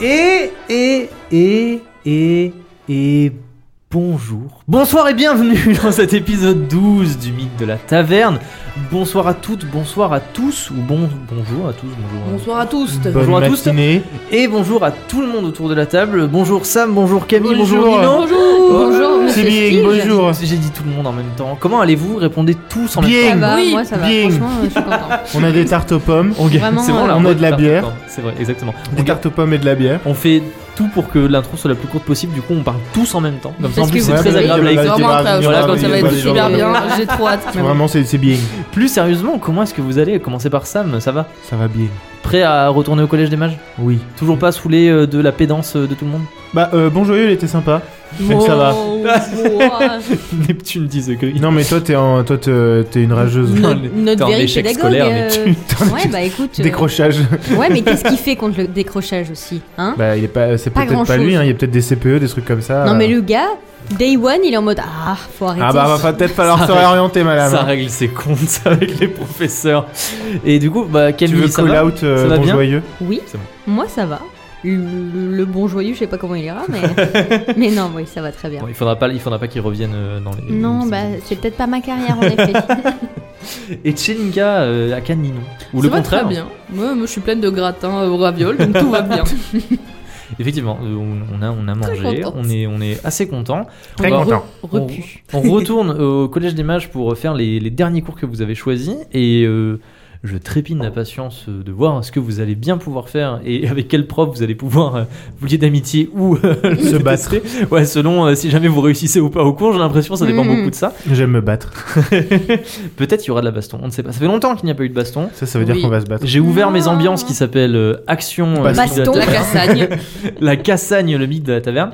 Et, et, et, et, et bonjour. Bonsoir et bienvenue dans cet épisode 12 du mythe de la taverne. Bonsoir à toutes, bonsoir à tous, ou bon, bonjour à tous, bonjour à Bonsoir à tous. Bonjour à tous. matinée. Et bonjour à tout le monde autour de la table. Bonjour Sam, bonjour Camille, bonjour, Bonjour. Nino. Bonjour. Bonjour, monsieur bien, Stige. bonjour. J'ai dit tout le monde en même temps. Comment allez-vous Répondez tous en Bien. même Ah bah, Oui, moi ça va. bien. Franchement, euh, je suis content. On a des tartes aux pommes. temps. On gagne. Vraiment, C'est bon, là, on a peut de la faire bière. tout le temps. C'est vrai, exactement. Des On gagne. tartes aux pommes et de la bière. On fait tout pour que l'intro soit la plus courte possible, du coup on parle tous en même temps. Comme ça en Parce plus que c'est vous très pouvez agréable à vraiment écouter. pas- Voilà, Voilà, quand comme ça il y va a être pas les gens super de- bien. J'ai trop hâte. C'est Vraiment, c'est c'est bien. Plus sérieusement, comment est-ce que vous allez Commencez par Sam, ça va Ça va bien. Prêt à retourner au collège des mages Oui. Toujours pas saoulé euh, de la pédance euh, de tout le monde Bah, euh, bon joyeux, il était sympa. Donc ça va. Wow, wow. Neptune 10 gris. Non, mais toi, t'es en... toi, t'es t'es une rageuse. Non, Notre- les- t'es Notre en vérité échec pédagogue. scolaire, euh, Ouais, bah écoute. euh, Décrochage. Ouais, mais qu'est-ce qu'il fait contre le décrochage aussi hein Bah, il est pas, c'est Pas peut-être pas grand-chose. lui, hein. il y a peut-être des CPE, des trucs comme ça. Non, mais le gars, day one, il est en mode Ah, faut arrêter. Bah, euh, Ah bah, va pas- peut-être falloir Ça se reste- réorienter, madame. Ça règle ses comptes avec les professeurs. Et du coup, bah, tu Camille, veux ça call va out euh, Ça va bon bien joyeux Oui, C'est bon. moi ça va. Le, le bon joyeux, je sais pas comment il ira, mais. mais non, oui, ça va très bien. Bon, il faudra pas, il faudra pas qu'ils reviennent euh, dans les. Non, les- bah c'est peut-être pas ma carrière en effet. Et Chelinka euh, à Cannes Ninon. Ou le ça contraire. va très bien. Moi, moi, je suis pleine de gratin au raviol, donc tout va bien. Effectivement, euh, on on a, on a Très mangé, contente. on est, on est assez content. Très On va- content. On, Repu. on retourne au Collège des Mages pour faire les, les derniers cours que vous avez choisis et euh, je trépine d'impatience euh, de voir ce que vous allez bien pouvoir faire et avec quel prof vous allez pouvoir euh, vous lier d'amitié ou euh, Se le battre. Mm. détester. Ouais, selon euh, si jamais vous réussissez ou pas au cours, j'ai l'impression que ça dépend Mhm. beaucoup de ça. J'aime me battre. Peut-être il y aura de la baston, on ne sait pas. Ça fait longtemps qu'il n'y a pas eu de baston. Ça, ça veut dire Oui. qu'on va se battre. J'ai ouvert mes Ah. ambiances qui s'appellent euh, Action, euh, Baston. Mythe de la La Taverne. cassagne. la Cassagne, le mythe de la taverne.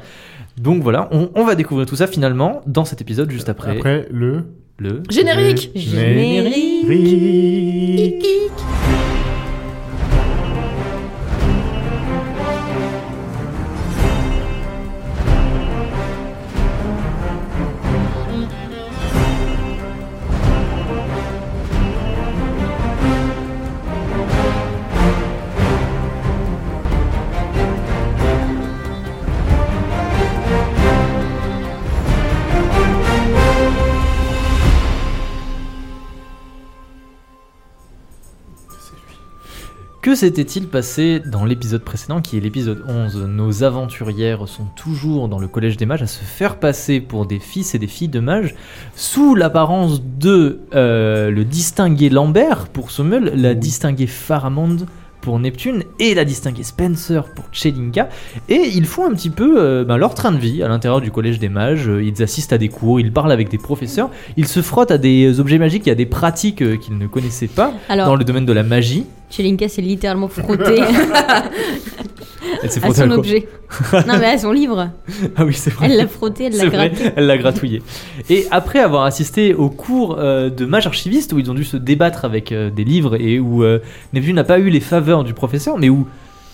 Donc voilà, on, on va découvrir tout ça finalement dans cet épisode juste après, Après, le... le. Générique Générique. Rick. Que s'était-il passé dans l'épisode précédent, qui est l'épisode 11 Nos aventurières sont toujours dans le collège des mages à se faire passer pour des fils et des filles de mages, sous l'apparence de euh, le distingué Lambert pour Sommel, la Oui. distinguée Faramond pour Neptune et la distinguée Spencer pour Chelinka. Et ils font un petit peu euh, ben, leur train de vie à l'intérieur du collège des mages. Euh, Ils assistent à des cours, ils parlent avec des professeurs, ils se frottent à des objets magiques et à des pratiques euh, qu'ils ne connaissaient pas dans Alors, le domaine de la magie. Chelinka s'est littéralement frottée Elle s'est à frottée à son quoi objet. Non, mais à son livre. Ah oui, c'est vrai. Elle l'a frotté, elle C'est l'a vrai, gratté. elle l'a gratouillé. Et après avoir assisté au cours euh, de mage archiviste où ils ont dû se débattre avec euh, des livres et où euh, Neptune n'a pas eu les faveurs du professeur, mais où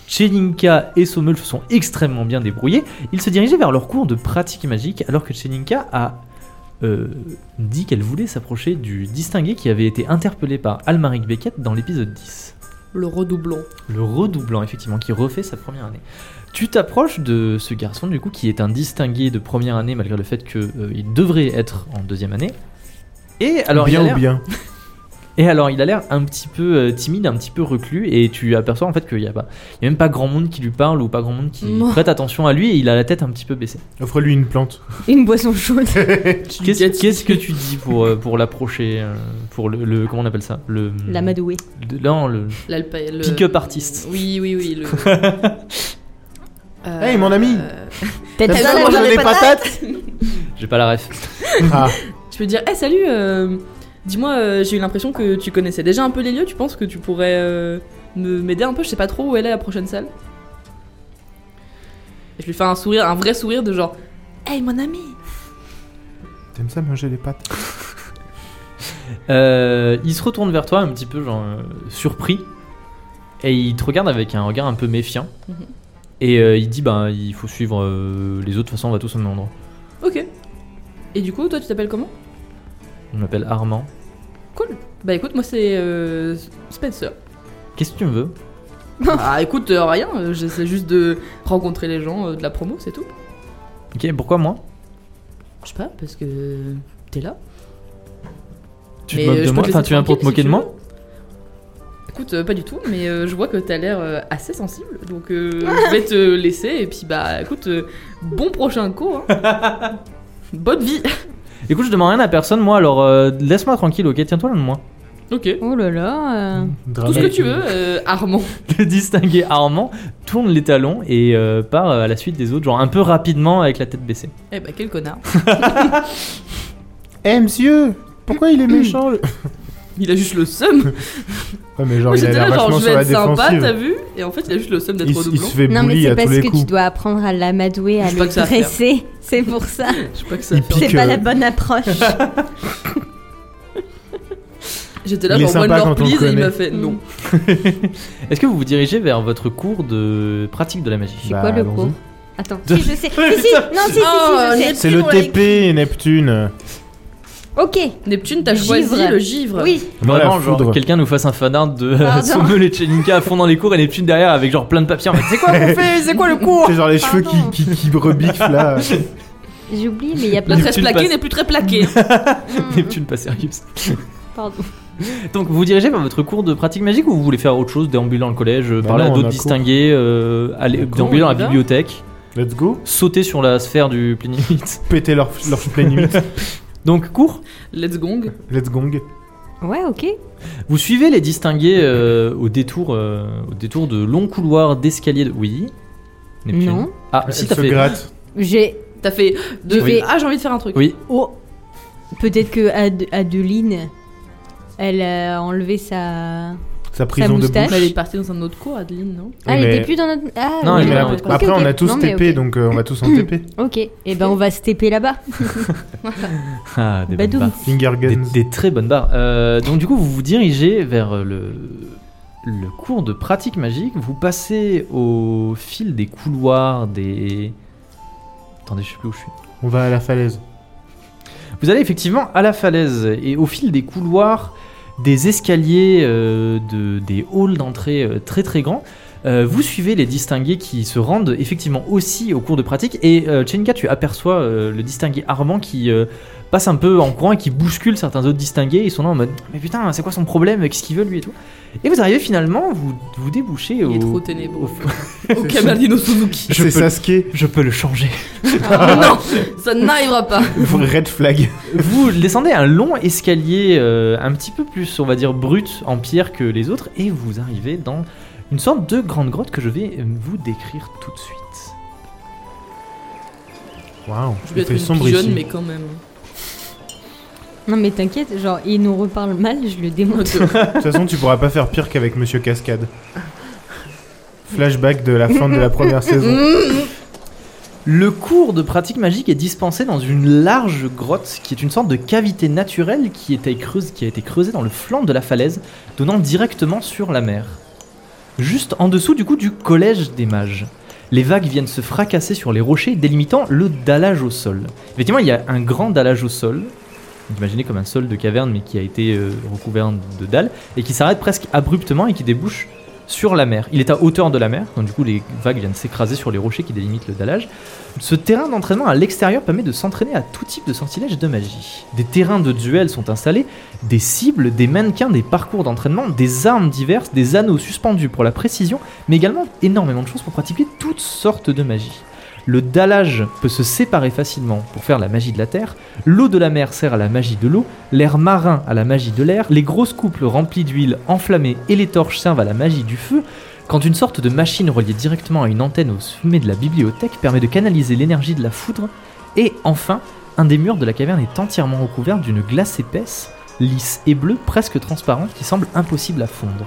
Chelinka et Sommel se sont extrêmement bien débrouillés, ils se dirigeaient vers leur cours de pratique magique alors que Chelinka a euh, dit qu'elle voulait s'approcher du distingué qui avait été interpellé par Almaric Beckett dans l'épisode 10. Le redoublon. Le redoublant, effectivement, qui refait sa première année. Tu t'approches de ce garçon, du coup, qui est un distingué de première année, malgré le fait qu'il il devrait être en deuxième année. Et alors, il a bien l'air- ou bien et alors, il a l'air un petit peu euh, timide, un petit peu reclus, et tu aperçois en fait qu'il n'y a, pas- il y a même pas grand monde qui lui parle ou pas grand monde qui Non. prête attention à lui, et il a la tête un petit peu baissée. Offre-lui une plante. Une boisson chaude. Qu'est-ce qu'est-ce que tu dis pour, euh, pour l'approcher euh, Pour le, le- Comment on appelle ça Le. L'amadouée. le- Non, le. L'alpa- le- Pick-up artiste. Oui, oui, oui. Le... Euh, Hey, mon ami. euh, T'as ça, la manger journée des patates J'ai pas la ref. Ah, Je peux dire, Eh salut, euh, dis-moi, euh, j'ai eu l'impression que tu connaissais déjà un peu les lieux, tu penses que tu pourrais euh, me- m'aider un peu Je sais pas trop où elle est la prochaine salle. Et je lui fais un sourire, un vrai sourire de genre, hey mon ami t'aimes ça manger les pâtes Euh, il se retourne vers toi un petit peu genre euh, surpris et il te regarde avec un regard un peu méfiant Mhm. et euh, il dit ben il faut suivre euh, les autres de toute façon on va tous au même endroit. Ok. Et du coup, toi, tu t'appelles comment On m'appelle Armand. Cool. Bah écoute, moi c'est euh, Spencer. Qu'est-ce que tu me veux Ah écoute, euh, rien, euh, j'essaie juste de rencontrer les gens euh, de la promo, c'est tout. Ok, pourquoi moi Je sais pas, parce que t'es là. Tu Mais, te moques euh, de je peux moi te Enfin, laisser tu viens pour te tranquille, moquer de si tu moi Écoute, euh, pas du tout, mais euh, je vois que t'as l'air euh, assez sensible, donc euh, je vais te laisser, et puis bah écoute, euh, bon prochain cours. hein. Bonne vie Écoute, je demande rien à personne, moi, alors euh, laisse-moi tranquille, ok Tiens-toi loin de moi. Ok. Oh là là. euh, Tout ce que tu veux, euh, Armand. Le distingué Armand tourne les talons et euh, part euh, à la suite des autres, genre un peu rapidement avec la tête baissée. Eh bah quel connard. Eh monsieur Pourquoi il est méchant le- Il a juste le seum. Ouais, mais genre, Moi il a j'étais l'air là, genre vachement je sur vais la être sympa, t'as défensive. vu Et en fait, il a juste le seum d'être Il, au s- il doublon. se fait Non, mais bully c'est à tous parce les que tu coups. dois apprendre à l'amadouer, à Je sais pas le que ça va faire. dresser. C'est pour ça. Je sais pas que ça Il va faire. pique. C'est pas euh, la bonne approche. J'étais là, Il est genre, one sympa more quand on le please, et il connaît. Mm. m'a fait non. Est-ce que vous vous dirigez vers votre cours de pratique de la magie C'est quoi le Bah, allons-y. cours Attends. Si, je sais. Si, si. Non, si, si, si, Oh, je sais. C'est le Neptune, on l'a TP, Neptune. Ok. Neptune, t'as Givre. choisi le givre. Oui. Vraiment, la genre foudre. quelqu'un nous fasse un fanart de euh, Pardon. Sommel et Chelinka à fond dans les cours et Neptune derrière avec genre plein de papiers. en mode, C'est quoi qu'on fait C'est quoi le cours C'est genre Ah, les cheveux Pardon. qui, qui, qui rebifent là. J'oublie, mais il y a La plein de. tresse Neptune plaquée passe. n'est plus très plaquée. Neptune pas sérieux. Pardon. Donc vous vous dirigez vers votre cours de pratique magique ou vous voulez faire autre chose, déambuler dans le collège, euh, Bah parler non, à on d'autres a cours. distingués, euh, aller, cours, déambuler on dans la y va. bibliothèque, Let's go. sauter sur la sphère du plénitude. Péter leur, leur pleine limite. Donc cours Let's gong. Let's gong. Ouais, ok. Vous suivez les distingués euh, au, détour, euh, au détour de longs couloirs d'escalier de... Oui Neptune. Non. Ah, Elle si, t'as se fait... gratte. J'ai. T'as fait de Oui. Ah, j'ai envie de faire un truc. Oui, Oh. Peut-être que Ad- Adeline, elle a enlevé sa. Sa prison de moustache. bouche. Mais elle est partie dans un autre cours, Adeline, non Ah, elle Mais- était plus dans notre. Ah, Non, oui, elle est dans là, notre- peut-être. ok, Après, on ok. a tous Non, mais TP, ok. donc euh, on va tous en TP. Ok, et ben on va se TP là-bas. ah, des, bonnes Badoum. barres. Finger Des, guns. des très bonnes barres. Euh, donc du coup, vous vous dirigez vers euh, le, le cours de pratique magique. Vous passez au fil des couloirs, des... Attendez, je sais plus où je suis. On va à la falaise. Vous allez effectivement à la falaise et au fil des couloirs, des escaliers, euh, de, des halls d'entrée euh, très très grands, euh, vous suivez les distingués qui se rendent effectivement aussi au cours de pratique. Et euh, Tchenka, tu aperçois euh, le distingué Armand qui euh, passe un peu en courant et qui bouscule certains autres distingués. Ils sont là en mode Mais putain, c'est quoi son problème Qu'est-ce qu'il veut lui et tout Et vous arrivez finalement, vous vous débouchez au. Il est trop ténébreux. au- Au Camarino Suzuki. Je C'est peux- Sasuke. Je peux le changer. Ah, non, ça n'arrivera pas. Red flag. Vous descendez un long escalier euh, un petit peu plus, on va dire, brut en pierre que les autres, et vous arrivez dans une sorte de grande grotte que je vais euh, vous décrire tout de suite. Waouh. Je vais Il être fait une sombre pigeonne, ici. mais quand même. Non mais t'inquiète, genre il nous reparle mal, je le démonte. De toute façon, tu pourras pas faire pire qu'avec Monsieur Cascade. Flashback de la fin de la première saison. Le cours de pratique magique est dispensé dans une large grotte qui est une sorte de cavité naturelle qui, était creuse- qui a été creusée dans le flanc de la falaise, donnant directement sur la mer. Juste en dessous du coup du collège des mages. Les vagues viennent se fracasser sur les rochers, délimitant le dallage au sol. Effectivement, il y a un grand dallage au sol, vous imaginez comme un sol de caverne mais qui a été euh, recouvert de dalles, et qui s'arrête presque abruptement et qui débouche sur la mer. Il est à hauteur de la mer, donc du coup les vagues viennent s'écraser sur les rochers qui délimitent le dallage. Ce terrain d'entraînement à l'extérieur permet de s'entraîner à tout type de sortilèges de magie. Des terrains de duel sont installés, des cibles, des mannequins, des parcours d'entraînement, des armes diverses, des anneaux suspendus pour la précision, mais également énormément de choses pour pratiquer toutes sortes de magies. Le dallage peut se séparer facilement pour faire la magie de la terre, l'eau de la mer sert à la magie de l'eau, l'air marin à la magie de l'air, les grosses couples remplies d'huile enflammée et les torches servent à la magie du feu, quand une sorte de machine reliée directement à une antenne au sommet de la bibliothèque permet de canaliser l'énergie de la foudre, et enfin, un des murs de la caverne est entièrement recouvert d'une glace épaisse, lisse et bleue, presque transparente, qui semble impossible à fondre.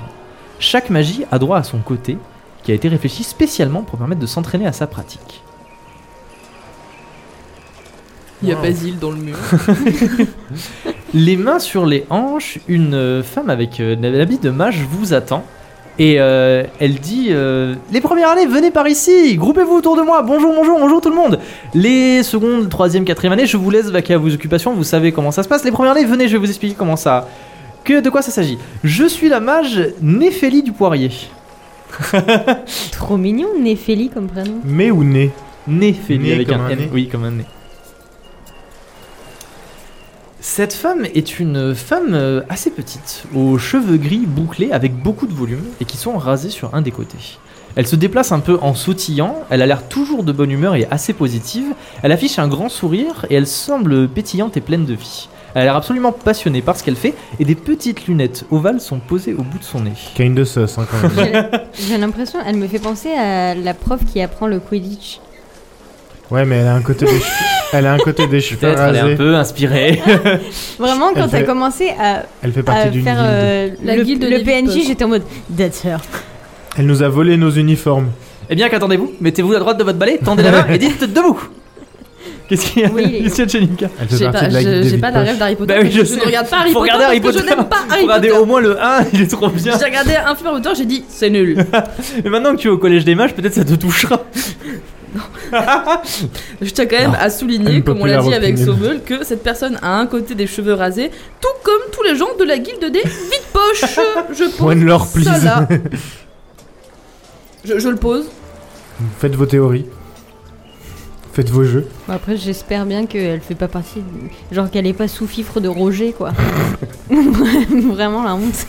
Chaque magie a droit à son côté, qui a été réfléchi spécialement pour permettre de s'entraîner à sa pratique. Il y a Wow. Basile dans le mur. Les mains sur les hanches, une euh, femme avec euh, l'habit de mage vous attend. Et euh, elle dit euh, Les premières années, venez par ici, groupez-vous autour de moi, bonjour, bonjour, bonjour tout le monde. Les secondes, troisième, quatrième années, je vous laisse vaquer à vos occupations, vous savez comment ça se passe. Les premières années, venez, je vais vous expliquer comment ça. Que, de quoi ça s'agit Je suis la mage Néphélie du Poirier. Trop mignon, Néphélie comme prénom. Mais ou né Néphélie Né avec comme un, un N. nez. Oui, comme un nez. Cette femme est une femme euh, assez petite, aux cheveux gris bouclés avec beaucoup de volume et qui sont rasés sur un des côtés. Elle se déplace un peu en sautillant, elle a l'air toujours de bonne humeur et assez positive, elle affiche un grand sourire et elle semble pétillante et pleine de vie. Elle a l'air absolument passionnée par ce qu'elle fait et des petites lunettes ovales sont posées au bout de son nez. Kind of sauce, hein, quand même. J'ai j'ai l'impression, elle me fait penser à la prof qui apprend le Quidditch. ouais, mais elle a un côté des, che- elle a un côté des cheveux Peut-être elle est un rasés. peu inspirée. Vraiment, Elle quand t'as fait- commencé à, Elle fait à partie d'une faire guilde. euh, La le, guilde le des PNJ, Vipers. j'étais en mode That's her. Elle nous a volé nos uniformes. Eh bien, qu'attendez-vous Mettez-vous à droite de votre balai, tendez la main et dites debout Qu'est-ce qu'il y a Oui, les- Monsieur Tchelinka Elle fait J'ai partie pas, de la guilde je- des j'ai pas la Vite Poches. rêve d'Harry Potter. Bah oui, parce je que sais. ne regarde pas Harry Faut Potter. regarder Harry parce que Potter. Je n'aime pas Harry Faut regarder Potter. au moins le 1, il est trop bien. J'ai regardé un film Harry Potter, j'ai dit c'est nul. Mais maintenant que tu es au collège des mages, peut-être ça te touchera. Je tiens quand même Non. à souligner, comme on l'a Unpopular dit avec opinion. Sobel, que cette personne a un côté des cheveux rasés, tout comme tous les gens de la guilde des vides poches. Je pose One lore, ça please. là. Je, je le pose. Faites vos théories. Faites vos jeux. Bon, après, j'espère bien qu'elle fait pas partie. de- Genre qu'elle est pas sous-fifre de Roger, quoi. Vraiment la honte.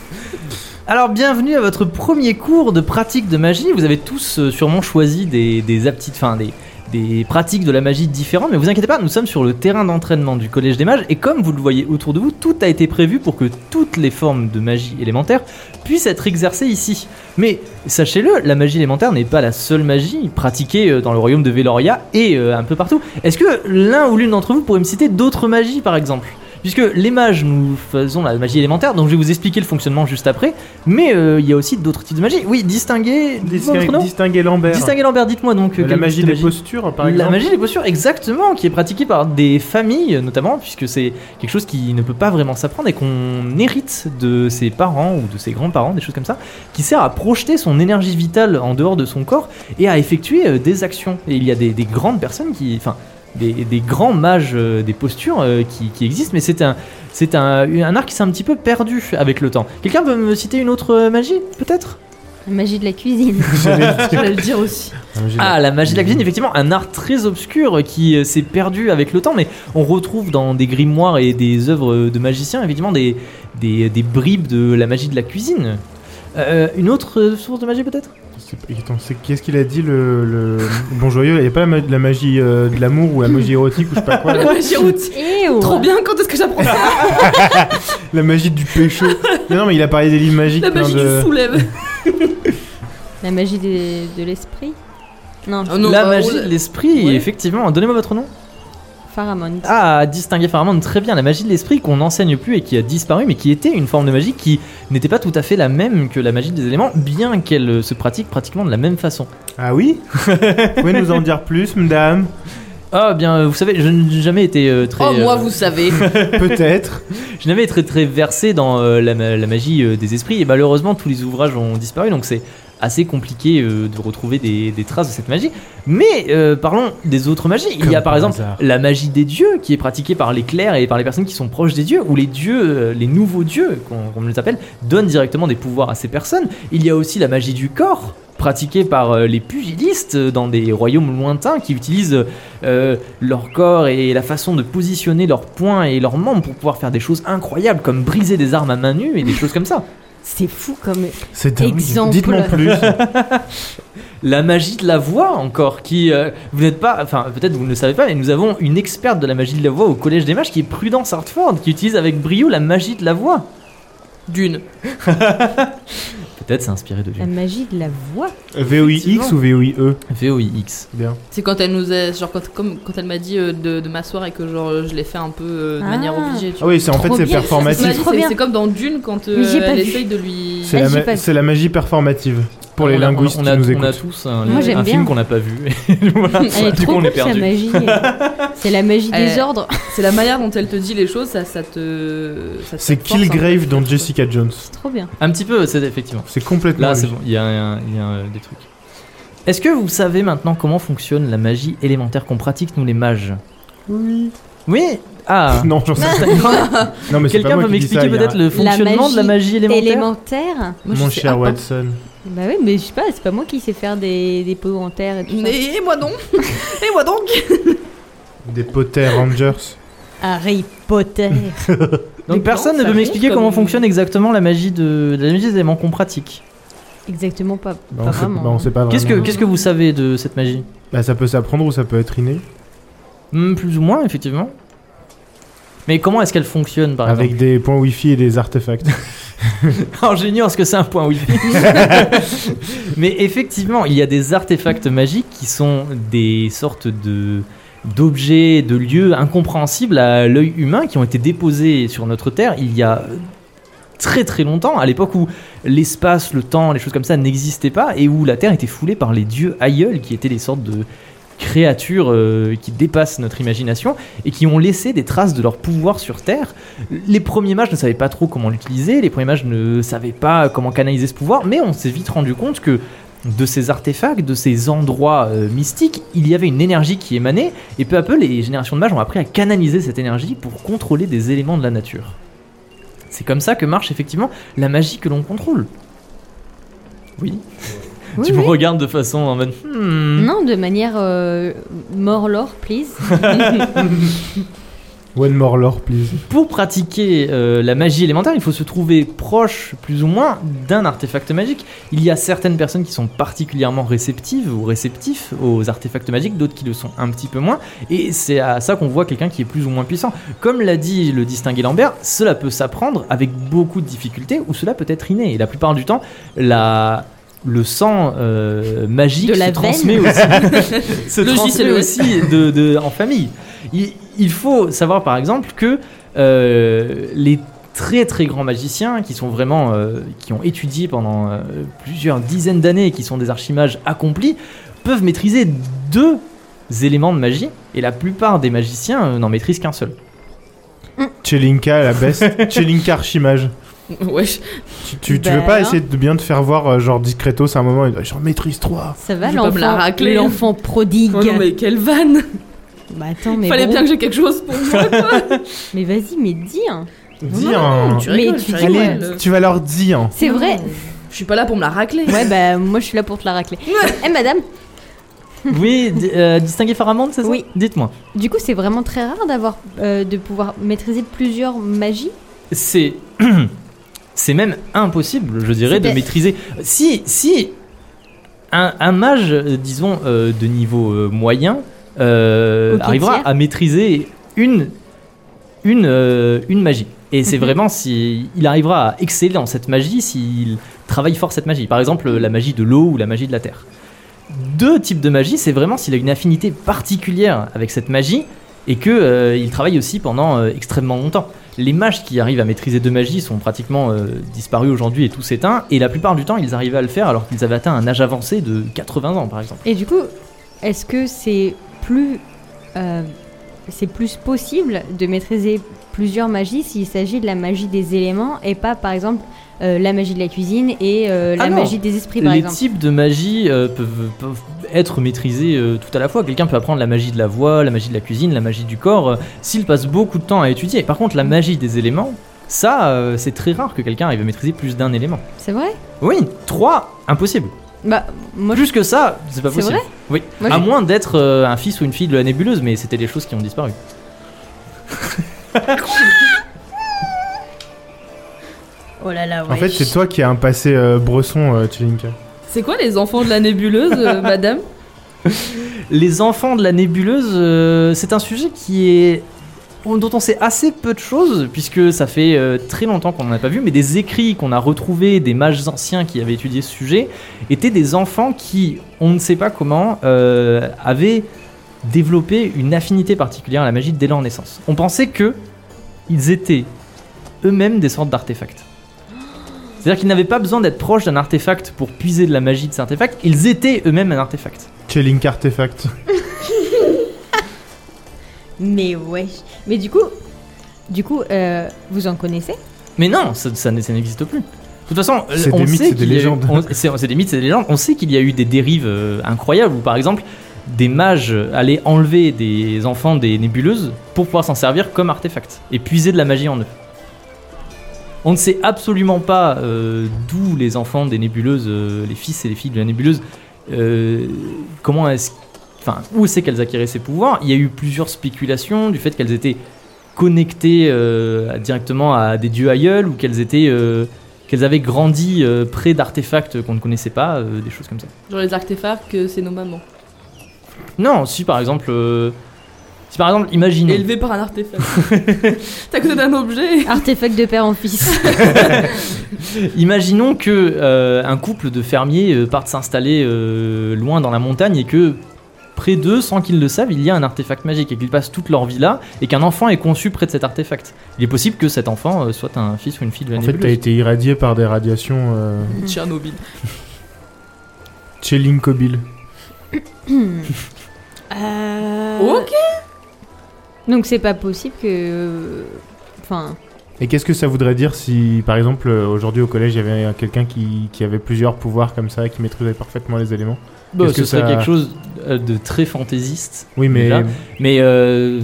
Alors, bienvenue à votre premier cours de pratique de magie. Vous avez tous euh, sûrement choisi des, des aptitudes, enfin des, des pratiques de la magie différentes, mais vous inquiétez pas, nous sommes sur le terrain d'entraînement du Collège des Mages, et comme vous le voyez autour de vous, tout a été prévu pour que toutes les formes de magie élémentaire puissent être exercées ici. Mais sachez-le, la magie élémentaire n'est pas la seule magie pratiquée euh, dans le royaume de Veloria et euh, un peu partout. Est-ce que l'un ou l'une d'entre vous pourrait me citer d'autres magies par exemple Puisque les mages, nous faisons la magie élémentaire, donc je vais vous expliquer le fonctionnement juste après. Mais euh, il y a aussi d'autres types de magie. Oui, distinguer. votre nom Distinguer Lambert. Euh, Distinguer Lambert, dites-moi donc. euh, la quelle magie petite des postures, par la exemple. magie des postures, exactement, qui est pratiquée par des familles notamment, puisque c'est quelque chose qui ne peut pas vraiment s'apprendre et qu'on hérite de ses parents ou de ses grands-parents, des choses comme ça, qui sert à projeter son énergie vitale en dehors de son corps et à effectuer euh, des actions. Et il y a des, des grandes personnes qui. Enfin, des, des grands mages euh, des postures euh, qui, qui existent, mais c'est un, c'est un, un art qui s'est un petit peu perdu avec le temps. Quelqu'un peut me citer une autre euh, magie, peut-être La magie de la cuisine. Je vais le dire aussi. La magie de la- Ah, la magie de la cuisine, effectivement, un art très obscur qui euh, s'est perdu avec le temps, mais on retrouve dans des grimoires et des œuvres de magiciens, effectivement, des, des, des bribes de la magie de la cuisine. Euh, une autre euh, source de magie, peut-être C'est pas- Attends, c'est- qu'est-ce qu'il a dit le, le... bon joyeux Il n'y a pas la, ma- de la magie euh, de l'amour ou la magie érotique ou je sais pas quoi là. Ouais, j'ai honte. Eh oh. Trop bien, quand est-ce que j'apprends ça La magie du pécho Non, non, mais il a parlé des livres magiques. La plein magie de... du soulève. La magie des- de l'esprit. Non, Oh non, La bah, magie on- de l'esprit, Ouais. effectivement. Donnez-moi votre nom. Pharamond. Ah, distinguer Faramond très bien la magie de l'esprit qu'on n'enseigne plus et qui a disparu, mais qui était une forme de magie qui n'était pas tout à fait la même que la magie des éléments, bien qu'elle euh, se pratique pratiquement de la même façon. Ah oui Vous pouvez nous en dire plus, madame Ah, bien, euh, vous savez, je n'ai jamais été euh, très. Oh, moi, euh, vous savez. Peut-être. Je n'avais très très versé dans euh, la, ma- la magie euh, des esprits et malheureusement tous les ouvrages ont disparu donc c'est assez compliqué euh, de retrouver des, des traces de cette magie. Mais euh, parlons des autres magies. Il Comme y a par par exemple hasard. la magie des dieux qui est pratiquée par les clercs et par les personnes qui sont proches des dieux ou les dieux, euh, les nouveaux dieux qu'on qu'on les appelle, donnent directement des pouvoirs à ces personnes. Il y a aussi la magie du corps pratiquée par euh, les pugilistes euh, dans des royaumes lointains qui utilisent euh, euh, leur corps et la façon de positionner leurs poings et leurs membres pour pouvoir faire des choses incroyables comme briser des armes à main nue et des choses comme ça. C'est fou comme. C'est dingue. Exemple. Dites-moi plus. La magie de la voix encore qui euh, vous n'êtes pas enfin peut-être vous ne le savez pas mais nous avons une experte de la magie de la voix au collège des mages qui est Prudence Hartford qui utilise avec brio la magie de la voix. D'une. Peut-être c'est inspiré de La magie de la voix. VOIX ou VOIE Euh, VOIX. E? Bien. C'est quand elle nous a, genre quand, comme quand elle m'a dit euh, de, de m'asseoir et que genre je l'ai fait un peu euh, de Ah. manière obligée. Tu Ah oui, c'est en Trop fait c'est bien, ça, vois. c'est performatif. Magie, trop bien. C'est comme dans Dune quand euh, Mais j'ai pas elle vu. essaye de lui. C'est Ah, la, j'ai ma- pas vu. c'est la magie performative pour les On a- linguistes on a, qui nous on a écoutent. tous un, Moi, j'aime un film bien. qu'on n'a pas vu. Et voilà. Elle est Du trop coup on cool, est sa perdu. magie. C'est la magie des Euh, ordres. C'est la manière dont elle te dit les choses, ça, ça te. ça te C'est force hein. un Killgrave peu. dans Jessica Jones. C'est trop bien. Un petit peu c'est effectivement. C'est complètement. Là, c'est lui. bon, il y a, un- il y a un- des trucs. Est-ce que vous savez maintenant comment fonctionne la magie élémentaire qu'on pratique, nous les mages Oui. Oui Ah Non, j'en sais Non, mais c'est pas Quelqu'un moi peut qui dis ça, m'expliquer il y a- peut-être le fonctionnement de la magie élémentaire Élémentaire. Moi, je Mon sais- cher ah, pas- Watson. Bah oui, mais je sais pas, c'est pas moi qui sais faire des, des pots en terre et tout ça. Et moi donc Et moi donc Des Potter Rangers. Harry Potter. Mais Donc personne comment ne ça peut m'expliquer compte comment comme- fonctionne exactement la magie de, de la magie des éléments qu'on pratique. Exactement pas, pas Bah, on, sait, vraiment. bah, on sait pas vraiment. Qu'est-ce que qu'est-ce que vous savez de cette magie Bah, ça peut s'apprendre ou ça peut être inné. Hmm, Plus ou moins effectivement. Mais comment est-ce qu'elle fonctionne par avec des points wifi et des artefacts. exemple Alors j'ignore ce que c'est un point wifi. Mais effectivement, il y a des artefacts magiques qui sont des sortes de d'objets, de lieux incompréhensibles à l'œil humain qui ont été déposés sur notre Terre il y a très très longtemps, à l'époque où l'espace, le temps, les choses comme ça n'existaient pas et où la Terre était foulée par les dieux aïeuls qui étaient des sortes de créatures euh, qui dépassent notre imagination et qui ont laissé des traces de leur pouvoir sur Terre. Les premiers mages ne savaient pas trop comment l'utiliser, les premiers mages ne savaient pas comment canaliser ce pouvoir, mais on s'est vite rendu compte que de ces artefacts, de ces endroits euh, mystiques, il y avait une énergie qui émanait, et peu à peu, les générations de mages ont appris à canaliser cette énergie pour contrôler des éléments de la nature. C'est comme ça que marche effectivement la magie que l'on contrôle. Oui. Oui, tu me oui. regardes de façon en mode. hmm. Non, de manière euh, Morlor, please. One more lore, please. Pour pratiquer euh, la magie élémentaire, il faut se trouver proche, plus ou moins, d'un artefact magique. Il y a certaines personnes qui sont particulièrement réceptives ou réceptifs aux artefacts magiques, d'autres qui le sont un petit peu moins. Et c'est à ça qu'on voit quelqu'un qui est plus ou moins puissant. Comme l'a dit le distingué Lambert, cela peut s'apprendre avec beaucoup de difficultés ou cela peut être inné. Et la plupart du temps, la... le sang euh, magique De se la transmet aussi se Le transmet JCLE. aussi de, de- en famille. Il, il faut savoir par exemple que euh, les très très grands magiciens qui sont vraiment euh, qui ont étudié pendant euh, plusieurs dizaines d'années et qui sont des archimages accomplis peuvent maîtriser deux éléments de magie et la plupart des magiciens euh, n'en maîtrisent qu'un seul. Chelinka, la best. Chelinka Archimage. Wesh. Tu, tu, tu Bah veux Ben hein. pas alors essayer de bien te faire voir, euh, genre discretos à un moment, et- j'en maîtrise trois. Ça va, Je vais pas me la l'enfant racler. l'enfant prodigue. Oh non, mais quelle vanne Bah attends, mais, Fallait gros, bien que j'ai quelque chose pour moi. mais vas-y, mais dis. hein. Dis Non, un. tu Mais rigoles, tu tu dis rigoles. ouais. Tu vas leur dire. hein. C'est vrai. Je suis pas là pour me la racler. Ouais, bah moi je suis là pour te la racler. Eh madame, Oui, di- euh, distinguer Faramond, c'est ça Oui. Dites-moi. du coup c'est vraiment très rare d'avoir euh, de pouvoir maîtriser plusieurs magies. c'est c'est même impossible, je dirais, de C'était- maîtriser. Si si un, un mage, euh, disons euh, de niveau euh, moyen, euh, Ok, arrivera tiers. à maîtriser une une euh, une magie. Et Mhm. c'est vraiment si il arrivera à exceller dans cette magie s'il travaille fort cette magie. Par exemple, la magie de l'eau ou la magie de la terre. Deux types de magie, c'est vraiment s'il a une affinité particulière avec cette magie et que euh, il travaille aussi pendant euh, extrêmement longtemps. Les mages qui arrivent à maîtriser deux magies sont pratiquement euh, disparus aujourd'hui et tous éteints, et la plupart du temps ils arrivaient à le faire alors qu'ils avaient atteint un âge avancé de 80 ans par exemple. Et du coup, est-ce que c'est plus euh, c'est plus possible de maîtriser plusieurs magies s'il s'agit de la magie des éléments et pas par exemple euh, la magie de la cuisine et euh, la Ah non. magie des esprits par les exemple. types de magie euh, peuvent, peuvent être maîtrisés euh, tout à la fois. Quelqu'un peut apprendre la magie de la voix, la magie de la cuisine, la magie du corps, euh, s'il passe beaucoup de temps à étudier. Par contre, la magie des éléments, ça, euh, c'est très rare que quelqu'un arrive à maîtriser plus d'un élément. C'est vrai Oui, trois, impossible. Bah moi je Plus que ça, c'est pas C'est possible. vrai oui. Moi, à j'ai- moins d'être euh, un fils ou une fille de la nébuleuse, mais c'était des choses qui ont disparu. Oh là Ah là, En fait, c'est toi qui as un passé euh, bresson, euh, Chelinka. C'est quoi les enfants de la nébuleuse, euh, madame Les enfants de la nébuleuse, euh, c'est un sujet qui est dont on sait assez peu de choses, puisque ça fait euh, très longtemps qu'on n'en a pas vu, mais des écrits qu'on a retrouvés des mages anciens qui avaient étudié ce sujet étaient des enfants qui, on ne sait pas comment, euh, avaient développé une affinité particulière à la magie dès leur naissance. On pensait que ils étaient eux-mêmes des sortes d'artefacts. C'est-à-dire qu'ils n'avaient pas besoin d'être proches d'un artefact pour puiser de la magie de cet artefact, ils étaient eux-mêmes un artefact. Chelinka Artefact. Mais ouais. Mais du coup, du coup, euh, vous en connaissez Mais non, ça, ça n- ça n'existe plus. De toute façon, C'est on des mythes, sait c'est des qu'il y a eu- légendes. on- C'est c'est des mythes, c'est des légendes. On sait qu'il y a eu des dérives euh, incroyables où, par exemple, des mages allaient enlever des enfants des nébuleuses pour pouvoir s'en servir comme artefact et puiser de la magie en eux. On ne sait absolument pas euh, d'où les enfants des nébuleuses, euh, les fils et les filles de la nébuleuse, euh, comment est-ce, enfin, où c'est qu'elles acquéraient ces pouvoirs. Il y a eu plusieurs spéculations du fait qu'elles étaient connectées euh, directement à des dieux aïeuls ou qu'elles étaient, euh, qu'elles avaient grandi euh, près d'artefacts qu'on ne connaissait pas, euh, des choses comme ça. Genre les artefacts, que c'est nos mamans. Non, si par exemple, euh, si par exemple, imaginez. Élevés par un artefact. T'as côté d'un objet. Artefact de père en fils. Imaginons que euh, un couple de fermiers euh, parte s'installer euh, loin dans la montagne et que près d'eux, sans qu'ils le savent, il y a un artefact magique et qu'ils passent toute leur vie là et qu'un enfant est conçu près de cet artefact. Il est possible que cet enfant euh, soit un fils ou une fille de la En fait, t'as nébuleuse. été irradié par des radiations euh, Tchernobyl. chez Linkobil. Euh, Oh. Ok. Donc c'est pas possible que. Enfin. Et qu'est-ce que ça voudrait dire si, par exemple, euh, aujourd'hui au collège, il y avait euh, quelqu'un qui, qui avait plusieurs pouvoirs comme ça, qui maîtrisait parfaitement les éléments Bah, qu'est-ce ce que serait ça- quelque chose euh, de très fantaisiste, Oui, mais Déjà. mais euh,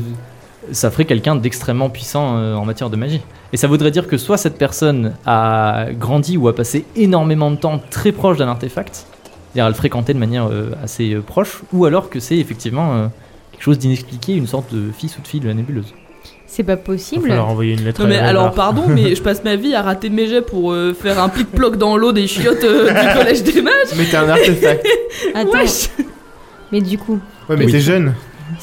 ça ferait quelqu'un d'extrêmement puissant euh, en matière de magie. Et ça voudrait dire que soit cette personne a grandi ou a passé énormément de temps très proche d'un artefact, c'est-à-dire à le fréquenter de manière euh, assez euh, proche, ou alors que c'est effectivement euh, quelque chose d'inexpliqué, une sorte de fils ou de fille de la nébuleuse. C'est pas il va possible. falloir envoyer une lettre Non mais à alors Gérard. pardon, mais je passe ma vie à rater mes jets pour euh, faire un plic-ploc dans l'eau des chiottes euh, du collège des mages. Mais t'es un artefact. Attends. Wesh. Mais du coup, Ouais, mais Oui. t'es jeune.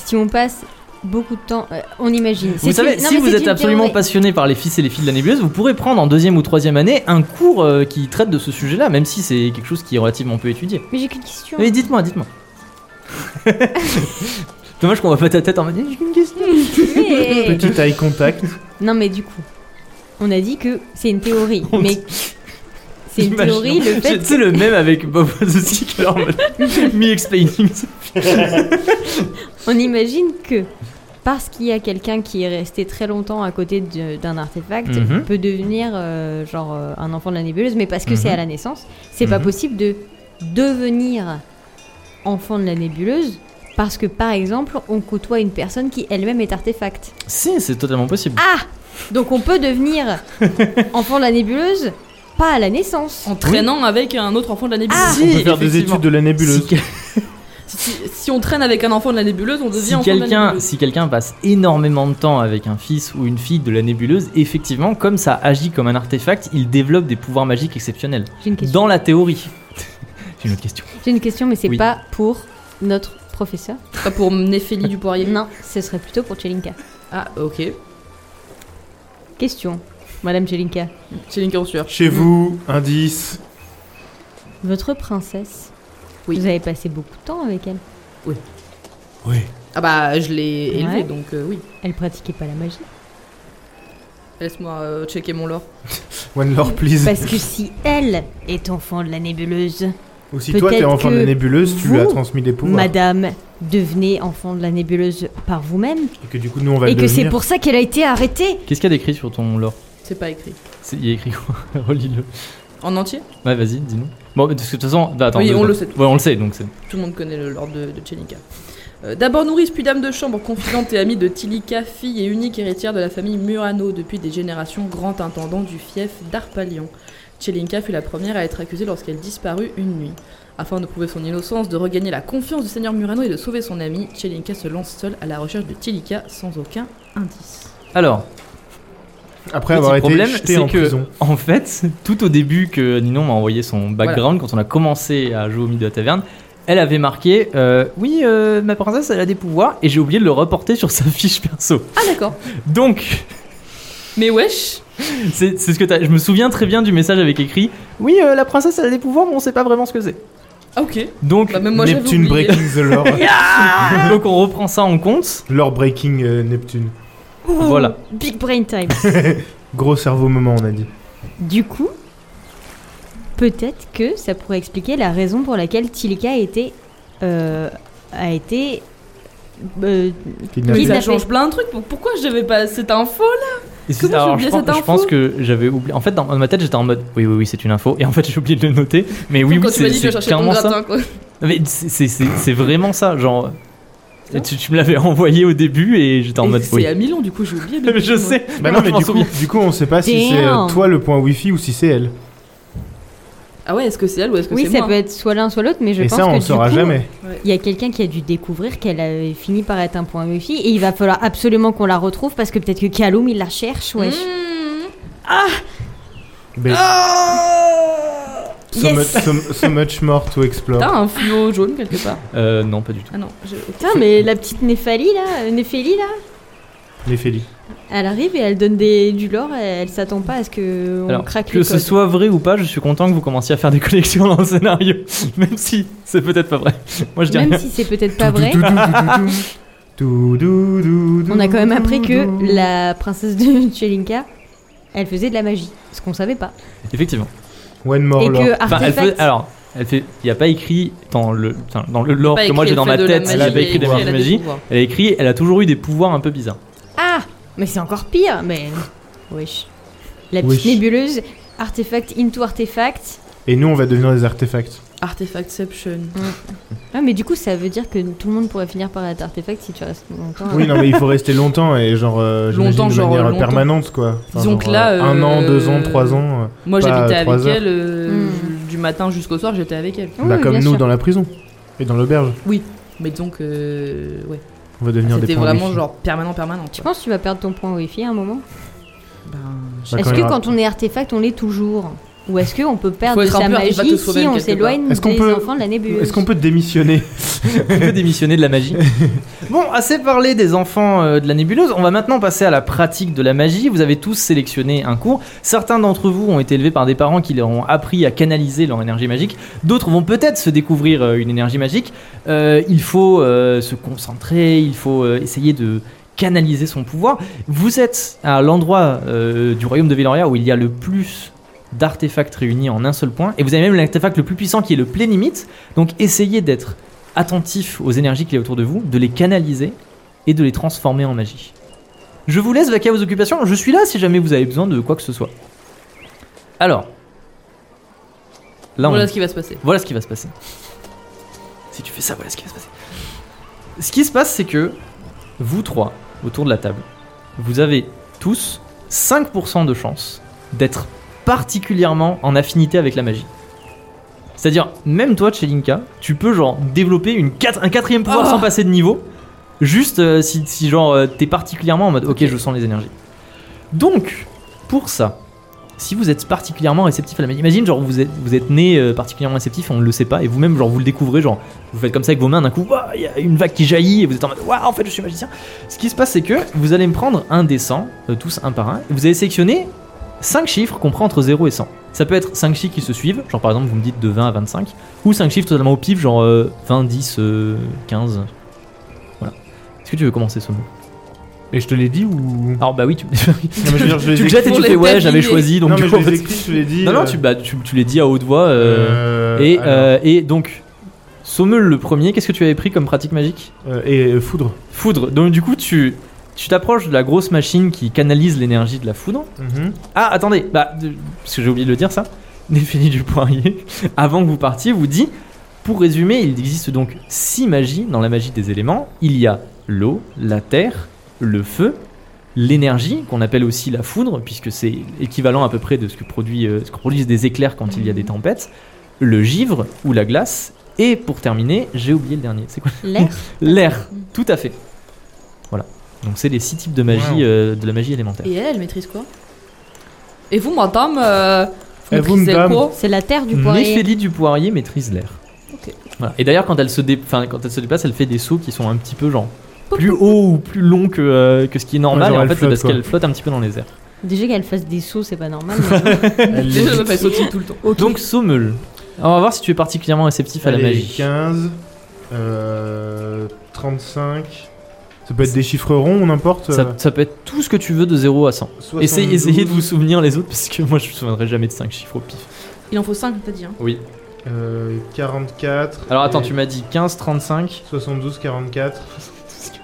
si on passe beaucoup de temps, euh, on imagine. Vous savez, si vous êtes absolument passionné par les fils et les filles de la nébuleuse, vous pourrez prendre en deuxième ou troisième année un cours euh, qui traite de ce sujet-là, même si c'est quelque chose qui est relativement peu étudié. Mais j'ai qu'une question. Mais dites-moi, dites-moi. Dommage qu'on va pas ta tête en mode j'ai une question. Mais- Petit eye contact. Non, mais du coup, on a dit que c'est une théorie. On mais c'est une Imaginons. théorie le fait. Tu sais, le même avec Bob Wazowski qui leur mode me explaining. On imagine que parce qu'il y a quelqu'un qui est resté très longtemps à côté de- d'un artefact, Mhm. peut devenir euh, genre euh, un enfant de la nébuleuse, mais parce que c'est Mhm. à la naissance, c'est pas Mhm. possible de devenir enfant de la nébuleuse. Parce que par exemple, on côtoie une personne qui elle-même est artefact. Si, c'est totalement possible. Ah Donc on peut devenir enfant de la nébuleuse, pas à la naissance. En traînant avec un autre enfant de la nébuleuse. Ah. On peut faire des effectivement. études de la nébuleuse. Si, que- Si, si- si on traîne avec un enfant de la nébuleuse, on devient si enfant de la quelqu'un nébuleuse. si quelqu'un passe énormément de temps avec un fils ou une fille de la nébuleuse, effectivement, comme ça agit comme un artefact, il développe des pouvoirs magiques exceptionnels. J'ai une question. Dans la théorie. J'ai une autre question. J'ai une question, mais c'est Oui. pas pour notre professeur. Pas pour Néphélie du Poirier. Non, ce serait plutôt pour Chelinka. Ah ok. Question, Madame Chelinka. C'est une sueur. Chez vous, indice. Votre princesse, Oui. vous avez passé beaucoup de temps avec elle. Oui. Ah bah je l'ai Ouais. élevé donc euh, oui. Elle pratiquait pas la magie. Laisse-moi euh, checker mon lore. One Lord, please. Parce que si elle est enfant de la nébuleuse, Ou si toi, t'es peut-être enfant de la que nébuleuse, tu lui as vous, transmis des pouvoirs. Madame, devenez enfant de la nébuleuse par vous-même. Et que du coup, nous, on va Et le que c'est devenir. pour ça qu'elle a été arrêtée. Qu'est-ce qu'il y a d'écrit sur ton lore C'est pas écrit. C'est- Il y a écrit quoi Relis-le. En entier Ouais, vas-y, dis-nous. Bon, parce que de toute façon, bah, attends, Oui, deux on secondes. le sait. Ouais, on le sait, donc c'est. Tout le monde connaît le lore de, de Tchelinka. Euh, D'abord nourrice, puis dame de chambre, confidente et amie de Tilika, fille et unique héritière de la famille Murano depuis des générations, grand intendant du fief d'Arpalion. Tchelinka fut la première à être accusée lorsqu'elle disparut une nuit. Afin de prouver son innocence, de regagner la confiance du seigneur Murano et de sauver son ami, Tchelinka se lance seule à la recherche de Tilika sans aucun indice. Alors, Après Petit avoir été problème, jeté c'est en que, prison. en fait, tout au début que Ninon m'a envoyé son background, quand on a commencé à jouer au milieu de la taverne, elle avait marqué euh, Oui, euh, ma princesse, elle a des pouvoirs, et j'ai oublié de le reporter sur sa fiche perso. Ah d'accord Donc, Mais wesh c'est c'est ce que t'as. Je me souviens très bien du message avec écrit Oui, euh, la princesse, elle a des pouvoirs, mais on sait pas vraiment ce que c'est. Ah ok Donc, Bah même moi j'avais Neptune oublié. breaking the lore. Ah. donc, on reprend ça en compte. lore breaking euh, Neptune. Voilà. Big brain time. Gros cerveau moment, on a dit. Du coup, peut-être que ça pourrait expliquer la raison pour laquelle Tilika a été. euh, a été. euh, Mais Kidnappé. Kidnappé. ça change plein de trucs, pour- pourquoi j'avais pas cette info là Et c'est- Comment j'ai alors, oublié je, pense, cette je pense info que j'avais oublié. En fait, dans ma tête, j'étais en mode Oui, oui, oui, c'est une info. Et en fait, j'ai oublié de le noter. Mais oui, Quand oui, tu m'as c'est dit que je c'est cherchais ton clairement ça. gratin quoi. Non, Mais c'est- c'est c'est- c'est vraiment ça, genre. Et tu, tu me l'avais envoyé au début et j'étais en Et mode C'est oui. à Milan, du coup, j'ai oublié de. Mais je sais. Bah non, mais du coup, du coup, on sait pas si c'est euh, Damn. toi le point wifi ou si c'est elle. Ah ouais, est-ce que c'est elle ou est-ce que Oui, c'est ça moi peut être soit l'un soit l'autre, mais je Et pense ça, on que le du saura coup, jamais. Il y a quelqu'un qui a dû découvrir qu'elle avait fini par être un point wifi et il va falloir absolument qu'on la retrouve parce que peut-être que Kaloum il la cherche, wesh. Mm. Mmh. Mais Ah so, Ah, Yes. much, so- so much more to explore. T'as un fluo jaune quelque part Euh, non, pas du tout. Ah non, j'ai- ok. Putain, mais la petite Néphalie là, euh, Néphélie là, Les félis. elle arrive et elle donne des, du lore, et elle s'attend pas à ce que on Alors, craque Que le ce code. soit vrai ou pas, je suis content que vous commenciez à faire des connexions dans le scénario, même si c'est peut-être pas vrai. Moi, je dis Même rien. si c'est peut-être pas Tout, vrai, tout, tout, tout, tout, tout. Tout, tout, tout, tout, on a quand même tout, appris tout. que la princesse de Chelinka, elle faisait de la magie, ce qu'on savait pas. Effectivement. One more et lore. que Enfin, elle Artefact, fait- alors, elle fait. Il n'y a pas écrit dans le, enfin, dans le lore Pas que moi écrit, j'ai elle dans fait ma de la tête. magie, Elle a pas écrit de elle la a des magie. pouvoirs. Elle a écrit. Elle a toujours eu des pouvoirs un peu bizarres. Ah Mais c'est encore pire Mais. Wesh. La petite Wesh. nébuleuse, artefact into artefact. Et nous, on va devenir des artefacts. Artefactception. Ah, mais du coup, ça veut dire que tout le monde pourrait finir par être artefact si tu restes longtemps. Oui, non, mais il faut rester longtemps et genre, euh, j'imagine Longtemps, de genre, manière longtemps. permanente quoi. Enfin, Disons genre, que là, euh, un euh, an, deux ans, trois ans, euh, Moi Pas j'habitais trois avec heures. elle euh, Mm. du matin jusqu'au soir, j'étais avec elle. Oui, bah, oui, comme bien nous sûr. dans la prison et dans l'auberge, Mais disons que. euh, ouais. on va devenir C'était des points vraiment wifi. Bah, genre permanent, permanent. Tu quoi. penses que tu vas perdre ton point wifi à un moment Ben, Bah, Est-ce quand que il y aura- quand on est artefact, on l'est toujours Ou est-ce qu'on peut Faut perdre de être un sa peu artefact magie sauvage si on quelque s'éloigne part. des Est-ce qu'on peut- enfants de la nébuleuse Est-ce qu'on peut démissionner On peut démissionner de la magie. Bon, assez parlé des enfants euh, de la nébuleuse. On va maintenant passer à la pratique de la magie. Vous avez tous sélectionné un cours. Certains d'entre vous ont été élevés par des parents qui leur ont appris à canaliser leur énergie magique. D'autres vont peut-être se découvrir euh, une énergie magique. Euh, il faut euh, se concentrer, il faut euh, essayer de canaliser son pouvoir. Vous êtes à l'endroit euh, du royaume de Veloria où il y a le plus d'artefacts réunis en un seul point. Et vous avez même l'artefact le plus puissant qui est le plénimite. Donc essayez d'être attentif aux énergies qu'il y a autour de vous, de les canaliser et de les transformer en magie. Je vous laisse vaquer à vos occupations, je suis là si jamais vous avez besoin de quoi que ce soit. Alors, là on Ben, voilà ce qui va se passer. voilà ce qui va se passer. Si tu fais ça, voilà ce qui va se passer. Ce qui se passe, c'est que vous trois, autour de la table, vous avez tous 5% de chance d'être particulièrement en affinité avec la magie. C'est-à-dire, même toi, Chelinka, tu peux genre développer une quatre- un quatrième pouvoir Oh sans passer de niveau. Juste euh, si, si genre euh, t'es particulièrement en mode ok, je sens les énergies. Donc, pour ça, si vous êtes particulièrement réceptif à la magie, imagine genre vous êtes, vous êtes né euh, particulièrement réceptif, on ne le sait pas, et vous-même genre vous le découvrez, genre vous faites comme ça avec vos mains, d'un coup Ouah, il y a une vague qui jaillit et vous êtes en mode waouh en fait je suis magicien. Ce qui se passe c'est que vous allez me prendre un des 100, euh, tous un par un, et vous allez sélectionner 5 chiffres qu'on prend entre 0 et 100. Ça peut être 5 chiffres qui se suivent, genre par exemple vous me dites de 20 à 25, ou 5 chiffres totalement au pif, genre euh, 20, 10, euh, 15. Voilà. Est-ce que tu veux commencer ce mot Et je te l'ai dit ou Alors bah oui, tu, Non, mais je veux dire, je les tu ai- me jettes et Pour tu les fais ouais j'avais taquiner. choisi donc non, du mais coup, je en fait- les ai écrits, je l'ai dit. non, non, euh, tu, bah, tu, tu l'es dit à haute voix. euh, euh, et, alors, euh, et donc, Sommel le premier, qu'est-ce que tu avais pris comme pratique magique euh, et euh, foudre. Foudre. Donc, du coup, tu tu t'approches de la grosse machine qui canalise l'énergie de la foudre. Mhm. Ah, attendez, bah, de- parce que j'ai oublié de le dire ça. Néphélie du Poirier, avant que vous partiez, vous dit pour résumer, il existe donc six magies dans la magie des éléments. Il y a l'eau, la terre, le feu, l'énergie, qu'on appelle aussi la foudre, puisque c'est équivalent à peu près de ce que, produit, euh, ce que produisent des éclairs quand il y a des tempêtes, le givre ou la glace. Et pour terminer, j'ai oublié le dernier. C'est quoi L'air L'air, tout à fait. Voilà. Donc c'est les six types de magie, Wow. euh, de la magie élémentaire. Et elle, elle maîtrise quoi Et vous, madame euh, Vous Et vous, maîtrisez madame quoi C'est la terre du poirier. Néphélie du Poirier maîtrise l'air. Ok. Voilà. Et d'ailleurs, quand, elle se dé- enfin, quand elle se déplace, elle fait des sauts qui sont un petit peu genre plus haut ou plus long que, euh, que ce qui est normal. Ouais, genre, et en fait, elle c'est parce flotte, qu'elle flotte un petit peu dans les airs. Déjà qu'elle fasse des sauts, c'est pas normal. mais- Elle Déjà, la est meuf, elle sautille tout le temps. Donc, Sommel. On va voir si tu es particulièrement réceptif à la Allez, magie. 15, euh, 35. Ça peut être des chiffres ronds, n'importe. Ça, ça peut être tout ce que tu veux de 0 à 100. euh, Essayez, essayez de vous 72, souvenir les autres parce que moi je me souviendrai jamais de 5 chiffres au pif. Il en faut 5, t'as dit. Hein. Oui. euh, 44. Alors attends, et tu m'as dit 15, 35. 72, 44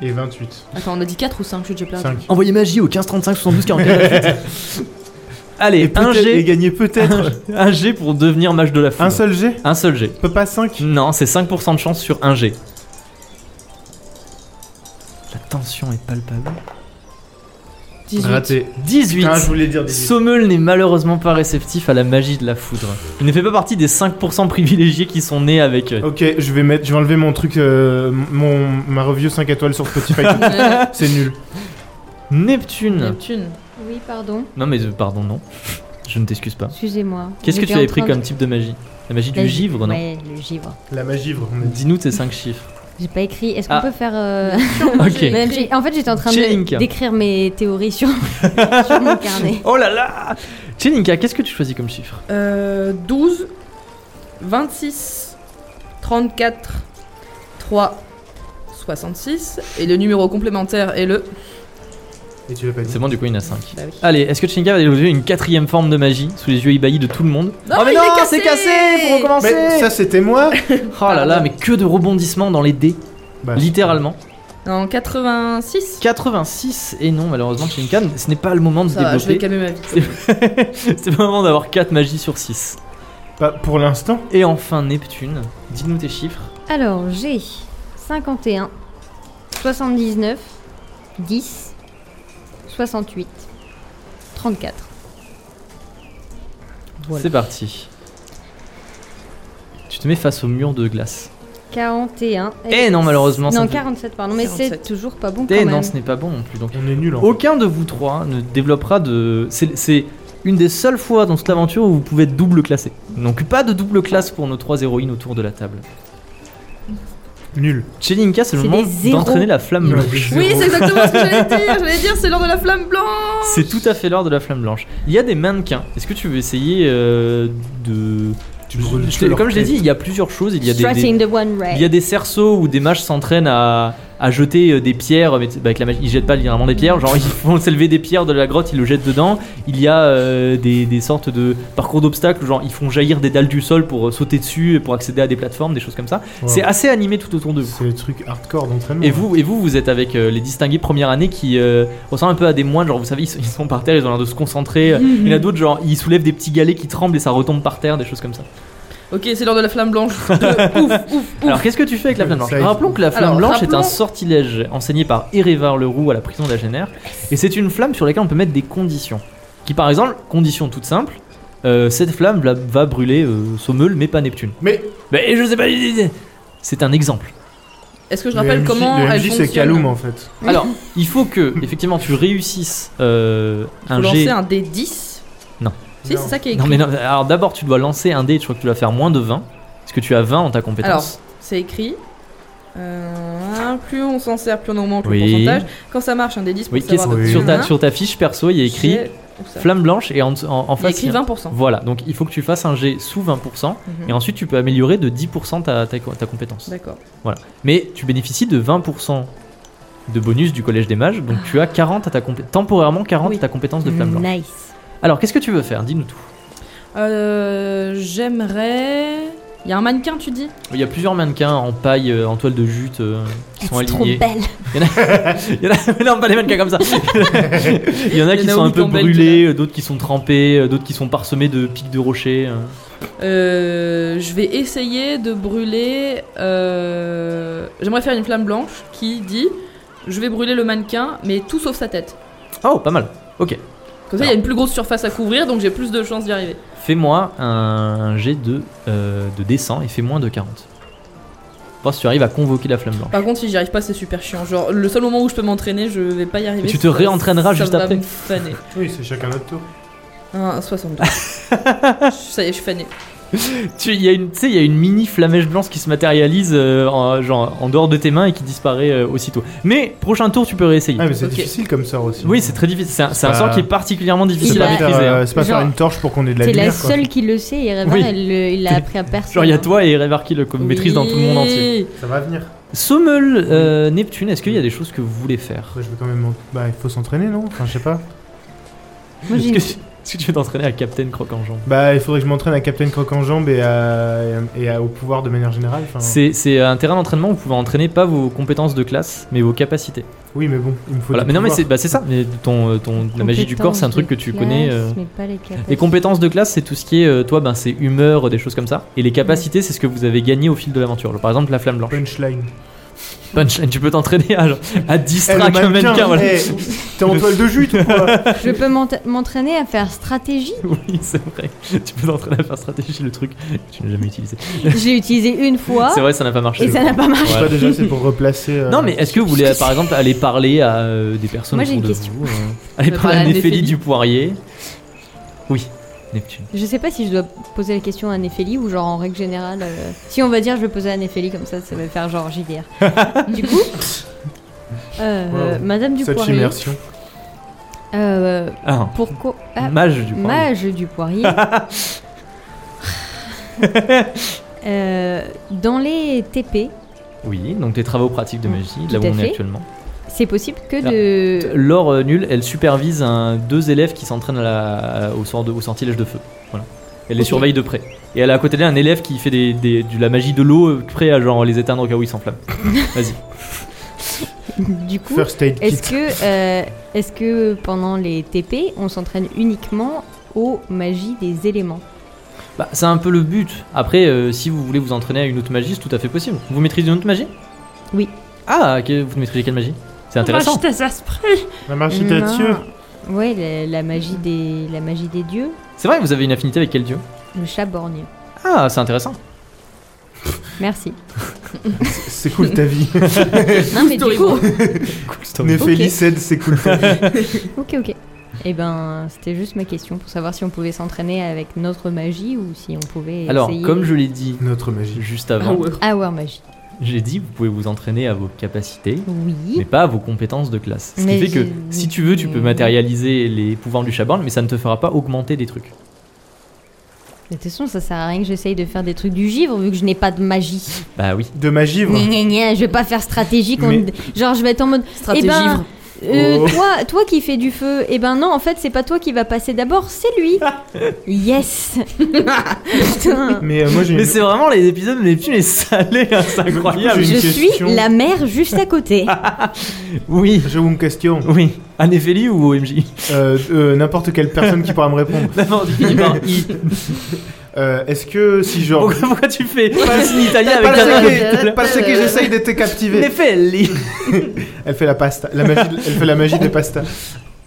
et 28. Attends, on a dit 4 ou 5, je suis déjà perdu. 5. Envoyez magie au 15, 35, 72, 44. Allez, un et G, gagner peut-être un G pour devenir mage de la foudre. un seul jet Un seul G. Peut pas 5 Non, c'est 5% de chance sur un G. tension est palpable. 18. Raté. 18 Putain, je voulais dire 18. Sommel n'est malheureusement pas réceptif à la magie de la foudre. Il ne fait pas partie des 5% privilégiés qui sont nés avec. euh, Ok, je vais mettre, je vais enlever mon truc, euh, mon ma review 5 étoiles sur Spotify. Euh, C'est nul. Neptune. Neptune. Oui, pardon. Non, mais euh, pardon, non. Je ne t'excuse pas. Excusez-moi. Qu'est-ce que J'étais tu avais en pris train comme type de magie La magie de- du givre, non Ouais, le givre. La magivre. On a dit. Dis-nous tes 5 chiffres. J'ai pas écrit. Est-ce qu'on Ah. peut faire. euh, Ok. même si- En fait, j'étais en train Chez Link. de d'écrire mes théories sur, sur mon carnet. Oh là là Chelinka, qu'est-ce que tu choisis comme chiffre Euh, 12, 26, 34, 3, 66. Et le numéro complémentaire est le. Et tu l'as pas dit. C'est bon, du coup, il y en a 5. Ah, Bah oui. Allez, est-ce que Chelinka va développer une quatrième forme de magie sous les yeux ébahis de tout le monde Non, Oh mais il non, est cassé c'est cassé Pour recommencer Mais ça c'était moi. Oh là là, mais que de rebondissements dans les dés, Bah, littéralement. En 86. 86, et non, malheureusement, Chelinka, ce n'est pas le moment de se Ça va, je vais développer. calmer ma vie. C'est le moment d'avoir 4 magies sur 6. Pas pour l'instant. Et enfin, Neptune, dis-nous tes chiffres. Alors, j'ai 51, 79, 10, 68, 34. C'est parti. Tu te mets face au mur de glace. 41. Eh non, malheureusement, ça Non, me fait- 47, pardon, mais c'est 47. toujours pas bon quand Eh même. non, ce n'est pas bon non plus. Donc, On est nul. hein. En fait. aucun de vous trois ne développera de. C'est c'est une des seules fois dans toute l'aventure où vous pouvez être double classé. Donc, pas de double classe pour nos trois héroïnes autour de la table. Nul. Chelinka, c'est le C'est moment des zéros. d'entraîner la flamme Il y en a blanche. des Oui, zéros. c'est exactement ce que j'allais dire. J'allais dire, c'est l'heure de la flamme blanche. C'est tout à fait l'heure de la flamme blanche. Il y a des mannequins. Est-ce que tu veux essayer euh, de. Tu brûles Je tout t'ai- leur Comme je l'ai tête. dit, il y a plusieurs choses. Il y a des- des, Strutting the one Il y a ray. des cerceaux où des mages s'entraînent à, à jeter euh, des pierres, mais t- bah, avec la magie, ils jettent pas littéralement des pierres, genre ils font s'élever des pierres de la grotte, ils le jettent dedans. Il y a euh, des, des sortes de parcours d'obstacles, genre ils font jaillir des dalles du sol pour euh, sauter dessus, et pour accéder à des plateformes, des choses comme ça. Wow. C'est assez animé tout autour de vous. C'est le truc hardcore d'entraînement. hein. Et vous, et vous, vous êtes avec euh, les distingués première année qui euh, ressemblent un peu à des moines, genre vous savez, ils sont, ils sont par terre, ils ont l'air de se concentrer. Il y en a d'autres, genre ils soulèvent des petits galets qui tremblent et ça retombe par terre, des choses comme ça. Ok, c'est l'heure de la flamme blanche. De ouf, ouf, ouf. Alors qu'est-ce que tu fais avec la flamme blanche Ça, il faut- Rappelons que la flamme Alors, blanche est un rappelons- sortilège enseigné par Erevar Leroux à la prison d'Agener. Et c'est une flamme sur laquelle on peut mettre des conditions. Qui par exemple, condition toute simple, euh, cette flamme va, va brûler euh, Sommeul mais pas Neptune. Mais Mais je sais pas... C'est un exemple. Est-ce que je rappelle le MJ, comment le elle MJ, fonctionne c'est Kaloum en fait. Alors, il faut que effectivement tu réussisses euh, Faut un lancer jet... un D10. Non. Si, c'est ça qui est Non mais écrit. non, alors d'abord tu dois lancer un dé, je crois que tu dois faire moins de 20. Parce que tu as 20 en ta compétence. C'est écrit. Euh, plus on s'en sert, plus on augmente Oui. le pourcentage. Quand ça marche, un des 10 pour oui, qu'est-ce- savoir Oui. Sur, ta, Hein, sur ta fiche perso, il y a écrit j'ai- où ça flamme blanche et en, en, en Il y a face écrit il y a- 20%. Voilà, donc il faut que tu fasses un jet sous 20%, Mhm. et ensuite tu peux améliorer de 10% ta, ta, ta compétence. D'accord. Mais tu bénéficies de 20% de bonus du Collège des Mages, donc tu as 40 à ta compé- temporairement 40 Oui. à ta compétence de flamme blanche. Nice. Alors qu'est-ce que tu veux faire Dis-nous tout. Euh, J'aimerais. Il y a un mannequin, tu dis Il y a plusieurs mannequins en paille, euh, en toile de jute, euh, qui Elles sont sont trop alignés. belle. Il y en a, non, pas les mannequins comme ça. Il y en a Il y qui en a sont un Naomi peu Campbell qui brûlés, euh, d'autres qui sont trempés, euh, d'autres qui sont parsemés de pics de rochers. euh. Euh, Je vais essayer de brûler. euh, J'aimerais faire une flamme blanche qui dit Je vais brûler le mannequin, mais tout sauf sa tête. Oh, pas mal. Ok. Comme ça, il y a une plus grosse surface à couvrir, donc j'ai plus de chances d'y arriver. Fais-moi un jet de, euh, de dessin et fais moins de 40. Voir si tu arrives à convoquer la flamme blanche. Par contre, si j'y arrive pas, c'est super chiant. Genre, le seul moment où je peux m'entraîner, je vais pas y arriver. Et tu te Ça- réentraîneras ça juste va après. me faner. Oui, c'est chacun notre tour. Un 62. ça y est, je suis fané. Tu il y a une, tu sais, il y a une mini flamèche blanche qui se matérialise euh, en, genre, en dehors de tes mains et qui disparaît euh, aussitôt. Mais prochain tour, tu peux réessayer. Ah mais c'est Ok. difficile comme sort aussi. oui, c'est très difficile. C'est un, c'est un Bah, sort qui est particulièrement C'est difficile Il à a- pas, faire, maîtriser. hein. euh, c'est pas faire Genre- une torche pour qu'on ait de la C'est lumière. la quoi. seule qui le sait et Reva, Oui. elle le- il l'a appris à personne. Genre, il y a toi et Erevar qui le co- maîtrise dans tout le monde entier. Oui. Ça va venir. Sommel, euh, Neptune, est-ce qu'il y a des choses que vous voulez faire Après, je vais quand même. en- Bah, il faut s'entraîner, non Enfin, je sais pas. Moi, j'ai Est-ce une- que, est-ce que tu veux t'entraîner à Captain Croc en jambe Bah, il faudrait que je m'entraîne à Captain Croc en jambe et, à... et à- au pouvoir de manière générale. enfin. C'est c'est un terrain d'entraînement où vous pouvez entraîner pas vos compétences de classe, mais vos capacités. Oui, mais bon, il me faut. Voilà, du Mais non, mais pouvoir. c'est bah, c'est ça. Mais ton, euh, ton- la magie du corps, c'est un truc que tu Compétences connais. de euh. classe, mais pas les capacités. Les compétences de classe, c'est tout ce qui est, euh, toi, ben, c'est humeur, des choses comme ça. Et les capacités, c'est ce que vous avez gagné au fil de l'aventure. Par exemple, la flamme blanche. Punchline. punchline. Tu peux t'entraîner à, genre, à Eh, 10 tracks, un mannequin, voilà. T'es en toile de jute ou quoi Je peux m'ent- m'entraîner à faire stratégie. Oui, c'est vrai. Tu peux t'entraîner à faire stratégie, le truc que tu n'as jamais utilisé. J'ai utilisé une fois C'est vrai, ça n'a pas marché. Ah. et ça n'a pas marché. Je sais Ouais. pas déjà, c'est pour replacer. euh, Non, mais est-ce que vous voulez, par exemple, aller parler à euh, des personnes Moi, j'ai autour une de question. vous, euh, Aller On parler va à parler à Néphélie Néphélie. du Poirier Oui, Neptune. Je sais pas si je dois poser la question à Néphélie ou genre en règle générale. euh, Si on va dire je vais poser à Néphélie comme ça, ça va faire genre JDR. du coup, euh, Wow. Madame du Cette Poirier. immersion. euh, Ah, pourquoi ah, mage du Poirier. Mage du Poirier. Euh, dans les TP, Oui, donc des travaux pratiques de Mm, magie, tout là où à on est fait. actuellement. c'est possible que Ah. de. Laure euh, Nulle, elle supervise un- deux élèves qui s'entraînent à la- euh, au, sort de- au sortilège de feu. Voilà. Elle les Ok. surveille de près. Et elle a à côté d'elle un élève qui fait des, des- de la magie de l'eau, euh, prêt à genre les éteindre au cas où ils s'enflamment. Vas-y. Du coup, First aid kit. est-ce que, euh, est-ce que pendant les TP, on s'entraîne uniquement aux magies des éléments Bah, c'est un peu le but. Après, euh, si vous voulez vous entraîner à une autre magie, c'est tout à fait possible. Vous maîtrisez une autre magie Oui. Ah, que- vous maîtrisez quelle magie C'est intéressant. La architecture. Non. Ouais, la, la magie des, la magie des dieux, C'est vrai, vous avez une affinité avec quel dieu le chat borgne. Ah, c'est intéressant. Merci. C'est cool ta vie. Non mais du coup, Cool story. Néphélie Ok. cède, c'est cool ta vie. ok ok. Eh ben, c'était juste ma question pour savoir si on pouvait s'entraîner avec notre magie ou si on pouvait Alors, essayer comme je l'ai dit Notre magie. juste Ah avant, Our magie. j'ai dit vous pouvez vous entraîner à vos capacités, mais Oui. pas à vos compétences de classe. Ce Mais qui fait que j'ai- si tu veux, tu peux Mm. matérialiser les pouvoirs du Chaborn, mais ça ne te fera pas augmenter des trucs. Mais de toute façon, ça sert à rien que j'essaye de faire des trucs du givre vu que je n'ai pas de magie. Bah oui. De ma givre. Gna, gna, gna, je vais pas faire stratégie contre- Mais- Genre, je vais être en mode. Stratégie. eh ben, euh, Oh. toi, toi qui fais du feu, eh ben non, en fait, c'est pas toi qui va passer d'abord, c'est lui. yes. Putain. Mais euh, moi j'ai Mais une... c'est vraiment les épisodes de Neptune est salé, hein, c'est incroyable. J'ai Je une suis question. la mère juste à côté. Oui, j'ai une question. oui. À Néphélie ou OMJ Euh, euh, N'importe quelle personne qui pourra me répondre. D'abord, tu finis par I. Euh, Est-ce que si genre. Pourquoi, pourquoi tu fais Pas- Pas italien avec Parce ta main que, parce que Euh. j'essaye d'être captivé. Néphélie Elle fait la pasta. La magie, de- elle fait la magie des pastas.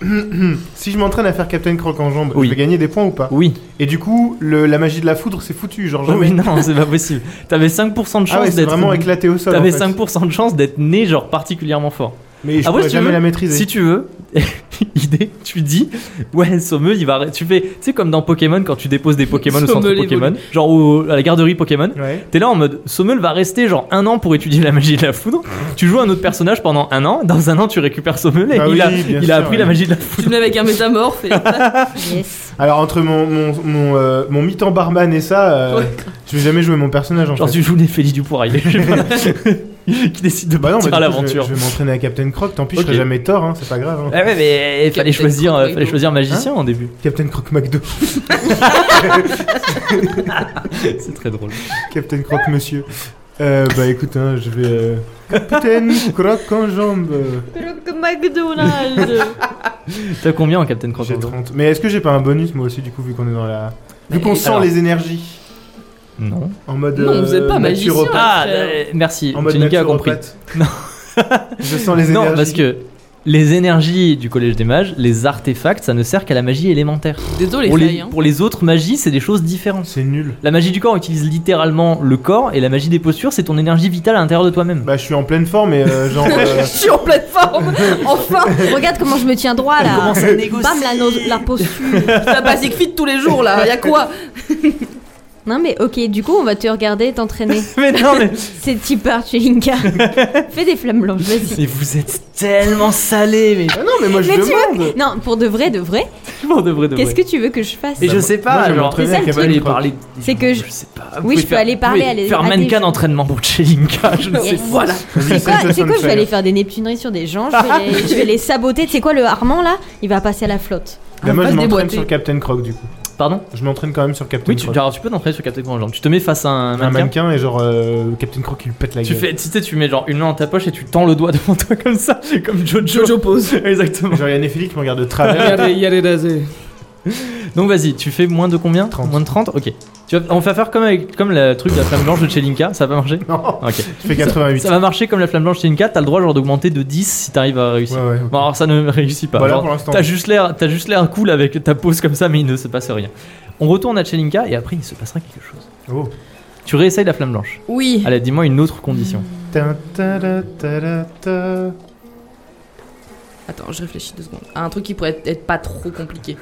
si je m'entraîne à faire Captain Croc en jambes, Oui. je vais gagner des points ou pas Oui, Et du coup, le- la magie de la foudre, c'est foutu. Genre jamais. oui, non, c'est pas possible. T'avais 5% de Oh, chance ah ouais, c'est d'être. vraiment éclaté au sol. en T'avais fait. 5% de chance d'être né, genre particulièrement fort. Mais je Ah ouais, pourrais si tu jamais veux. la maîtriser. Si tu veux, idée, tu dis, ouais, Sommel, il va. Tu fais, tu sais, comme dans Pokémon, quand tu déposes des Pokémon au centre Sommel évolue. Pokémon, genre au- à la garderie Pokémon, Ouais. T'es là en mode Sommel va rester genre un an pour étudier la magie de la foudre. Tu joues un autre personnage pendant un an. Dans un an, tu récupères Sommel et Ah il, oui, a, bien il a sûr, appris ouais. la magie de la foudre. Tu te mets avec un métamorphe et Euh. Yes. Alors entre mon mon mon, euh, mon mi-temps barman et ça, euh, Ouais. je vais jamais jouer mon personnage en Genre, fait. tu joues Néphélie du Poirier je sais pas. qui décide de Bah non, partir bah, à du coup, je vais- l'aventure. Je vais m'entraîner à Captain Croc. Tant pis, je Ok. serai jamais tort. hein, c'est pas grave. hein. Ah ouais, mais il fallait Captain choisir, euh, Croc, fallait choisir magicien en début. Captain Croc McDo. C'est très drôle. Captain Croc Monsieur. Euh, bah écoute, hein, je vais. euh, Captain Croc en jambes. euh, McDonald's. T'as combien en Captain Croc J'ai Rosa 30. Mais est-ce que j'ai pas un bonus moi aussi du coup vu qu'on est dans la. Vu qu'on et- sent alors. les énergies Non. en mode. euh, Non, vous êtes pas naturopathe. magicien. Ah, frère. euh, merci. En mode Jenica a compris. naturopathe. je sens les énergies. Non, parce que les énergies du Collège des Mages, les artefacts, ça ne sert qu'à la magie élémentaire. Désolé, pour, les, Faye, hein. pour les autres magies, c'est des choses différentes. C'est nul. La magie du corps utilise littéralement le corps et la magie des postures, c'est ton énergie vitale à l'intérieur de toi-même. Bah je suis en pleine forme et euh, genre. euh, Je suis en pleine forme. Enfin, Regarde comment je me tiens droit là. Comment ça négocie Bam, la, no- la posture. la basic fit tous les jours là. Y a quoi Non mais ok, du coup on va te regarder et t'entraîner. Mais non, mais C'est Tipper chez Inca. Fais des flammes blanches, vas-y. Mais vous êtes tellement salés, mais Ah non, mais moi je Mais tu demande. Non, pour de vrai, de vrai, Bon, de vrai, de qu'est-ce vrai. que tu veux que je fasse Et je Bah, sais moi, pas, je vais genre, m'entraîner C'est ça, avec le vous truc. Captain allez Croc. parler. C'est que je- sais pas. Oui, vous pouvez je peux faire- aller vous parler pouvez à des- Faire à des mannequin gens. d'entraînement pour Chelinka, je ne sais Yes. pas. Voilà. C'est Vas-y, quoi, Sensation c'est quoi je vais Fire. aller faire des Neptuneries sur des gens, je vais les, je vais les saboter. C'est quoi le Armand là Il va passer à la flotte. Bah, moi va je se m'entraîne déboîter. sur Captain Croc du coup. Pardon Je m'entraîne quand même sur Captain Oui, tu, Croc. alors, tu peux t'entraîner sur Captain Croc en jambe. Tu te mets face à un un mannequin. mannequin et genre euh, Captain Croc il lui pète la Tu gueule. fais, tu sais, tu mets genre une main dans ta poche et tu tends le doigt devant toi comme ça, comme Jojo. Jojo pose. Exactement. Genre il y a Néphélie qui me regarde de travers. Regardez, y a les rasés. Donc vas-y, tu fais moins de combien 30. Moins de 30 Ok. Tu vois, on va faire comme avec comme le truc de la flamme blanche de Chelinka, ça va pas marcher Non, Ok. tu fais 88. Ça va marcher comme la flamme blanche de Chelinka, t'as le droit genre d'augmenter de 10 si t'arrives à réussir. Ouais, ouais, ok. Bon, alors ça ne réussit pas. Voilà Genre, pour l'instant. T'as juste l'air, t'as juste l'air cool avec ta pose comme ça, mais il ne se passe rien. On retourne à Chelinka et après il se passera quelque chose. Oh. Tu réessayes la flamme blanche. Oui. Allez, dis-moi une autre condition. Ta- ta- ta- ta- ta. Attends, je réfléchis deux secondes. À un truc qui pourrait être, être pas trop compliqué.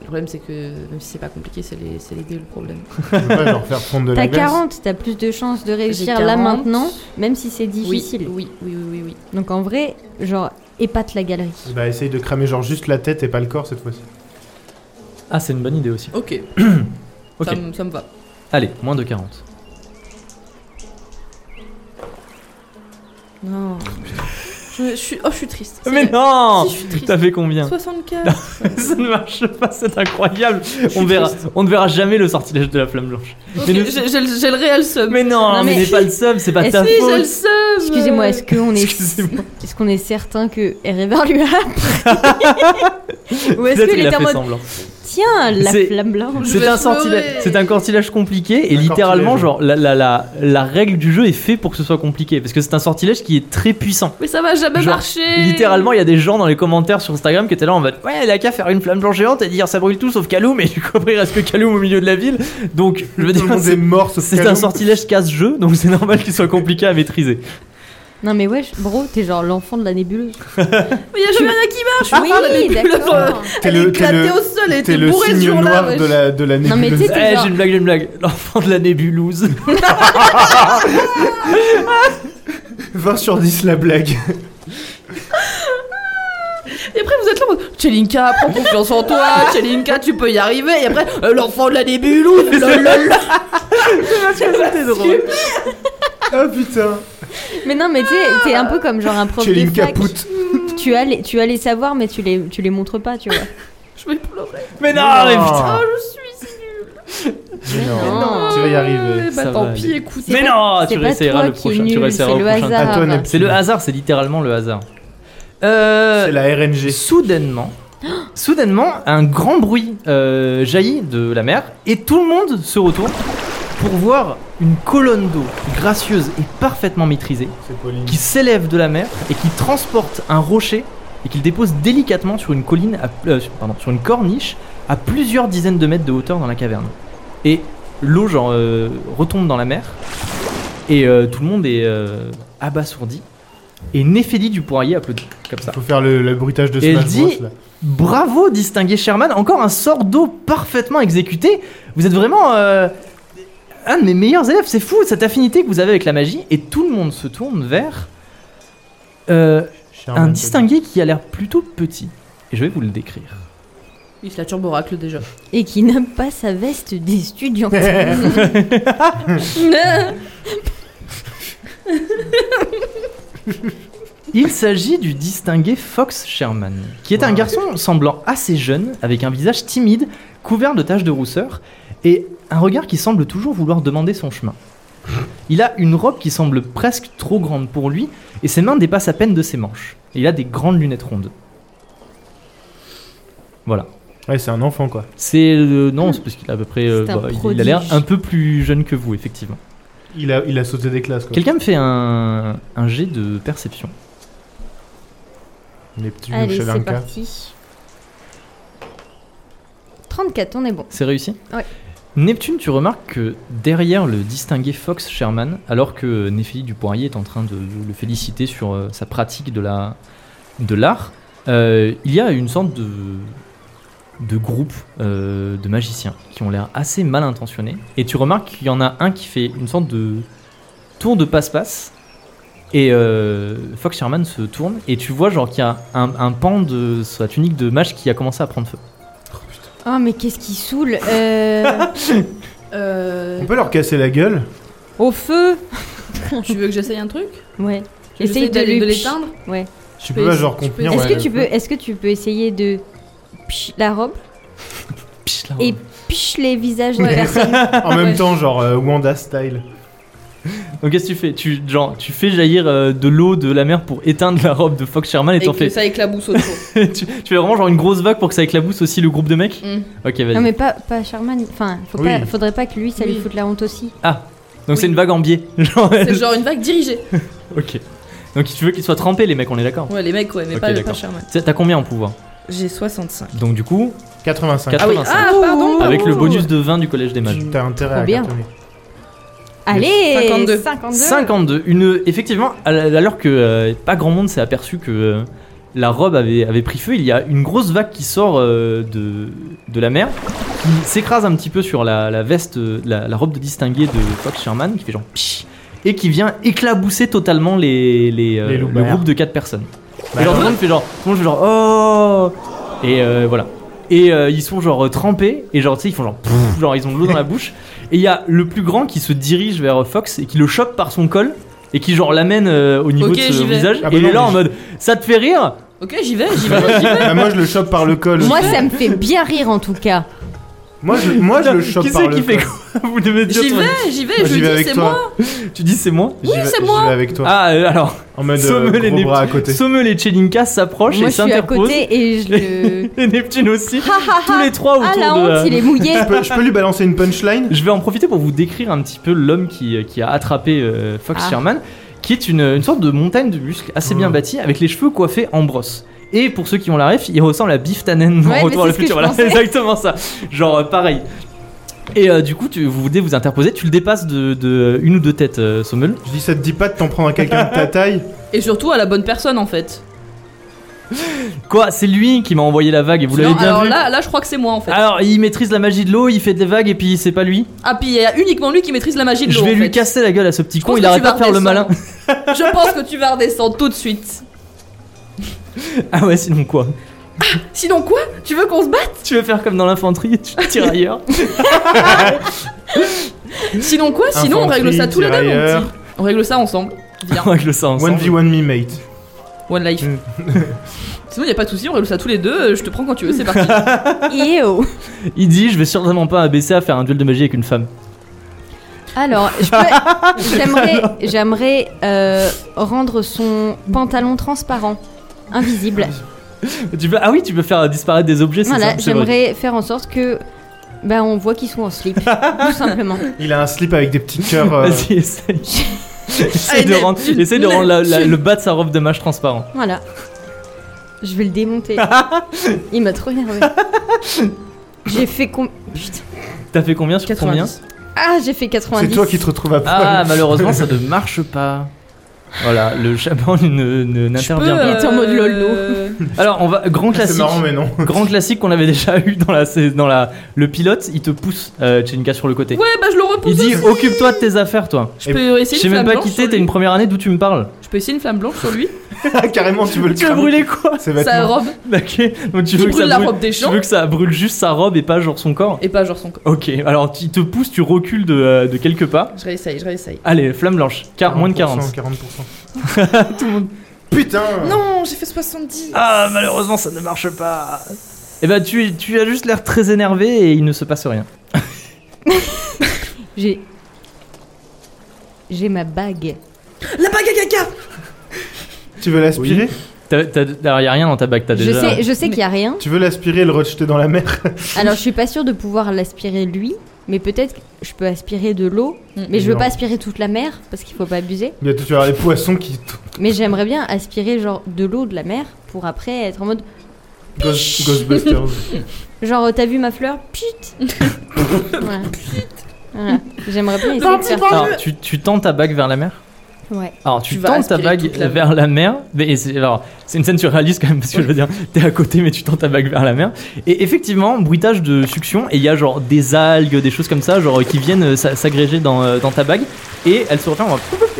Le problème, c'est que même si c'est pas compliqué, c'est les, c'est les dés le problème. Je peux pas genre faire fondre de la T'as glace. 40, t'as plus de chances de réussir J'ai là 40. maintenant, même si c'est Oui, difficile. oui, oui, oui, oui, oui. Donc en vrai, genre, épate la galerie. Bah essaye de cramer genre juste la tête et pas le corps cette fois-ci. Ah, c'est une bonne idée aussi. Ok, Ok. ça me- ça me va. Allez, moins de 40. Non. Je, je suis, oh, je suis triste. Ça y Mais est. non Si, je suis triste. T'as fait combien 64. Ça ne marche pas, c'est incroyable. suis On verra, triste. on ne verra jamais le sortilège de la flamme blanche. Ok, Mais nous- J'ai j'ai le j'ai le réel seum. Mais non, Non, mais, mais- n'est pas le seum, c'est pas Est-ce ta Eh Si, j'ai le faute. seum. Excusez-moi, est-ce qu'on est, Excusez-moi. est-ce qu'on est certain que Erevar lui a appris Ou est-ce Peut-être qu'il qu'il a était en fait mode semblant. Tiens, la C'est- flamme blanche Je C'est vais un pleurer. sortilège, c'est un sortilège compliqué et Un littéralement, sortilège. genre la, la, la, la règle du jeu est faite pour que ce soit compliqué parce que c'est un sortilège qui est très puissant. Mais ça va jamais Genre, marcher. Littéralement, il y a des gens dans les commentaires sur Instagram qui étaient là en mode Ouais, elle a qu'à faire une flamme blanche géante et dire ça brûle tout sauf Kaloum, et du coup, après, il reste que Kaloum au milieu de la ville. Donc, je veux Tout dire, le monde est c'est- mort sauf c'est Calou. un sortilège casse-jeu, donc c'est normal qu'il soit compliqué à maîtriser. Non mais wesh, bro, t'es genre l'enfant de la nébuleuse. Mais y a jamais rien qui Ah, marche. oui, Regarde, elle est plus là. d'accord. T'es Elle le- est t'es éclatée le- au sol. Elle T'es était le bourrée ce signe jour-là. noir wesh. de la, de la Non, mais nébuleuse. tu sais- Eh, genre- j'ai une blague, j'ai une blague. L'enfant de la nébulouse. 20 sur 10 la blague. Et après, vous êtes là en mode Chelinka, prends confiance en toi. Chelinka, tu peux y arriver. Et après, euh, l'enfant de la nébulouse. lololol. C'était drôle. Ah putain. Mais non, mais tu sais, t'es un peu comme genre un prof de Chéline fac. Capoute. Tu as les, tu as les savoirs, mais tu les, tu les montres pas, tu vois. Je vais pleurer. Mais non, mais putain. Ah, Oh, je suis si nulle. Mais non. non. Tu vas y arriver. Eh Bah, Ça tant va pis, aller. écoute. Mais pas- non, c'est Ah, tu pas réessayeras toi le qui est prochain. nul, tu réessayeras c'est au le prochain. hasard. À toi, Neptune. C'est le hasard, c'est littéralement le hasard. Euh, C'est la RNG. Soudainement, soudainement, un grand bruit euh, jaillit de la mer et tout le monde se retourne pour voir une colonne d'eau gracieuse et parfaitement maîtrisée C'est Pauline. qui s'élève de la mer et qui transporte un rocher et qu'il dépose délicatement sur une colline, à- euh, sur- pardon, sur une corniche à plusieurs dizaines de mètres de hauteur dans la caverne. Et l'eau genre euh, retombe dans la mer et euh, tout le monde est euh, abasourdi et Néphélie du Poirier applaudit comme ça. Faut faire le, le bruitage de Et elle Smash Bros, dit- là. Bravo, distingué Sherman, encore un sort d'eau parfaitement exécuté. Vous êtes vraiment euh, un de mes meilleurs élèves, c'est fou cette affinité que vous avez avec la magie. Et tout le monde se tourne vers euh, Sherman, un t'as distingué qui a l'air plutôt petit. Et je vais vous le décrire. Il se la turbo oracle déjà. Et qui n'aime pas sa veste d'étudiante. Il s'agit du distingué Fox Sherman, qui est un Wow. garçon semblant assez jeune, avec un visage timide, couvert de taches de rousseur, et un regard qui semble toujours vouloir demander son chemin. Il a une robe qui semble presque trop grande pour lui, et ses mains dépassent à peine de ses manches. Et il a des grandes lunettes rondes. Voilà. dit- Ouais, c'est un enfant quoi. C'est euh, non, c'est parce qu'il a à peu près, euh, Hmm. C'est un bah, il- il a prodige. l'air un peu plus jeune que vous, effectivement. Il a, il a sauté des classes quoi. Quelqu'un me fait un, un jet de perception. Neptune ou Allez, c'est Chelinka. parti. 34, on est bon. C'est réussi Ouais. Neptune, tu remarques que derrière le distingué Fox Sherman, alors que Néphélie du Poirier est en train de le féliciter sur euh, sa pratique de la de l'art, euh, il y a une sorte de de groupe euh, de magiciens qui ont l'air assez mal intentionnés. Et tu remarques qu'il y en a un qui fait une sorte de tour de passe-passe. Et euh, Fox Sherman se tourne et tu vois genre qu'il y a un, un pan de sa tunique de mage qui a commencé à prendre feu. Oh, mais qu'est-ce qui saoule Euh, Euh, On peut leur casser la gueule. Au feu tu veux que j'essaye un truc Ouais. Que j'essaye Essaye de lui- l'éteindre ouais. Tu peux peux pas essayer- genre tu peux contenir. Est-ce ouais, que, tu le peux, feu. est-ce que tu peux essayer de pch la robe Pich, la et pich les visages des personnes En même Ouais. temps, genre euh, Wanda style. Donc qu'est-ce que tu fais tu, genre, tu fais jaillir euh, de l'eau de la mer pour éteindre la robe de Fox Sherman et Et t'en que fais. ça éclabousse autour. tu, tu fais vraiment genre une grosse vague pour que ça éclabousse aussi le groupe de mecs Mm. Ok, vas-y. Non, mais pas, pas Sherman. Enfin, faut Oui. pas- faudrait pas que lui, ça lui Oui. foute la honte aussi. Ah, donc c'est Oui. une vague en biais. Genre, C'est genre une vague dirigée. ok. Donc tu veux qu'ils soient trempés, les mecs, on est d'accord Ouais, les mecs, ouais, mais Ok, pas, pas d'accord. Sherman. T'as t'as combien en pouvoir J'ai 65. Donc du coup, 85. Quatre- Ah oui, 85. ah pardon, avec le pardon. bonus de 20 du collège des mages. T'as intérêt Trop à bien. cartonner. Allez 52. 52. 52. Une, effectivement, à la- alors que euh, pas grand monde s'est aperçu que euh, la robe avait, avait pris feu, il y a une grosse vague qui sort euh, de, de la mer, qui s'écrase un petit peu sur la, la veste, euh, la, la robe de distingué de Fox Sherman, qui fait genre psh, et qui vient éclabousser totalement les, les, euh, Les loups le barres. groupe de 4 personnes. Bah et genre, tout alors. le monde fait genre, tout le monde fait genre, oh Et euh, voilà. Et euh, ils sont genre euh, trempés, et genre, tu sais, ils font genre, pff, genre, ils ont de l'eau dans la bouche. Et il y a le plus grand qui se dirige vers euh, Fox et qui le chope par son col, et qui genre l'amène euh, au niveau Ok, de j'y son vais. visage. Ah bah et il non, est là mais en mode, ça te fait rire Ok, j'y vais, j'y vais, j'y vais. Bah, moi je le chope par le col. Moi, ça me fait bien rire en tout cas. Moi je, moi, je le Qui chope c'est par le qui fait col. quoi Vous devez dire, J'y toi. vais, j'y vais, Moi, je j'y lui vais dis, avec c'est toi. moi. tu dis c'est moi J'y vais- c'est j'y moi. vais avec toi. Ah, euh, alors, En mode euh, Sommel et gros Neptune. bras à côté. Sommel et Chelinka s'approchent et Moi, je suis à s'interposent. côté et je le. Et Neptune aussi. Ha, ha, Tous ha. les trois autour Ah la de honte, la- il est mouillé. Je peux- je peux lui balancer une punchline Je vais en profiter pour vous décrire un petit peu l'homme qui, qui a attrapé euh, Fox Ah. Sherman, qui est une, une sorte de montagne de muscles assez bien Mm. bâtie, avec les cheveux coiffés en brosse. Et pour ceux qui ont la ref, il ressemble à Biff Tannen dans Ouais, mais Retour vers c'est le ce futur. que je Voilà, pensais. c'est exactement ça. Genre euh, pareil. Et euh, du coup, tu, vous voulez vous interposer, tu le dépasses de, de une ou deux têtes, euh, Sommel. Je dis ça te dit pas de t'en prendre à quelqu'un de ta taille Et surtout à la bonne personne en fait. Quoi C'est lui qui m'a envoyé la vague et vous l'avez Non, bien alors vu. Ah. là, là, je crois que c'est moi en fait. Alors, il maîtrise la magie de l'eau, il fait des vagues et puis c'est pas lui. Ah, puis il y a uniquement lui qui maîtrise la magie de l'eau. Je vais en lui fait. casser la gueule à ce petit Je con, pense il que tu arrête vas pas de faire le malin. redescendre. Je pense que tu vas redescendre tout de suite. Ah ouais, sinon quoi Sinon quoi Tu veux qu'on se batte Tu veux faire comme dans l'infanterie, tu tires ailleurs. Sinon quoi Sinon on Infanterie, règle ça tous les deux, mon tirailleurs. petit. On règle ça ensemble. Viens, Avec le sang ensemble. 1v1 me mate. one life. Mm. Sinon y a pas de souci, on règle ça tous les deux. euh, Je te prends quand tu veux, c'est parti. Yo. Il dit Je vais certainement pas abaisser à faire un duel de magie avec une femme. Alors, je peux- j'aimerais, j'aimerais euh, rendre son pantalon transparent, invisible. Tu peux... Ah oui, tu peux faire disparaître des objets, c'est Voilà, ça c'est vrai. j'aimerais faire en sorte que, bah, on voit qu'ils sont en slip, tout simplement. Il a un slip avec des petits cœurs. euh, Vas-y, essaye. essaye Ah, Allez, de rendre, Neptune, essaye de rendre la- la- Neptune. le bas de sa robe de mâche transparent. Voilà. Je vais le démonter. Il m'a trop énervé. J'ai fait com- Putain. T'as fait combien sur combien 90. Ah, j'ai fait 90. C'est toi qui te retrouves à poil. Ah, malheureusement, ça ne marche pas. Voilà, le chaperon ne- ne- Je n'intervient peux, pas. Il était en mode lol, no. euh, Alors, on va grand C'est classique. marrant, mais non. Grand classique qu'on avait déjà eu dans la sais- dans la le pilote, il te pousse euh, Tchenka sur le côté. Ouais, bah je le repousse. il dit aussi. occupe-toi de tes affaires toi. Je peux essayer J'ai une même flamme pas blanche quitté, sur t'es lui. une première année d'où tu me parles. Je peux essayer une flamme blanche sur lui. Carrément, tu veux le Tu veux cramer. brûler quoi C'est Sa vêtements. robe. Ok, donc tu Il veux, que brûle ça la brûle, robe des tu gens. veux que ça brûle juste sa robe et pas genre son corps Et pas genre son corps. Ok, alors tu te pousses, tu recules de, euh, de quelques pas. Je réessaye, je réessaye. Allez, flamme blanche, car moins de 40. 40%. Putain Non, j'ai fait 70. Ah, malheureusement, ça ne marche pas. Eh ben, tu, tu as juste l'air très énervé et il ne se passe rien. J'ai. J'ai ma bague. La bague à caca Tu veux l'aspirer T'as- t'as- Alors, y a rien dans ta bague, Ah, t'as Je déjà. sais, je sais qu'il y a rien. Tu veux l'aspirer et le rejeter dans la mer Alors, je suis pas sûre de pouvoir l'aspirer lui, mais peut-être que je peux aspirer de l'eau. Mm. Mais je veux Non. pas aspirer toute la mer parce qu'il faut pas abuser. Bientôt, tu vas avoir les poissons qui. Mais j'aimerais bien aspirer genre de l'eau de la mer pour après être en mode Ghost- Ghostbusters. genre euh, t'as vu ma fleur Pchit Voilà. Voilà. J'aimerais bien essayer de faire ça. Alors, Ah, tu, tu tends ta bague vers la mer Ouais. Alors, tu, Tu vas tends ta aspirer bague toute la mer. vers la mer. Mais c'est- alors, c'est une scène surréaliste quand même, parce que je veux dire, t'es à côté, mais tu tends ta bague vers la mer. Et effectivement, bruitage de succion, et il y a genre des algues, des choses comme ça, genre qui viennent euh, s'a- s'agréger dans, euh, dans ta bague. Et elle se referme,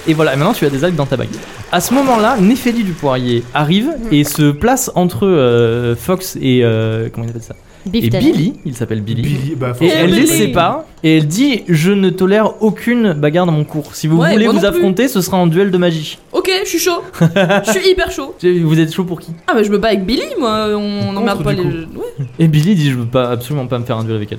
et voilà, et maintenant tu as des algues dans ta bague. À ce moment-là, Néphélie du Poirier arrive Mhm. et se place entre euh, Fox et. euh, comment il appelle ça Beef Et talent. Billy, il s'appelle Billy, bah, et forcément. elle les Oh, Billy. sépare et elle dit Je ne tolère aucune bagarre dans mon cours. Si vous Ouais, voulez moi vous non plus. affronter, ce sera en duel de magie. Ok, je suis chaud. Je suis hyper chaud. Vous êtes chaud pour qui Ah, mais je me bats avec Billy, moi. euh, On n'emmerde Contre, pas du les. coup. Ouais. Et Billy dit Je veux pas, absolument pas me faire un duel avec elle.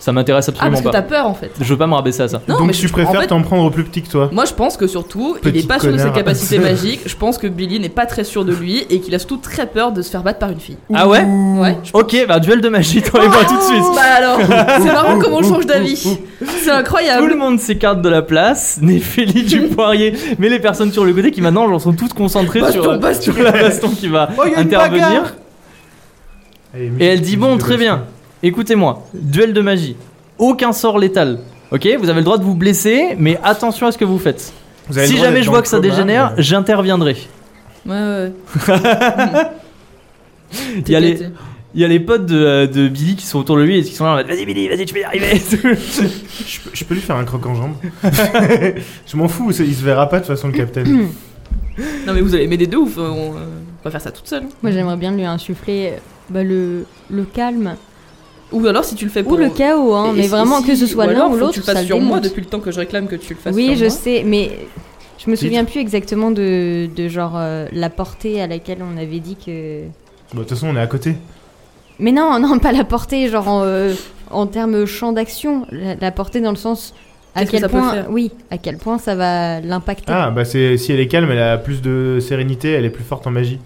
Ça m'intéresse Ah, absolument parce que t'as pas. peur en fait. Je veux pas me rabaisser à ça. Non, mais Donc je- tu en préfères fait- t'en prendre au plus petit que toi Moi, je pense que surtout, il Petit n'est pas sûr de ses connard. capacités magiques. Je pense que Billy n'est pas très sûr de lui et qu'il a surtout très peur de se faire battre par une fille. Ah ouais Ouais. Ok, bah duel de magie, dans les voit tout de suite. Bah alors, c'est marrant comment on change d'avis. C'est Tout le incroyable. monde s'écarte de la place, Néphélie du poirier, mais les personnes sur le côté qui maintenant genre, sont toutes concentrées Baston, sur, euh, baston. Oh, sur la baston qui va intervenir. Et elle dit bon, très bien, écoutez-moi, duel de magie, aucun sort létal. Ok, vous avez le droit de vous blesser, mais attention à ce que vous faites. Vous avez le Si droit jamais d'être je dans vois le que ça coma, dégénère, mais- j'interviendrai. Ouais, ouais. Il y a les- Il y a les potes de, euh, de Billy qui sont autour de lui et qui sont là en mode Vas-y Billy, vas-y, tu peux y arriver. Je, peux- je peux lui faire un croc en jambe Je m'en fous, c'est- il se verra pas de toute façon le capitaine. Non, mais vous allez m'aider de ouf. euh, On, euh, on va faire ça toute seule. Moi, j'aimerais bien lui insuffler euh, bah, le, le calme Ou alors, si tu le fais pour. ou le chaos, hein, Et- mais et- vraiment et que si- ce soit ou l'un alors, ou faut que l'autre. Tu le fasses ça le sur moi démonte. depuis le temps que je réclame que tu le fasses Oui, sur je moi. sais, mais je me Si, souviens plus exactement de, de genre euh, la portée à laquelle on avait dit que. Bon, de toute façon, on est à côté. Mais non, non, pas la portée, genre en, euh, en termes champ d'action, la, la portée dans le sens à Qu'est-ce que quel ça peut point, faire oui, à quel point ça va l'impacter. Ah, bah c'est si elle est calme, elle a plus de sérénité, elle est plus forte en magie.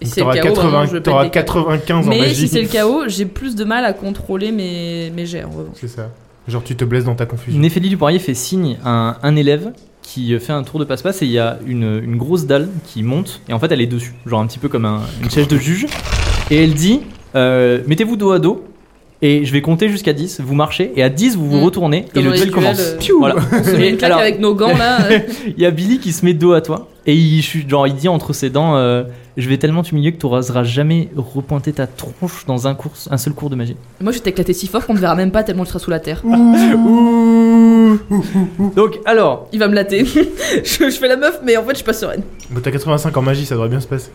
Et Donc si c'est le t'auras chaos, vraiment, 80 je vais t'auras péter des câbles. 95 en Mais magie. si c'est le chaos, j'ai plus de mal à contrôler mes, mes jets en revanche. C'est ça. Genre, tu te blesses dans ta confusion. Néphélie du poirier fait signe à un, un élève qui euh, fait un tour de passe-passe et il y a une, une grosse dalle qui monte et en fait elle est dessus, genre un petit peu comme un- une chaise de juge. Et elle dit euh, Mettez-vous dos à dos et je vais compter jusqu'à 10, vous marchez et à 10 vous vous Mm. retournez et Comme le dans les duel duels, commence. euh, Piou Voilà. On se met une Et claque alors- avec nos gants là. euh. Il y a Billy qui se met dos à toi et il, chute- genre, il dit entre ses dents euh, Je vais tellement t'humilier que tu n'oseras jamais repointer ta tronche dans un, cours, un seul cours de magie. Moi, je vais t'éclater si fort qu'on ne verra même pas tellement je serai sous la terre. Donc alors, Il va me latter. je, je fais la meuf, mais en fait, je suis pas sereine. Bon, t'as 85 en magie, ça devrait bien se passer.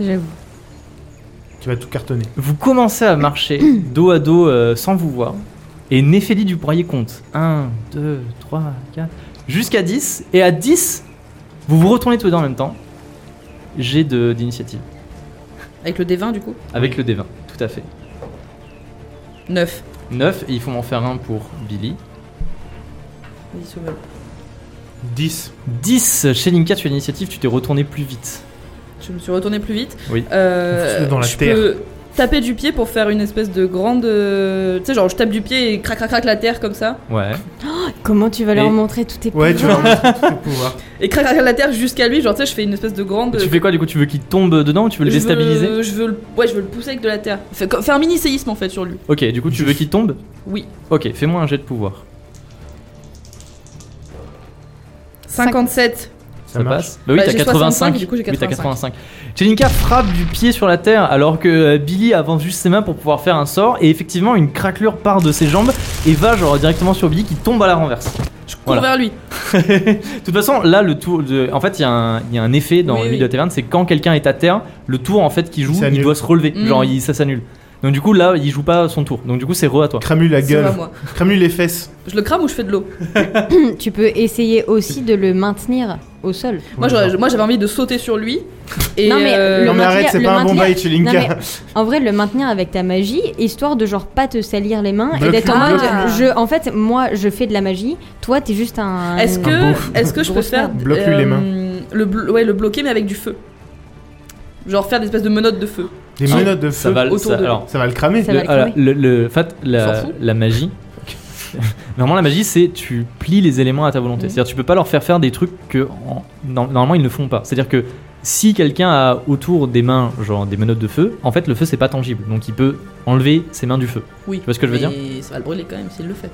J'avoue. Tu vas tout cartonner. vous commencez à marcher dos à dos euh, sans vous voir et Néphélie du poirier compte 1, 2, 3, 4 jusqu'à 10 et à 10 vous vous retournez tous les deux en même temps. J'ai de d'initiative Avec le D20, du coup avec le D20, tout à fait. 9. 9 et il faut m'en faire un pour Billy. 10. 10 chez Linka tu as l'initiative, tu t'es retourné plus vite. Je me suis retournée plus vite. Oui. Euh, Fous-le dans la je terre. peux taper du pied pour faire une espèce de grande. euh, Tu sais, genre, je tape du pied et crac, crac, crac la terre comme ça. Ouais. Comment tu vas Et- leur montrer tout tes Ouais, tu vas pouvoirs remontrer tous tes pouvoirs. Et crac, crac, crac la terre jusqu'à lui. Genre, tu sais, je fais une espèce de grande. tu fais quoi du coup Tu veux qu'il tombe dedans ou tu veux le Euh, Je veux- déstabiliser je veux, le... Ouais, je veux le pousser avec de la terre. Fais- Faire un mini séisme en fait sur lui. Ok, du coup tu veux qu'il tombe Oui. Ok, fais-moi un jet de pouvoir. 57. Ça, Ça marche. passe Bah oui, Bah, t'as j'ai 85. 65, du coup, j'ai Oui, t'as 85. 85. Jelinka frappe du pied sur la terre alors que euh, Billy avance juste ses mains pour pouvoir faire un sort et effectivement une craquelure part de ses jambes et va genre directement sur Billy qui tombe à la renverse. Je cours Voilà. vers lui. De toute façon, là le tour de... en fait, il y, a un- il y a un effet dans Oui, le oui. milieu de taverne, c'est que quand quelqu'un est à terre, le tour en fait qui joue, il s'annule. doit se relever, Mm. genre il- ça s'annule. Donc du coup là, il joue pas son tour. Donc du coup, c'est re à toi. Crame-lui la C'est pas gueule. moi. Crame-lui les fesses. Je le crame ou je fais de l'eau Tu peux essayer aussi de le maintenir au sol. Moi, Oui, j'aurais- genre. moi, j'avais envie de sauter sur lui. Et Non, mais euh, le Non, mais maintenir- arrête, c'est le pas un bon maintenir- bail, Chelinka. Non, En vrai, le maintenir avec ta magie, histoire de genre pas te salir les mains et Bloque-lui, d'être en mode. bloque-lui. Je, en fait, moi, je fais de la magie. Toi, t'es juste un. Est-ce Un que, est-ce que je peux Grosse faire euh, merde. Bloque-lui les mains. Le blo- ouais, le bloquer mais avec du feu. Genre faire des espèces de menottes de feu. Des Ah, menottes de Ça feu. va, autour ça- de lui. alors, Ça va le cramer. Ça le, va le alors, cramer. le- le- en fait, s'en la, fout. la magie. Normalement, la magie, c'est tu plies les éléments à ta volonté. Mhm. C'est-à-dire, tu peux pas leur faire faire des trucs que en- non- normalement ils ne font pas. C'est-à-dire que si quelqu'un a autour des mains, genre des menottes de feu, en fait, le feu c'est pas tangible, donc il peut enlever ses mains du feu. Oui. Tu vois ce que je veux dire Mais ça va le brûler quand même s'il le fait.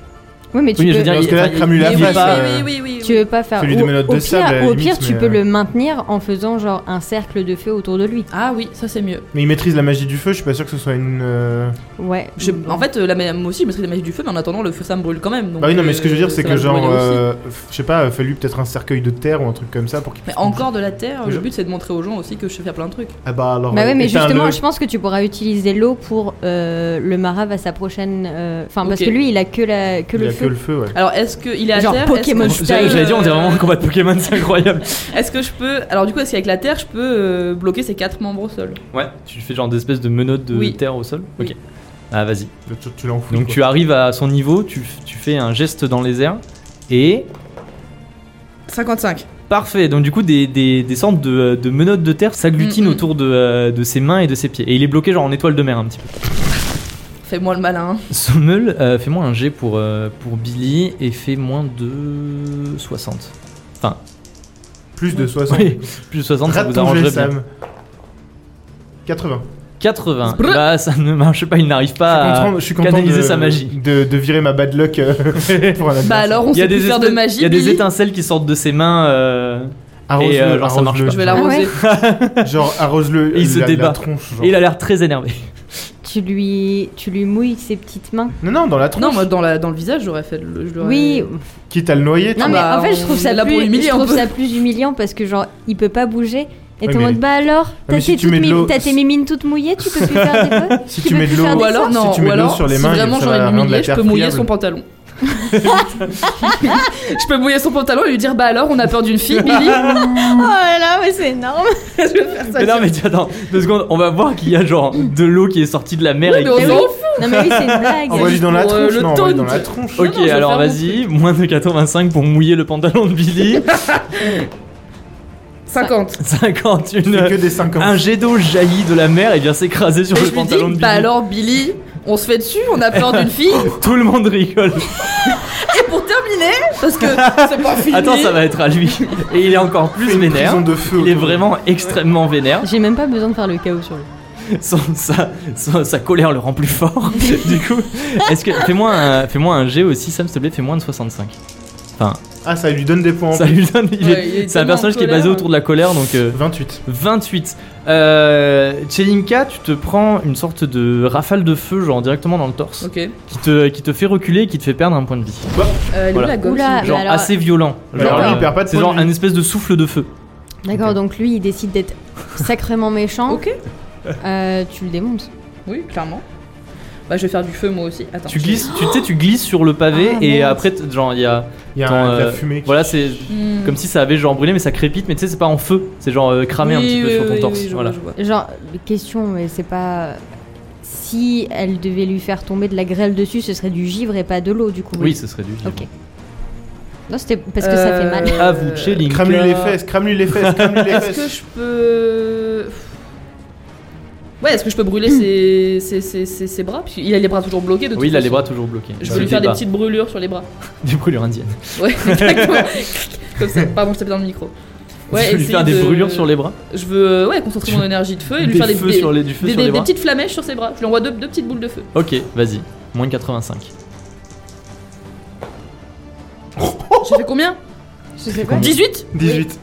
Oui, mais tu Oui, mais peux. je veux dire, Parce il- que là, enfin, il- crame-lui la il est face. pas- euh, oui, oui, oui, oui. Tu veux pas faire. Celui de au, menottes au de pire, sable, à la au limite, pire, tu mais, peux euh, le maintenir en faisant genre un cercle de feu autour de lui. Ah oui, ça c'est mieux. Mais il maîtrise la magie du feu, je suis pas sûr que ce soit une. euh, Ouais. Je- en fait, euh, la, ma- moi aussi, je maîtrise la magie du feu, mais en attendant, le feu ça me brûle quand même. donc, Bah oui, non, mais euh, ce que je veux dire, c'est ça que va le brûler genre. aussi. euh, f- Je sais pas, euh, fais-lui peut-être un cercueil de terre ou un truc comme ça pour qu'il. Mais encore de la terre, le Je- but c'est de montrer aux gens aussi que je sais faire plein de trucs. Ah bah alors. Bah ouais, mais éteins-le. justement, je pense que tu pourras utiliser l'eau pour euh, le marave à sa prochaine. euh, Enfin, parce Ok. que lui, il a que la que Il le a que feu. le feu, ouais. Alors est-ce qu'il est à Genre terre Est-ce que Pokémon je peux, J'allais j'allais dire, on dirait vraiment un euh, combat de Pokémon, c'est incroyable. Est-ce que je peux. Alors du coup, est-ce qu'avec la terre, je peux euh, bloquer ses quatre membres au sol Ouais, tu fais genre des espèces de menottes de Oui. terre au sol. Oui. Ok. Ah, vas-y. Tu, tu l'enfouis. Donc quoi. tu arrives à son niveau, tu, f- tu fais un geste dans les airs et 55. parfait. Donc du coup des, des, des sortes de, euh, de menottes de terre s'agglutinent Mm, mm. autour de, euh, de ses mains et de ses pieds. Et il est bloqué genre en étoile de mer un petit peu. Fais-moi le malin. Sommel, euh, fais-moi un jet pour, euh, pour Billy et fais moins de 60. Plus de 60. Oui, plus de 60 ça Rate vous ton arrangerait jet, bien. Sam. 80. 80. Brrr. Bah ça ne marche pas, il n'arrive pas à... je suis content, je suis content canaliser de, sa magie. De, de virer ma bad luck euh, pour un adversaire. Bah alors, on sait plus faire de espèces- magie. il y a des Billy. étincelles qui sortent de ses mains. euh, Arrose-le, Et, euh, alors, ça arrose-le. marche pas. Je vais Ah l'arroser. Genre, arrose-le. Et il se la- débat. La tronche, genre. et il a l'air très énervé. Tu lui, tu lui mouilles ses petites mains. Non, non, dans la tronche. Non, moi dans, la, dans le visage, j'aurais fait le. je l'aurais- Oui, Quitte à le noyer, Non Ah mais bah, en fait je on trouve ça est là plus, pour humilier je un trouve peu. ça plus humiliant parce que genre il peut pas bouger et Ouais, t'es en mais- mode bah alors mais t'as si tes, tu mets toutes de mi- l'eau- t'as tes mimines toutes mouillées tu peux plus faire des potes si tu tu peux mets de plus l'eau. faire Ou alors, Si non, tu mets ou de l'eau alors, sur les si mains, vraiment ça j'ai va envie de rendre la l'humilier, je terre peux mouiller friable. son pantalon. je peux mouiller son pantalon et lui dire Bah alors, on a peur d'une fille, Oh Billy là là mais c'est énorme Je vais faire ça. Mais non mais tiens, attends, deux secondes, on va voir qu'il y a genre de l'eau qui est sortie de la mer Oui, et mais on qui- s'en oui. fout. Non mais oui c'est une blague Envoie-lui dans la Pour, euh, tronche. le Non, envoie-lui dans taunt. la Ok, tronche. Non, non, je vais alors faire mon vas-y, moins de 85 pour mouiller le pantalon de Billy, 50. 51, Fais que des 50. un jet d'eau jaillit de la mer et vient s'écraser sur Et le je lui pantalon de dis Billy. Bah alors, Billy, on se fait dessus, on a peur d'une fille. Tout le monde rigole. Et pour terminer, parce que c'est pas fini. Attends, ça va être à lui. Et il est encore plus Une vénère. prison de feu. Il est autour. vraiment extrêmement vénère. J'ai même pas besoin de faire le chaos sur lui Son- sa, son- sa colère le rend plus fort. du coup, est-ce que fais-moi un, fais-moi un jet aussi, Sam, s'il te plaît, fais moins de 65. Ah, ça lui donne des points en Ça plus. lui donne. il est- Ouais, il est c'est un tellement en personnage qui est basé colère. autour de la colère, donc. euh, 28. 28. Euh, Chelinka, tu te prends une sorte de rafale de feu, genre directement dans le torse, Ok. Ah, Euh, qui, te, qui te fait reculer et qui te fait perdre un point de vie. elle est où, Voilà. la gosse Oula. Ah, mais Genre alors- assez violent. euh, Mais Genre, alors, il perd pas de c'est points genre de vie. un espèce de souffle de feu. D'accord Ok. donc lui il décide d'être sacrément méchant Ok. Euh, tu le démontes Oui, clairement. Bah, je vais faire du feu moi aussi. Attends. Tu glisses, tu sais, tu glisses sur le pavé Ah, et merde. après, t- genre, il y a. Il y a Attends, un- de la euh, fumée. qui- Voilà, c'est Hmm. comme si ça avait genre brûlé, mais ça crépite, mais tu sais, c'est pas en feu, c'est genre euh, cramé un Oui, petit peu oui, sur ton oui, torse. oui, je voilà. vois, je vois. Genre question mais c'est pas si elle devait lui faire tomber de la grêle dessus ce serait du givre et pas de l'eau du coup Oui, ce serait du vivre. Ok. Non c'était parce que ça fait mal Euh, À vous, Chelinka. Crame-lui les fesses, crame-lui les fesses, crame-lui les Est-ce que fesses. je peux. Ouais, est-ce que je peux brûler ses, ses, ses, ses, ses bras Parce qu'il a les bras toujours bloqués de Oui, toute il a les façon. bras toujours bloqués. Je Ça peux lui le faire des débat. petites brûlures sur les bras. Des brûlures indiennes. Ouais, exactement. Comme ça. Pardon, je tapais dans le micro. Ouais, je peux lui essayer faire des de- brûlures sur les bras. Je veux euh, ouais, concentrer mon énergie de feu et lui des faire des, feux des- sur les, du feu des- sur des- les des bras. petites flamèches sur ses bras. Je lui envoie deux, deux petites boules de feu. Ok, vas-y. Moins de 85. Oh J'ai fait combien je sais pas. 18 18.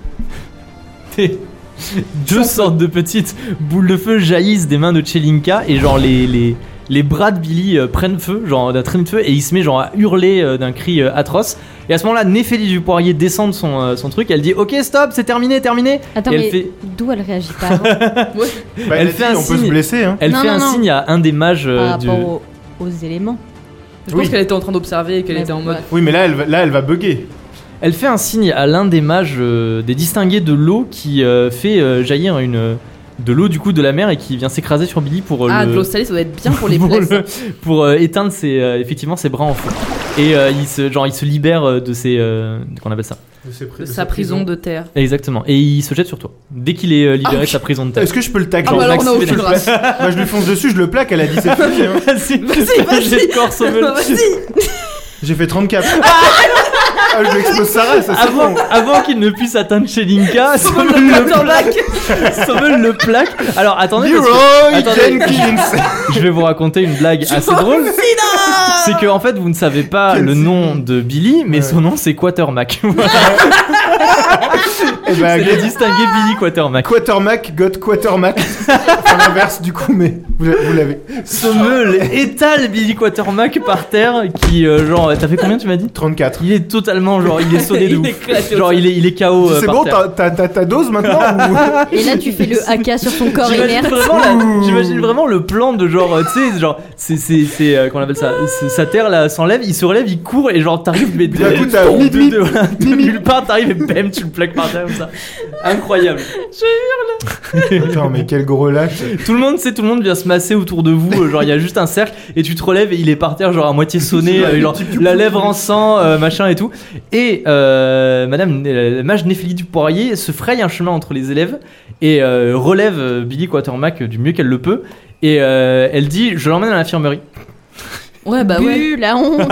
T'es- Deux sortes de petites boules de feu jaillissent des mains de Chelinka et genre les, les, les bras de Billy euh, prennent feu, genre d'un train de feu et il se met genre à hurler euh, d'un cri euh, atroce. Et à ce moment-là, Néphélie du Poirier descend de son, euh, son truc, elle dit ok stop, c'est terminé, terminé. Attends Et elle mais fait- d'où elle réagit pas hein, avant Bah, Elle elle fait fait un On peut signe. se blesser, hein. Elle Non, fait non, un non. signe à un des mages euh, par du... rapport aux, aux éléments Je Oui. pense qu'elle était en train d'observer et qu'elle Ouais, était en mode. ouais. Oui, mais là, elle va, là, elle va bugger. Elle fait un signe à l'un des mages euh, des distingués de l'eau qui euh, fait euh, jaillir une euh, de l'eau du coup de la mer et qui vient s'écraser sur Billy pour euh, Ah, le- de l'eau salée, ça doit être bien pour les plaies. le- pour, euh, éteindre ses, euh, effectivement ses bras en feu. Et euh, il se genre il se libère euh, de ses euh, qu'on appelle ça. De, ses pri- De de sa ses prison prisons. de terre. Exactement. Et il se jette sur toi dès qu'il est euh, libéré Ah, de sa prison de terre. Est-ce que je peux le tag Ah, genre, bah alors, on a Maxime, aucune elle race. Bah, je lui fonce dessus, je le plaque, elle a dit c'est fini. hein. Vas-y, Vas-y, vas-y. J'ai le corps sauveur. Ah, Vas-y. J'ai fait 34. Ah, je lui explose Sarah, ça c'est Avant, bon. avant qu'il ne puisse atteindre Chelinka, Sauvons Sommel le le, Captain Black. Sommel le plaque. Alors attendez, parce que- Leroy Attendez. Jenkins. je vais vous raconter une blague assez drôle. C'est que en fait vous ne savez pas Quel le signe. nom de Billy, mais Ouais. Bah, son nom c'est Quatermac. Voilà, Et bah, c'est le distingué Billy Quatermac. Quatermac got Quatermac. Enfin, l'inverse du coup, mais vous l'avez- vous l'avez. Sommel étale Billy Quatermac par terre, qui euh, genre t'as fait combien tu m'as dit 34. Il est totalement genre il est sonné de Il est ouf. éclaté au Genre sol. il est il est KO. euh, C'est par bon, terre. t'as t'as- t'as ta dose maintenant ou- et là tu fais le AK sur son corps J'imagine inerte vraiment, la- j'imagine vraiment le plan de genre, euh, tu sais, genre, c'est, c'est, c'est, euh, qu'on appelle ça, c'est- sa terre là s'enlève, il se relève, il court et genre t'arrives, mais de, D'un coup, t'as de- mid, de- mid, de- voilà, de mid, mid. nulle part, t'arrives et bam, tu le plaques par terre. ça. Incroyable. Attends, mais quel gros lâche. Tout le monde sait, tout le monde vient se masser autour de vous. euh, Genre, il y a juste un cercle et tu te relèves et il est par terre, genre à moitié sonné, euh, genre, la lèvre en sang, euh, machin et tout. Et euh, Madame euh, la mage Néphélie du Poirier se fraye un chemin entre les élèves et euh, relève euh, Billy Quatermack du mieux qu'elle le peut. Et euh, elle dit Je l'emmène à l'infirmerie. Ouais, bah Bu, ouais. Ah la honte.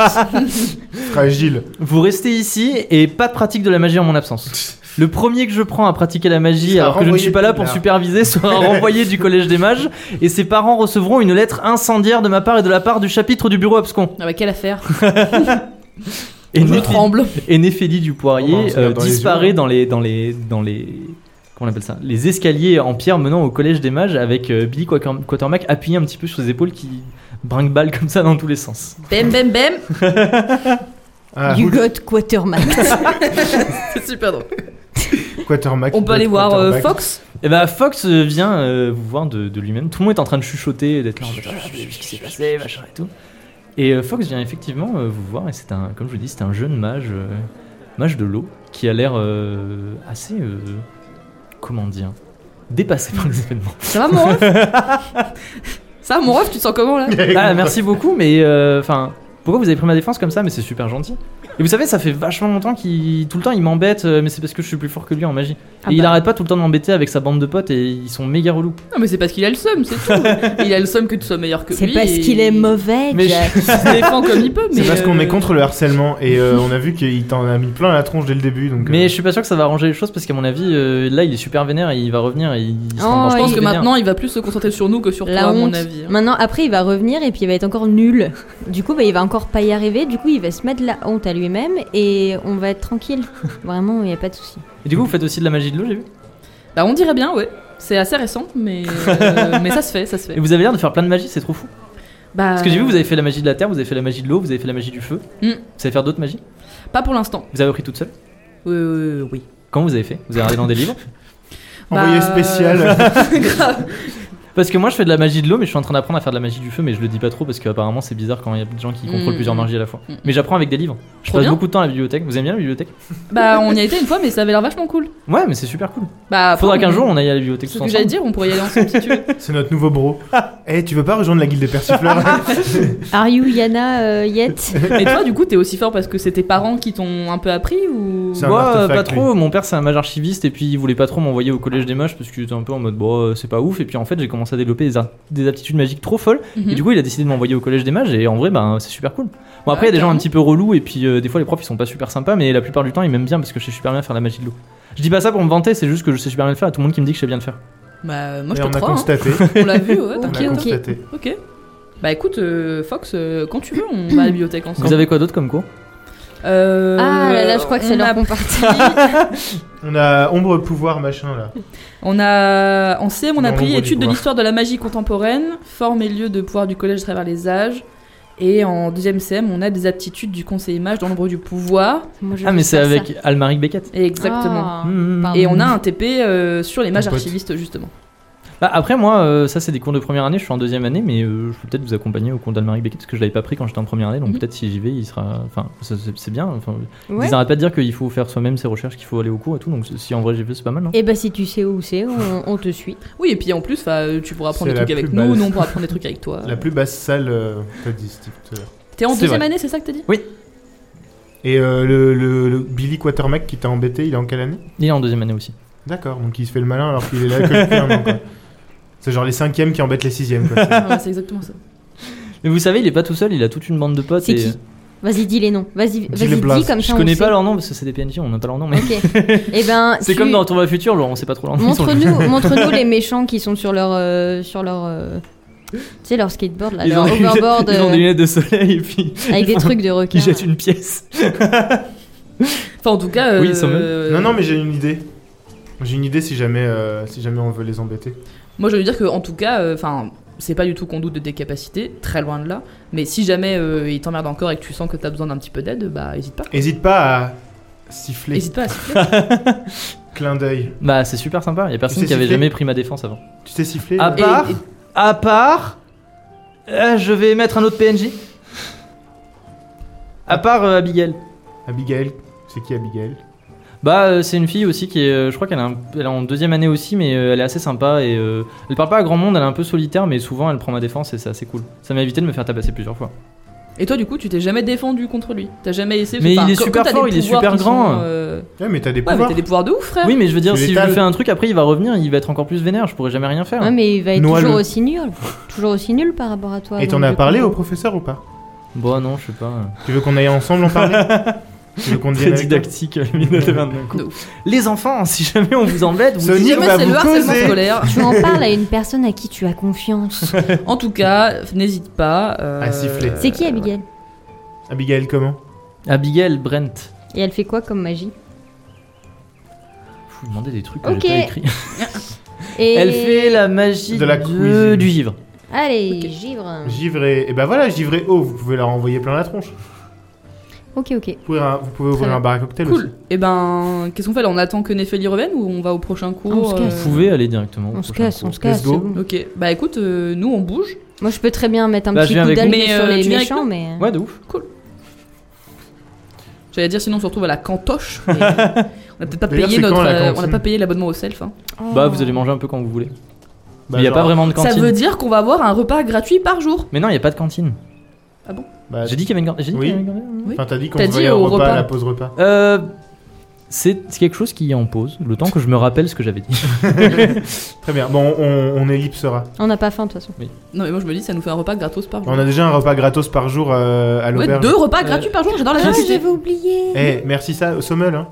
Fragile. Vous restez ici et pas de pratique de la magie en mon absence. Le premier que je prends à pratiquer la magie sera alors que je ne renvoyé suis pas là plus pour tard. superviser sera renvoyé du collège des mages et ses parents recevront une lettre incendiaire de ma part et de la part du chapitre du bureau abscon. Ah bah quelle affaire Et, Je Néphélie- tremble. et Néphélie du Poirier Oh, on se euh, regarde dans les disparaît yeux. dans les, dans les dans les comment on appelle ça les escaliers en pierre menant au collège des mages avec euh, Billy Quaker- Quatermack appuyé un petit peu sur ses épaules qui brinque-balle comme ça dans tous les sens. Bem, bem, bem. Ah, you got Quatermack. C'est super drôle. Quatermack. On peut aller voir euh, Quatermack. Fox Et bah Fox euh, vient euh, vous voir de, de lui-même. Tout le monde est en train de chuchoter, d'être là en mode Ah, mais qu'est-ce qui s'est passé, machin et tout. Et euh, Fox vient effectivement euh, vous voir et c'est un, comme je vous dis, c'est un jeune mage, euh, mage de l'eau, qui a l'air euh, assez, euh, comment dire, dépassé par les événements. Ça va, mon ref Ça va, mon ref, tu te sens comment là Ah, merci beaucoup, mais euh, enfin, pourquoi vous avez pris ma défense comme ça Mais c'est super gentil. Et vous savez, ça fait vachement longtemps qu'il, tout le temps, il m'embête, euh, mais c'est parce que je suis plus fort que lui en magie. Ah et il bah. arrête pas tout le temps de m'embêter avec sa bande de potes et ils sont méga relous. Non, mais c'est parce qu'il a le seum, c'est tout. Il a le seum que tu sois meilleur que lui. C'est parce et- qu'il est mauvais, Mais je- Jack. Il se défend comme il peut, mais. C'est parce qu'on euh, est contre le harcèlement et euh, on a vu qu'il t'en a mis plein la tronche dès le début. Donc, Mais euh, je suis pas sûr que ça va arranger les choses parce qu'à mon avis, euh, là, il est super vénère et il va revenir et il sera Oh, encore je Je plus pense que vénère. maintenant, il va plus se concentrer sur nous que sur toi, La à honte. mon avis. hein. Maintenant, après, il va revenir et puis il va être encore nul. Du coup, bah, il va encore pas y arriver. Du coup, il va se mettre la honte à lui-même et on va être tranquille. Vraiment, il n'y a pas de souci. Et du coup, vous faites aussi de la magie de l'eau, j'ai vu. Bah, on dirait bien, ouais. C'est assez récent, mais, euh, mais ça se fait, ça se Et fait. vous avez l'air de faire plein de magie, c'est trop fou. Bah, Parce que j'ai vu, vous avez fait la magie de la terre, vous avez fait la magie de l'eau, vous avez fait la magie du feu. Hmm. Vous savez faire d'autres magies Pas pour l'instant. Vous avez appris toute seule Euh, oui. Quand vous avez fait Vous avez regardé dans des livres envoyé Bah, spécial. Grave. Parce que moi, je fais de la magie de l'eau, mais je suis en train d'apprendre à faire de la magie du feu, mais je le dis pas trop parce qu'apparemment, c'est bizarre quand il y a des gens qui contrôlent Hmm. plusieurs magies à la fois. Hmm. Mais j'apprends avec des livres. Je Trop passe bien. beaucoup de temps à la bibliothèque. Vous aimez bien la bibliothèque Bah, on y a été une fois, mais ça avait l'air vachement cool. Ouais, mais c'est super cool. Bah, après, Faudra on- qu'un jour, on aille à la bibliothèque C'est tout ce que j'allais ensemble. dire, on pourrait y aller ensemble si tu veux. C'est notre nouveau bro. Eh, tu veux pas rejoindre la guilde des persifleurs Are you Yana euh, yet Et toi, du coup, t'es aussi fort parce que c'est tes parents qui t'ont un peu appris ou C'est un Moi, euh, artefact, pas lui. trop. Mon père, c'est un mage archiviste et puis il voulait pas trop m'envoyer au collège des mages parce qu'il était un peu en mode bon, euh, c'est pas ouf. Et puis en fait, j'ai commencé à développer des, a- des aptitudes magiques trop folles. Mhm. Mm. Et du coup, il a décidé de m'envoyer au collège des mages et en vrai, ben, c'est super cool. Bon, après, il y a des gens un carrément. petit peu relous et puis euh, des fois, les profs ils sont pas super sympas, mais la plupart du temps, ils m'aiment bien parce que je sais super bien faire la magie de l'eau. Je dis pas ça pour me vanter, c'est juste que je sais super bien le faire. à Tout le monde qui me dit que je sais bien le faire. Bah, moi Et je on te a crois. hein. constaté. On l'a vu, ouais, On Ok, a t'inquiète. ok. constaté. Ok. Bah écoute, euh, Fox, euh, quand tu veux, on va à la bibliothèque ensemble. Vous avez quoi d'autre comme cours Euh, Ah là là, je crois que c'est on leur a compartiment. pris- On a ombre pouvoir machin là. On a en CM, on a Dans pris l'ombre du étude de pouvoir. l'histoire de la magie contemporaine, forme et lieu de pouvoir du collège à travers les âges. Et en deuxième CM, on a des aptitudes du conseil mage dans l'ombre du pouvoir. Moi, je Ah, veux mais c'est faire avec ça. Almaric Beckett. Et exactement. Ah. Mhm. pardon. Et on a un TP euh, sur les mages Ton pote. archivistes justement. Bah, après, moi, euh, ça c'est des cours de première année, je suis en deuxième année, mais euh, je peux peut-être vous accompagner au cours d'Almaric Beckett parce que je l'avais pas pris quand j'étais en première année, donc Mhm. peut-être si j'y vais, il sera. Enfin, ça, c'est c'est bien. Enfin, Ouais. Ils arrêtent pas de dire qu'il faut faire soi-même ses recherches, qu'il faut aller au cours et tout, donc si en vrai j'y vais, c'est pas mal, hein. non Et bah, si tu sais où c'est, on, on te suit. Oui, et puis en plus, 'fin, euh, tu pourras apprendre C'est des la trucs avec plus nous, basse. nous on pourra apprendre des trucs avec toi. La plus basse salle, euh, t'as dit Steve tout à l'heure. T'es en C'est deuxième vrai. année, c'est ça que t'as dit Et euh, le, le- le Billy Quatermack qui t'a embêté, il est en quelle année Il est en deuxième année aussi. D'accord, donc il se fait le malin alors qu'il est là que depuis un an, quoi. C'est genre les cinquièmes qui embêtent les sixièmes. Quoi. C'est- Ouais, C'est exactement ça. Mais vous savez, il est pas tout seul, il a toute une bande de potes. C'est et... qui Vas-y, dis les noms. Vas-y, Dis vas-y, les dis blazes. comme ça. Je on connais sait. pas leur nom parce que c'est des PNJ, on n'a pas leur nom, mais. Ok. Et ben, C'est tu- comme dans Tour le futur, genre on sait pas trop leur nom. ils sont juste- Montre-nous, montre-nous les méchants qui sont sur leur, euh, sur leur, euh, tu sais, leur skateboard là, Ils leur ont- ils- overboard Ils euh, ont des lunettes de soleil et puis avec des trucs de ils requin. jettent une pièce. Enfin, en tout cas. euh, Oui, Samuel. Non, non, mais j'ai une idée. J'ai une idée si jamais, euh, si jamais on veut les embêter. Moi, je veux dire que, en tout cas, euh, enfin, c'est pas du tout qu'on doute de tes capacités, très loin de là. Mais si jamais euh, ils t'emmerdent encore et que tu sens que t'as besoin d'un petit peu d'aide, bah, hésite pas. Hésite pas à siffler. Hésite pas à siffler. Clin d'œil. Bah c'est super sympa, il y a personne sais qui avait siffler jamais pris ma défense avant. Tu sais siffler À euh, Ah, Et- part, et- à part, euh, je vais mettre un autre PNJ. À part euh, Abigail. Abigail. C'est qui Abigail Bah, euh, c'est une fille aussi qui est. euh, je crois qu'elle est, un- elle est en deuxième année aussi, mais euh, elle est assez sympa et euh, elle parle pas à grand monde, elle est un peu solitaire, mais souvent elle prend ma défense et c'est assez cool. Ça m'a évité de me faire tabasser plusieurs fois. Et toi, du coup, tu t'es jamais défendu contre lui. T'as jamais essayé. Mais enfin, il est quand- super quand t'as fort, des il est pouvoirs super qui grand. sont, euh, Ouais, mais t'as des Ouais, mais pouvoirs. t'as des pouvoirs de ouf, Ah. frère. Oui, mais je veux dire, Tu si je l'étales. lui fais un truc, après il va revenir, il va être encore plus vénère, je pourrais jamais rien faire. Ouais, Ah, mais il va être Noie-le. toujours aussi nul, toujours aussi nul par rapport à toi. Et t'en donc, as du parlé coup- euh, au professeur ou pas Bon, Bah, non, je sais pas. Tu veux qu'on aille ensemble en parler Tu veux qu'on Très devienne avec toi didactique, le Minotaur d'un coup. De Les enfants, si jamais on vous embête, vous Sony Si jamais va c'est vous le harcèlement causer. scolaire. Tu en parles à une personne à qui tu as confiance. En tout cas, n'hésite pas. euh, À siffler. C'est qui Abigail Abigail, comment Abigail Brent. Et elle fait quoi comme magie Vous demandez des trucs que Ok. j'ai pas écrits. Et... Elle fait la magie De la de- cuisine. du givre. Allez, Ok. givre. Givre et. Et bah voilà, Givre et eau, vous pouvez leur envoyer plein la tronche. Ok, ok. Vous pouvez, un- vous pouvez ouvrir bien. un bar à cocktail aussi. Cool. Et ben, qu'est-ce qu'on fait là On attend que Néphélie revienne ou on va au prochain On se cours euh casse. Vous pouvez aller directement. au On se prochain casse, cours. on se casse. Let's go. c'est bon. Ok. Bah écoute, euh, nous on bouge. Moi, je peux très bien mettre un Bah, je petit viens avec coup d'œil vous. Mais, sur euh, les tu viens avec méchants, nous mais. Ouais, de ouf. J'allais dire sinon on se retrouve à la cantoche. mais on a peut-être pas D'ailleurs, payé c'est notre, quand, la euh, on cantine n'a pas payé l'abonnement au self. hein. Oh. Bah, vous allez manger un peu quand vous voulez. mais Bah, il a genre- pas vraiment de Ça cantine. veut dire qu'on va avoir un repas gratuit par jour. Mais non, il n'y a pas de cantine. bah, J'ai dit qu'il y avait une cantine. J'ai dit Oui. qu'il y avait une cantine. Enfin, t'as dit qu'on T'as se dit voyait au au repas, repas. à la pause repas. Euh, c'est c'est quelque chose qui est en pause, le temps que je me rappelle ce que j'avais dit. Très bien. Bon, on, on ellipsera. Bah, On n'a pas faim, de toute façon. Non mais moi je me dis ça nous fait un repas gratos par jour. On a déjà un repas gratos par jour euh, à Ouais, l'auberge. deux repas Euh, gratuits par jour. J'adore la Ah, gratuité. j'avais oublié. Eh, merci ça, au Sommel. Hein.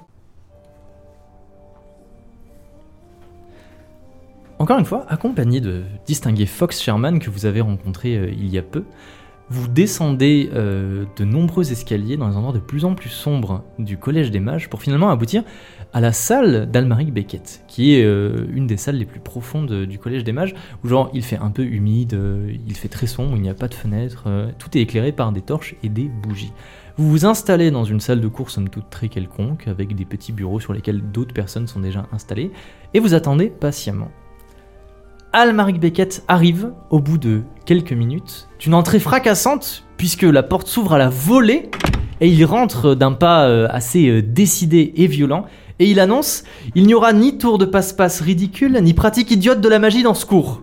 Encore une fois, accompagné de distingué Fox Sherman que vous avez rencontré euh, il y a peu, vous descendez euh, de nombreux escaliers dans les endroits de plus en plus sombres du Collège des Mages pour finalement aboutir à la salle d'Almaric Beckett, qui est euh, une des salles les plus profondes euh, du Collège des Mages, où genre il fait un peu humide, euh, il fait très sombre, il n'y a pas de fenêtre, euh, tout est éclairé par des torches et des bougies. Vous vous installez dans une salle de cours somme toute très quelconque, avec des petits bureaux sur lesquels d'autres personnes sont déjà installées, et vous attendez patiemment. Almaric Beckett arrive au bout de quelques minutes d'une entrée fracassante puisque la porte s'ouvre à la volée et il rentre d'un pas euh, assez euh, décidé et violent et il annonce il n'y aura ni tour de passe-passe ridicule ni pratique idiote de la magie dans ce cours.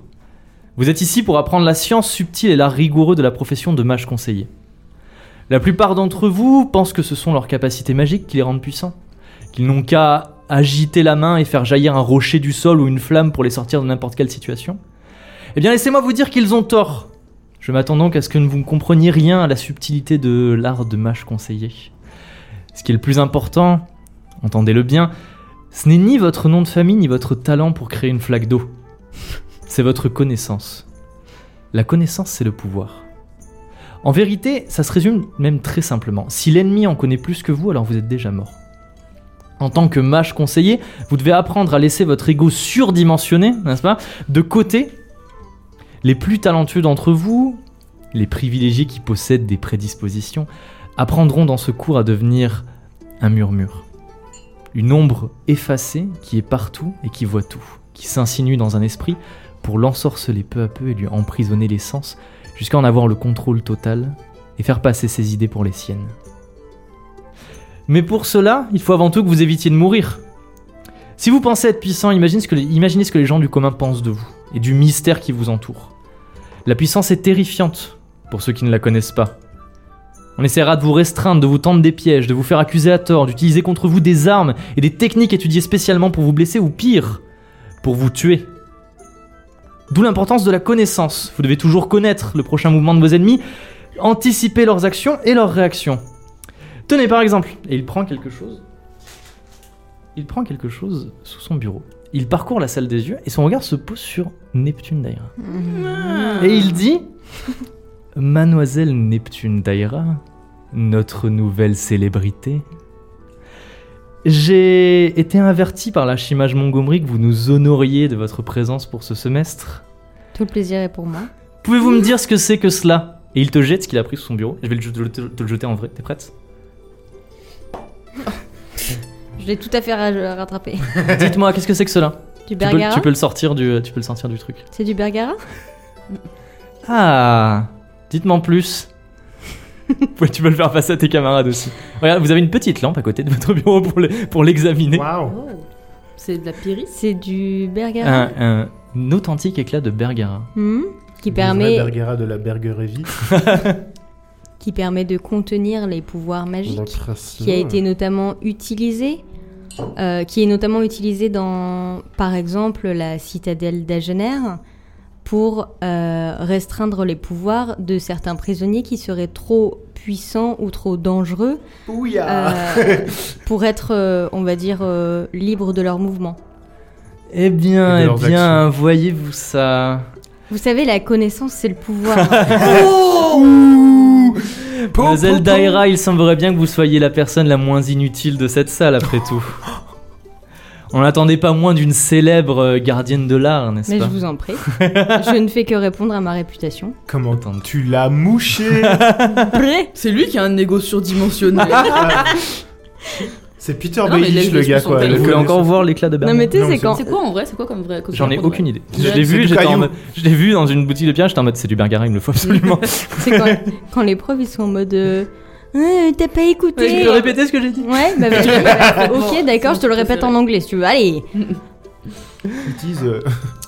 Vous êtes ici pour apprendre la science subtile et l'art rigoureux de la profession de mage conseiller. La plupart d'entre vous pensent que ce sont leurs capacités magiques qui les rendent puissants, qu'ils n'ont qu'à agiter la main et faire jaillir un rocher du sol ou une flamme pour les sortir de n'importe quelle situation. Eh bien, laissez-moi vous dire qu'ils ont tort. Je m'attends donc à ce que vous ne compreniez rien à la subtilité de l'art de mage conseiller. Ce qui est le plus important, entendez-le bien, ce n'est ni votre nom de famille ni votre talent pour créer une flaque d'eau. C'est votre connaissance. La connaissance, c'est le pouvoir. En vérité, ça se résume même très simplement. Si l'ennemi en connaît plus que vous, alors vous êtes déjà mort. En tant que mage conseiller, vous devez apprendre à laisser votre ego surdimensionné, n'est-ce pas, de côté les plus talentueux d'entre vous, les privilégiés qui possèdent des prédispositions, apprendront dans ce cours à devenir un murmure. Une ombre effacée qui est partout et qui voit tout, qui s'insinue dans un esprit pour l'ensorceler peu à peu et lui emprisonner les sens jusqu'à en avoir le contrôle total et faire passer ses idées pour les siennes. Mais pour cela, il faut avant tout que vous évitiez de mourir. Si vous pensez être puissant, imaginez ce que les, imaginez ce que les gens du commun pensent de vous et du mystère qui vous entoure. La puissance est terrifiante pour ceux qui ne la connaissent pas. On essaiera de vous restreindre, de vous tendre des pièges, de vous faire accuser à tort, d'utiliser contre vous des armes et des techniques étudiées spécialement pour vous blesser ou pire, pour vous tuer. D'où l'importance de la connaissance. Vous devez toujours connaître le prochain mouvement de vos ennemis, anticiper leurs actions et leurs réactions. Tenez par exemple, et il prend quelque chose. Il prend quelque chose sous son bureau. Il parcourt la salle des yeux et son regard se pose sur Neptune Daira. Ah. Et il dit Mademoiselle Neptune Daira, notre nouvelle célébrité. J'ai été averti par l'archimage Montgomery que vous nous honoriez de votre présence pour ce semestre. Tout le plaisir est pour moi. Pouvez-vous me dire ce que c'est que cela Et il te jette ce qu'il a pris sous son bureau. Je vais le- te le- te le jeter en vrai. T'es prête Je l'ai tout à fait ra- rattrapé. Dites-moi, qu'est-ce que c'est que cela Du tu peux, bergara tu peux le sortir du, tu peux le sortir du truc. C'est du bergara Ah, dites-moi en plus. Ouais, tu peux le faire passer à tes camarades aussi. Regarde, vous avez une petite lampe à côté de votre bureau pour le- pour l'examiner. Waouh Oh. C'est de la pyrite C'est du berger un, un- un authentique éclat de Bergara. Hmm, qui Une vraie permet Bergera de la Bergerévie. qui permet de contenir les pouvoirs magiques, qui a été notamment utilisé, euh, qui est notamment utilisé dans, par exemple, la citadelle d'Agener pour euh, restreindre les pouvoirs de certains prisonniers qui seraient trop puissants ou trop dangereux euh, pour être, euh, on va dire, euh, libres de leurs mouvements. Eh bien, Et de eh leurs bien, voyez-vous ça Vous savez, la connaissance, c'est le pouvoir. Oh Zelda Zeldaira, il semblerait bien que vous soyez la personne la moins inutile de cette salle, après tout. On n'attendait pas moins d'une célèbre euh, gardienne de l'art, n'est-ce Mais je pas vous en prie, je ne fais que répondre à ma réputation. Comment Attends. tu l'as mouché C'est lui qui a un négo surdimensionné. C'est Peter Non, mais les Baelish le deux gars sont quoi. pas- Vous le voulez connaisseur. encore voir l'éclat de Non Bergara mais tu sais, Non, mais c'est quand c'est quoi en vrai C'est quoi comme vrai J'en ai aucune idée. Je Ouais, l'ai c'est vu, du j'étais en caillou. mode- je l'ai vu dans une boutique de pierre, j'étais en mode c'est du Bergara, il me le faut absolument. C'est quand, quand les profs ils sont en mode euh, Ah, t'as pas écouté. Est-ce que je répétais ce que j'ai dit Ouais, bah vas-y, bah, ok, d'accord, mon je te le répète préféré. en anglais si tu veux. Allez, Utilise, euh,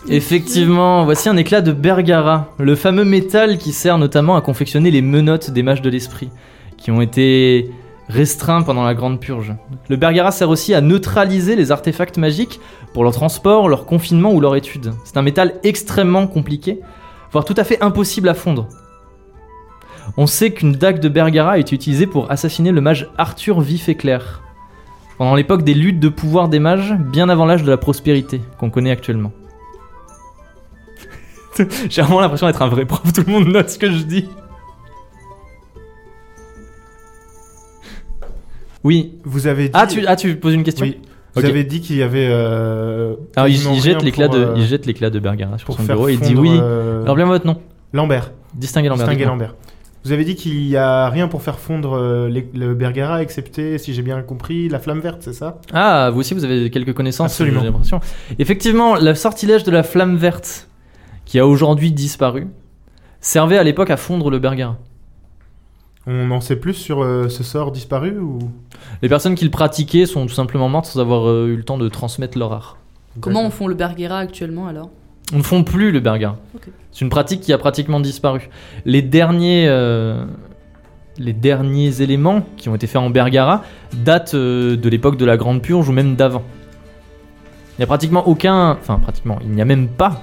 Effectivement, voici un éclat de Bergara, le fameux métal qui sert notamment à confectionner les menottes des mages de l'esprit, qui ont été restreints pendant la Grande Purge. Le Bergara sert aussi à neutraliser les artefacts magiques pour leur transport, leur confinement ou leur étude. C'est un métal extrêmement compliqué, voire tout à fait impossible à fondre. On sait qu'une dague de Bergara a été utilisée pour assassiner le mage Arthur Vif et Clair, pendant l'époque des luttes de pouvoir des mages, bien avant l'âge de la prospérité qu'on connaît actuellement. J'ai vraiment l'impression d'être un vrai prof, tout le monde note ce que je dis. Oui. Vous avez dit. Ah, tu, ah, tu poses une question Oui. Vous Ok. avez dit qu'il y avait. euh, Alors, il, quasiment il jette rien l'éclat pour, de, euh, il jette l'éclat de Bergara sur pour son faire bureau et il dit fondre, oui. euh, Alors, bien votre nom. Lambert. Distinguez Lambert. Distingué dites-moi. Lambert. Vous avez dit qu'il n'y a rien pour faire fondre euh, les- le Bergara, excepté, si j'ai bien compris, la flamme verte, c'est ça Ah, vous aussi, vous avez quelques connaissances, Absolument. j'ai l'impression. Effectivement, le sortilège de la flamme verte, qui a aujourd'hui disparu, servait à l'époque à fondre le Bergara. On en sait plus sur euh, ce sort disparu ou Les personnes qui le pratiquaient sont tout simplement mortes sans avoir euh, eu le temps de transmettre leur art. Comment on fond le Bergera actuellement alors On ne font plus le bergara. Ok. C'est une pratique qui a pratiquement disparu. Les derniers, euh, les derniers éléments qui ont été faits en bergara datent euh, de l'époque de la Grande Purge ou même d'avant. Il n'y a pratiquement aucun, enfin pratiquement, il n'y a même pas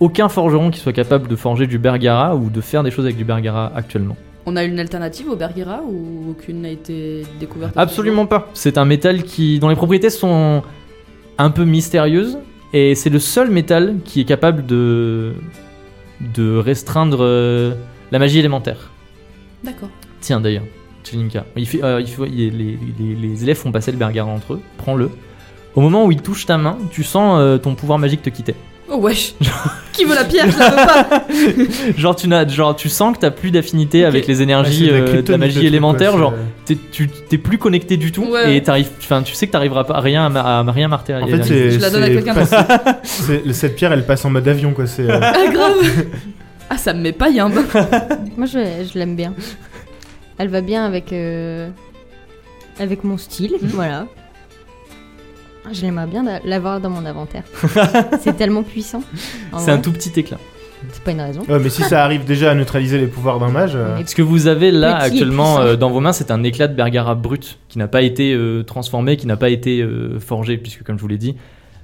aucun forgeron qui soit capable de forger du bergara ou de faire des choses avec du bergara actuellement. On a une alternative au Bergera ou aucune n'a été découverte Absolument pas. C'est un métal qui, dont les propriétés sont un peu mystérieuses, et c'est le seul métal qui est capable de de restreindre euh, la magie élémentaire. D'accord. Tiens d'ailleurs, Chelinka, il fait, euh, il fait- il- les, les- les élèves font passer le bergara entre eux. Prends-le. Au moment où il touche ta main, tu sens euh, ton pouvoir magique te quitter. Oh wesh Qui veut la pierre Je la veux pas Genre tu n'as, genre tu sens que t'as plus d'affinité Ok. avec les Ah, c'est énergies euh, de la, kryptonite, le magie truc, élémentaire. quoi, Genre c'est- euh, t'es, tu t'es plus connecté du tout Ouais. et t'arrives, enfin tu sais que t'arriveras pas à rien à, ma- à rien martel- En fait, c'est. Je la donne à c'est quelqu'un. pas- c'est- Cette pierre, elle passe en mode avion, quoi. C'est. euh, Ah grave Ah ça me met pas yimbe moi je, je l'aime bien. Elle va bien avec euh, avec mon style, Mhm. voilà. Ah, Je l'aimerais bien d'a- l'avoir dans mon inventaire. c'est tellement puissant. En C'est un vrai, tout petit éclat. C'est pas une raison. Ouais, mais si ça arrive déjà à neutraliser les pouvoirs d'un mage. euh, Mais Ce que vous avez là Petit et actuellement puissant. euh, dans vos mains, c'est un éclat de Bergara brut qui n'a pas été euh, transformé, qui n'a pas été euh, forgé, puisque comme je vous l'ai dit,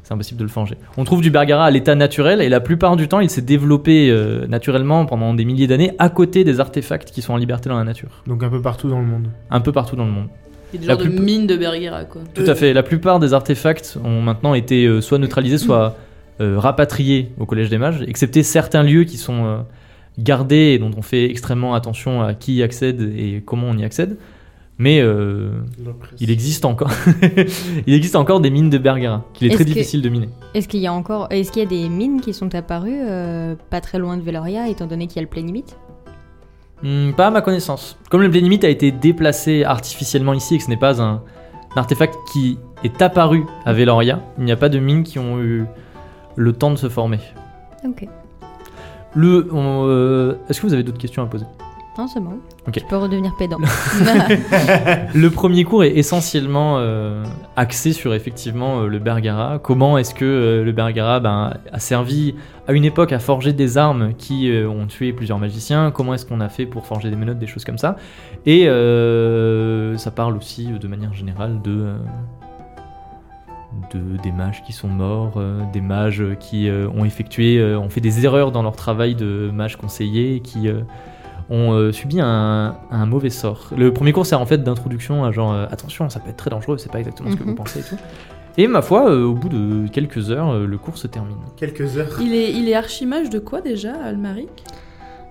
c'est impossible de le forger. On trouve du Bergara à l'état naturel et la plupart du temps, il s'est développé euh, naturellement pendant des milliers d'années à côté des artefacts qui sont en liberté dans la nature, Donc un peu partout dans le monde. un peu partout dans le monde. Il y a des La genres de plus- mine de Bergera quoi. Tout à fait. La plupart des artefacts ont maintenant été euh, soit neutralisés, soit euh, rapatriés au Collège des Mages, excepté certains lieux qui sont euh, gardés et dont on fait extrêmement attention à qui y accède et comment on y accède. Mais euh, il existe encore, il existe encore des mines de Bergara qu'il est, Est-ce très que- difficile de miner. Est-ce qu'il y a encore, est-ce qu'il y a des mines qui sont apparues euh, pas très loin de Veloria, étant donné qu'il y a le plein limite Hmm, pas à ma connaissance. Comme le Blénimite a été déplacé artificiellement ici et que ce n'est pas un, un artefact qui est apparu à Veloria, il n'y a pas de mines qui ont eu le temps de se former. Ok. Le, on, euh, est-ce que vous avez d'autres questions à poser Non, c'est bon. Ok. Tu peux redevenir pédant. Le premier cours est essentiellement euh, axé sur effectivement euh, le Bergara. Comment est-ce que euh, le Bergara ben, a servi à une époque à forger des armes qui euh, ont tué plusieurs magiciens Comment est-ce qu'on a fait pour forger des menottes, des choses comme ça Et euh, ça parle aussi euh, de manière générale de, euh, de des mages qui sont morts, euh, des mages qui euh, ont effectué, euh, ont fait des erreurs dans leur travail de mage conseiller, et qui euh, ont euh, subi un, un mauvais sort. Le premier cours sert en fait d'introduction à genre euh, attention, ça peut être très dangereux, c'est pas exactement ce que Mhm. vous pensez et tout. Et ma foi, euh, au bout de quelques heures, euh, le cours se termine. Quelques heures. Il est, il est archimage de quoi déjà, Almaric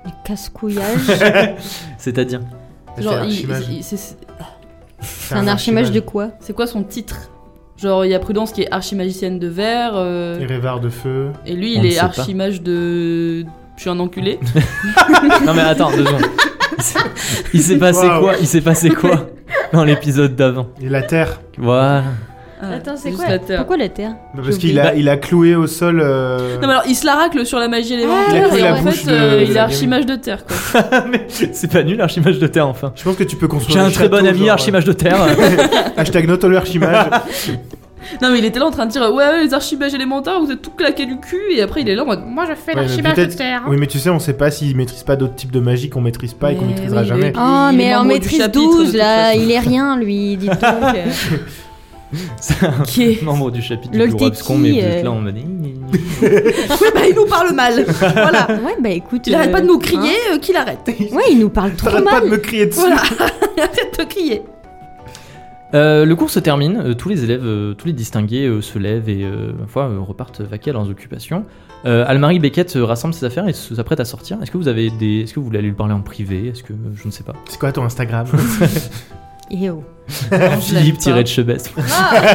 Du casse-couillage. C'est-à-dire Genre, il- archimage. il- c'est- C'est un archimage de quoi c'est quoi son titre Genre, il y a Prudence qui est archimagicienne de verre, euh, Révard de feu. et lui, On il ne est sait pas. archimage de. Je suis un enculé. Non mais attends, deux secondes. Il s'est- Il s'est passé Waouh. quoi Il s'est passé quoi dans l'épisode d'avant Et la terre. Voilà. Ah, Attends, c'est juste quoi la terre. Pourquoi la Terre Bah, J'ai parce qu'il oublié. a, il a cloué au sol. euh, Non, mais alors, il se la racle sur la magie Il élémentaire, a cru et la en bouche de- fait, euh, il de est la archimage de terre, quoi. Mais c'est pas nul l'archimage de terre enfin. Je pense que tu peux construire. J'ai un des très bon châteaux, ami genre, archimage de terre. euh, Hashtag not all archimage. Non, mais il était là en train de dire Ouais, ouais, les archimages élémentaires, vous êtes tout claqués du cul, et après, il est là en mode Moi, je fais Ouais, mais l'archimage de peut-être- terre. hein. oui, mais tu sais, on sait pas s'il maîtrise pas d'autres types de magie qu'on maîtrise pas et qu'on Mais maîtrisera oui, jamais. mais- Oh, Il est mais en membre du maîtrise chapitre, de 12, toute là, façon. il est rien, lui, dites donc. C'est un Qui est membre du chapitre Lol, du t'es Robscon, qui, mais vous êtes euh là en mode. Oui, bah, il nous parle mal Voilà Ouais, bah écoute. Il arrête euh, pas de nous crier, euh, qu'il arrête hein. Ouais, il nous parle trop T'arrêtes pas de mal. me crier dessus. Voilà Arrête de crier Euh, le cours se termine, euh, tous les élèves, euh, tous les distingués euh, se lèvent et euh, ma foi, euh, repartent vaquer à leurs occupations. Euh, Almari Beckett euh, rassemble ses affaires et s- s'apprête à sortir. Est-ce que vous avez des, est-ce que vous voulez aller lui parler en privé Est-ce que euh, je ne sais pas. C'est quoi ton Instagram Eh oh. Non, je l'aime Philippe pas. tiré de Chebest. Ah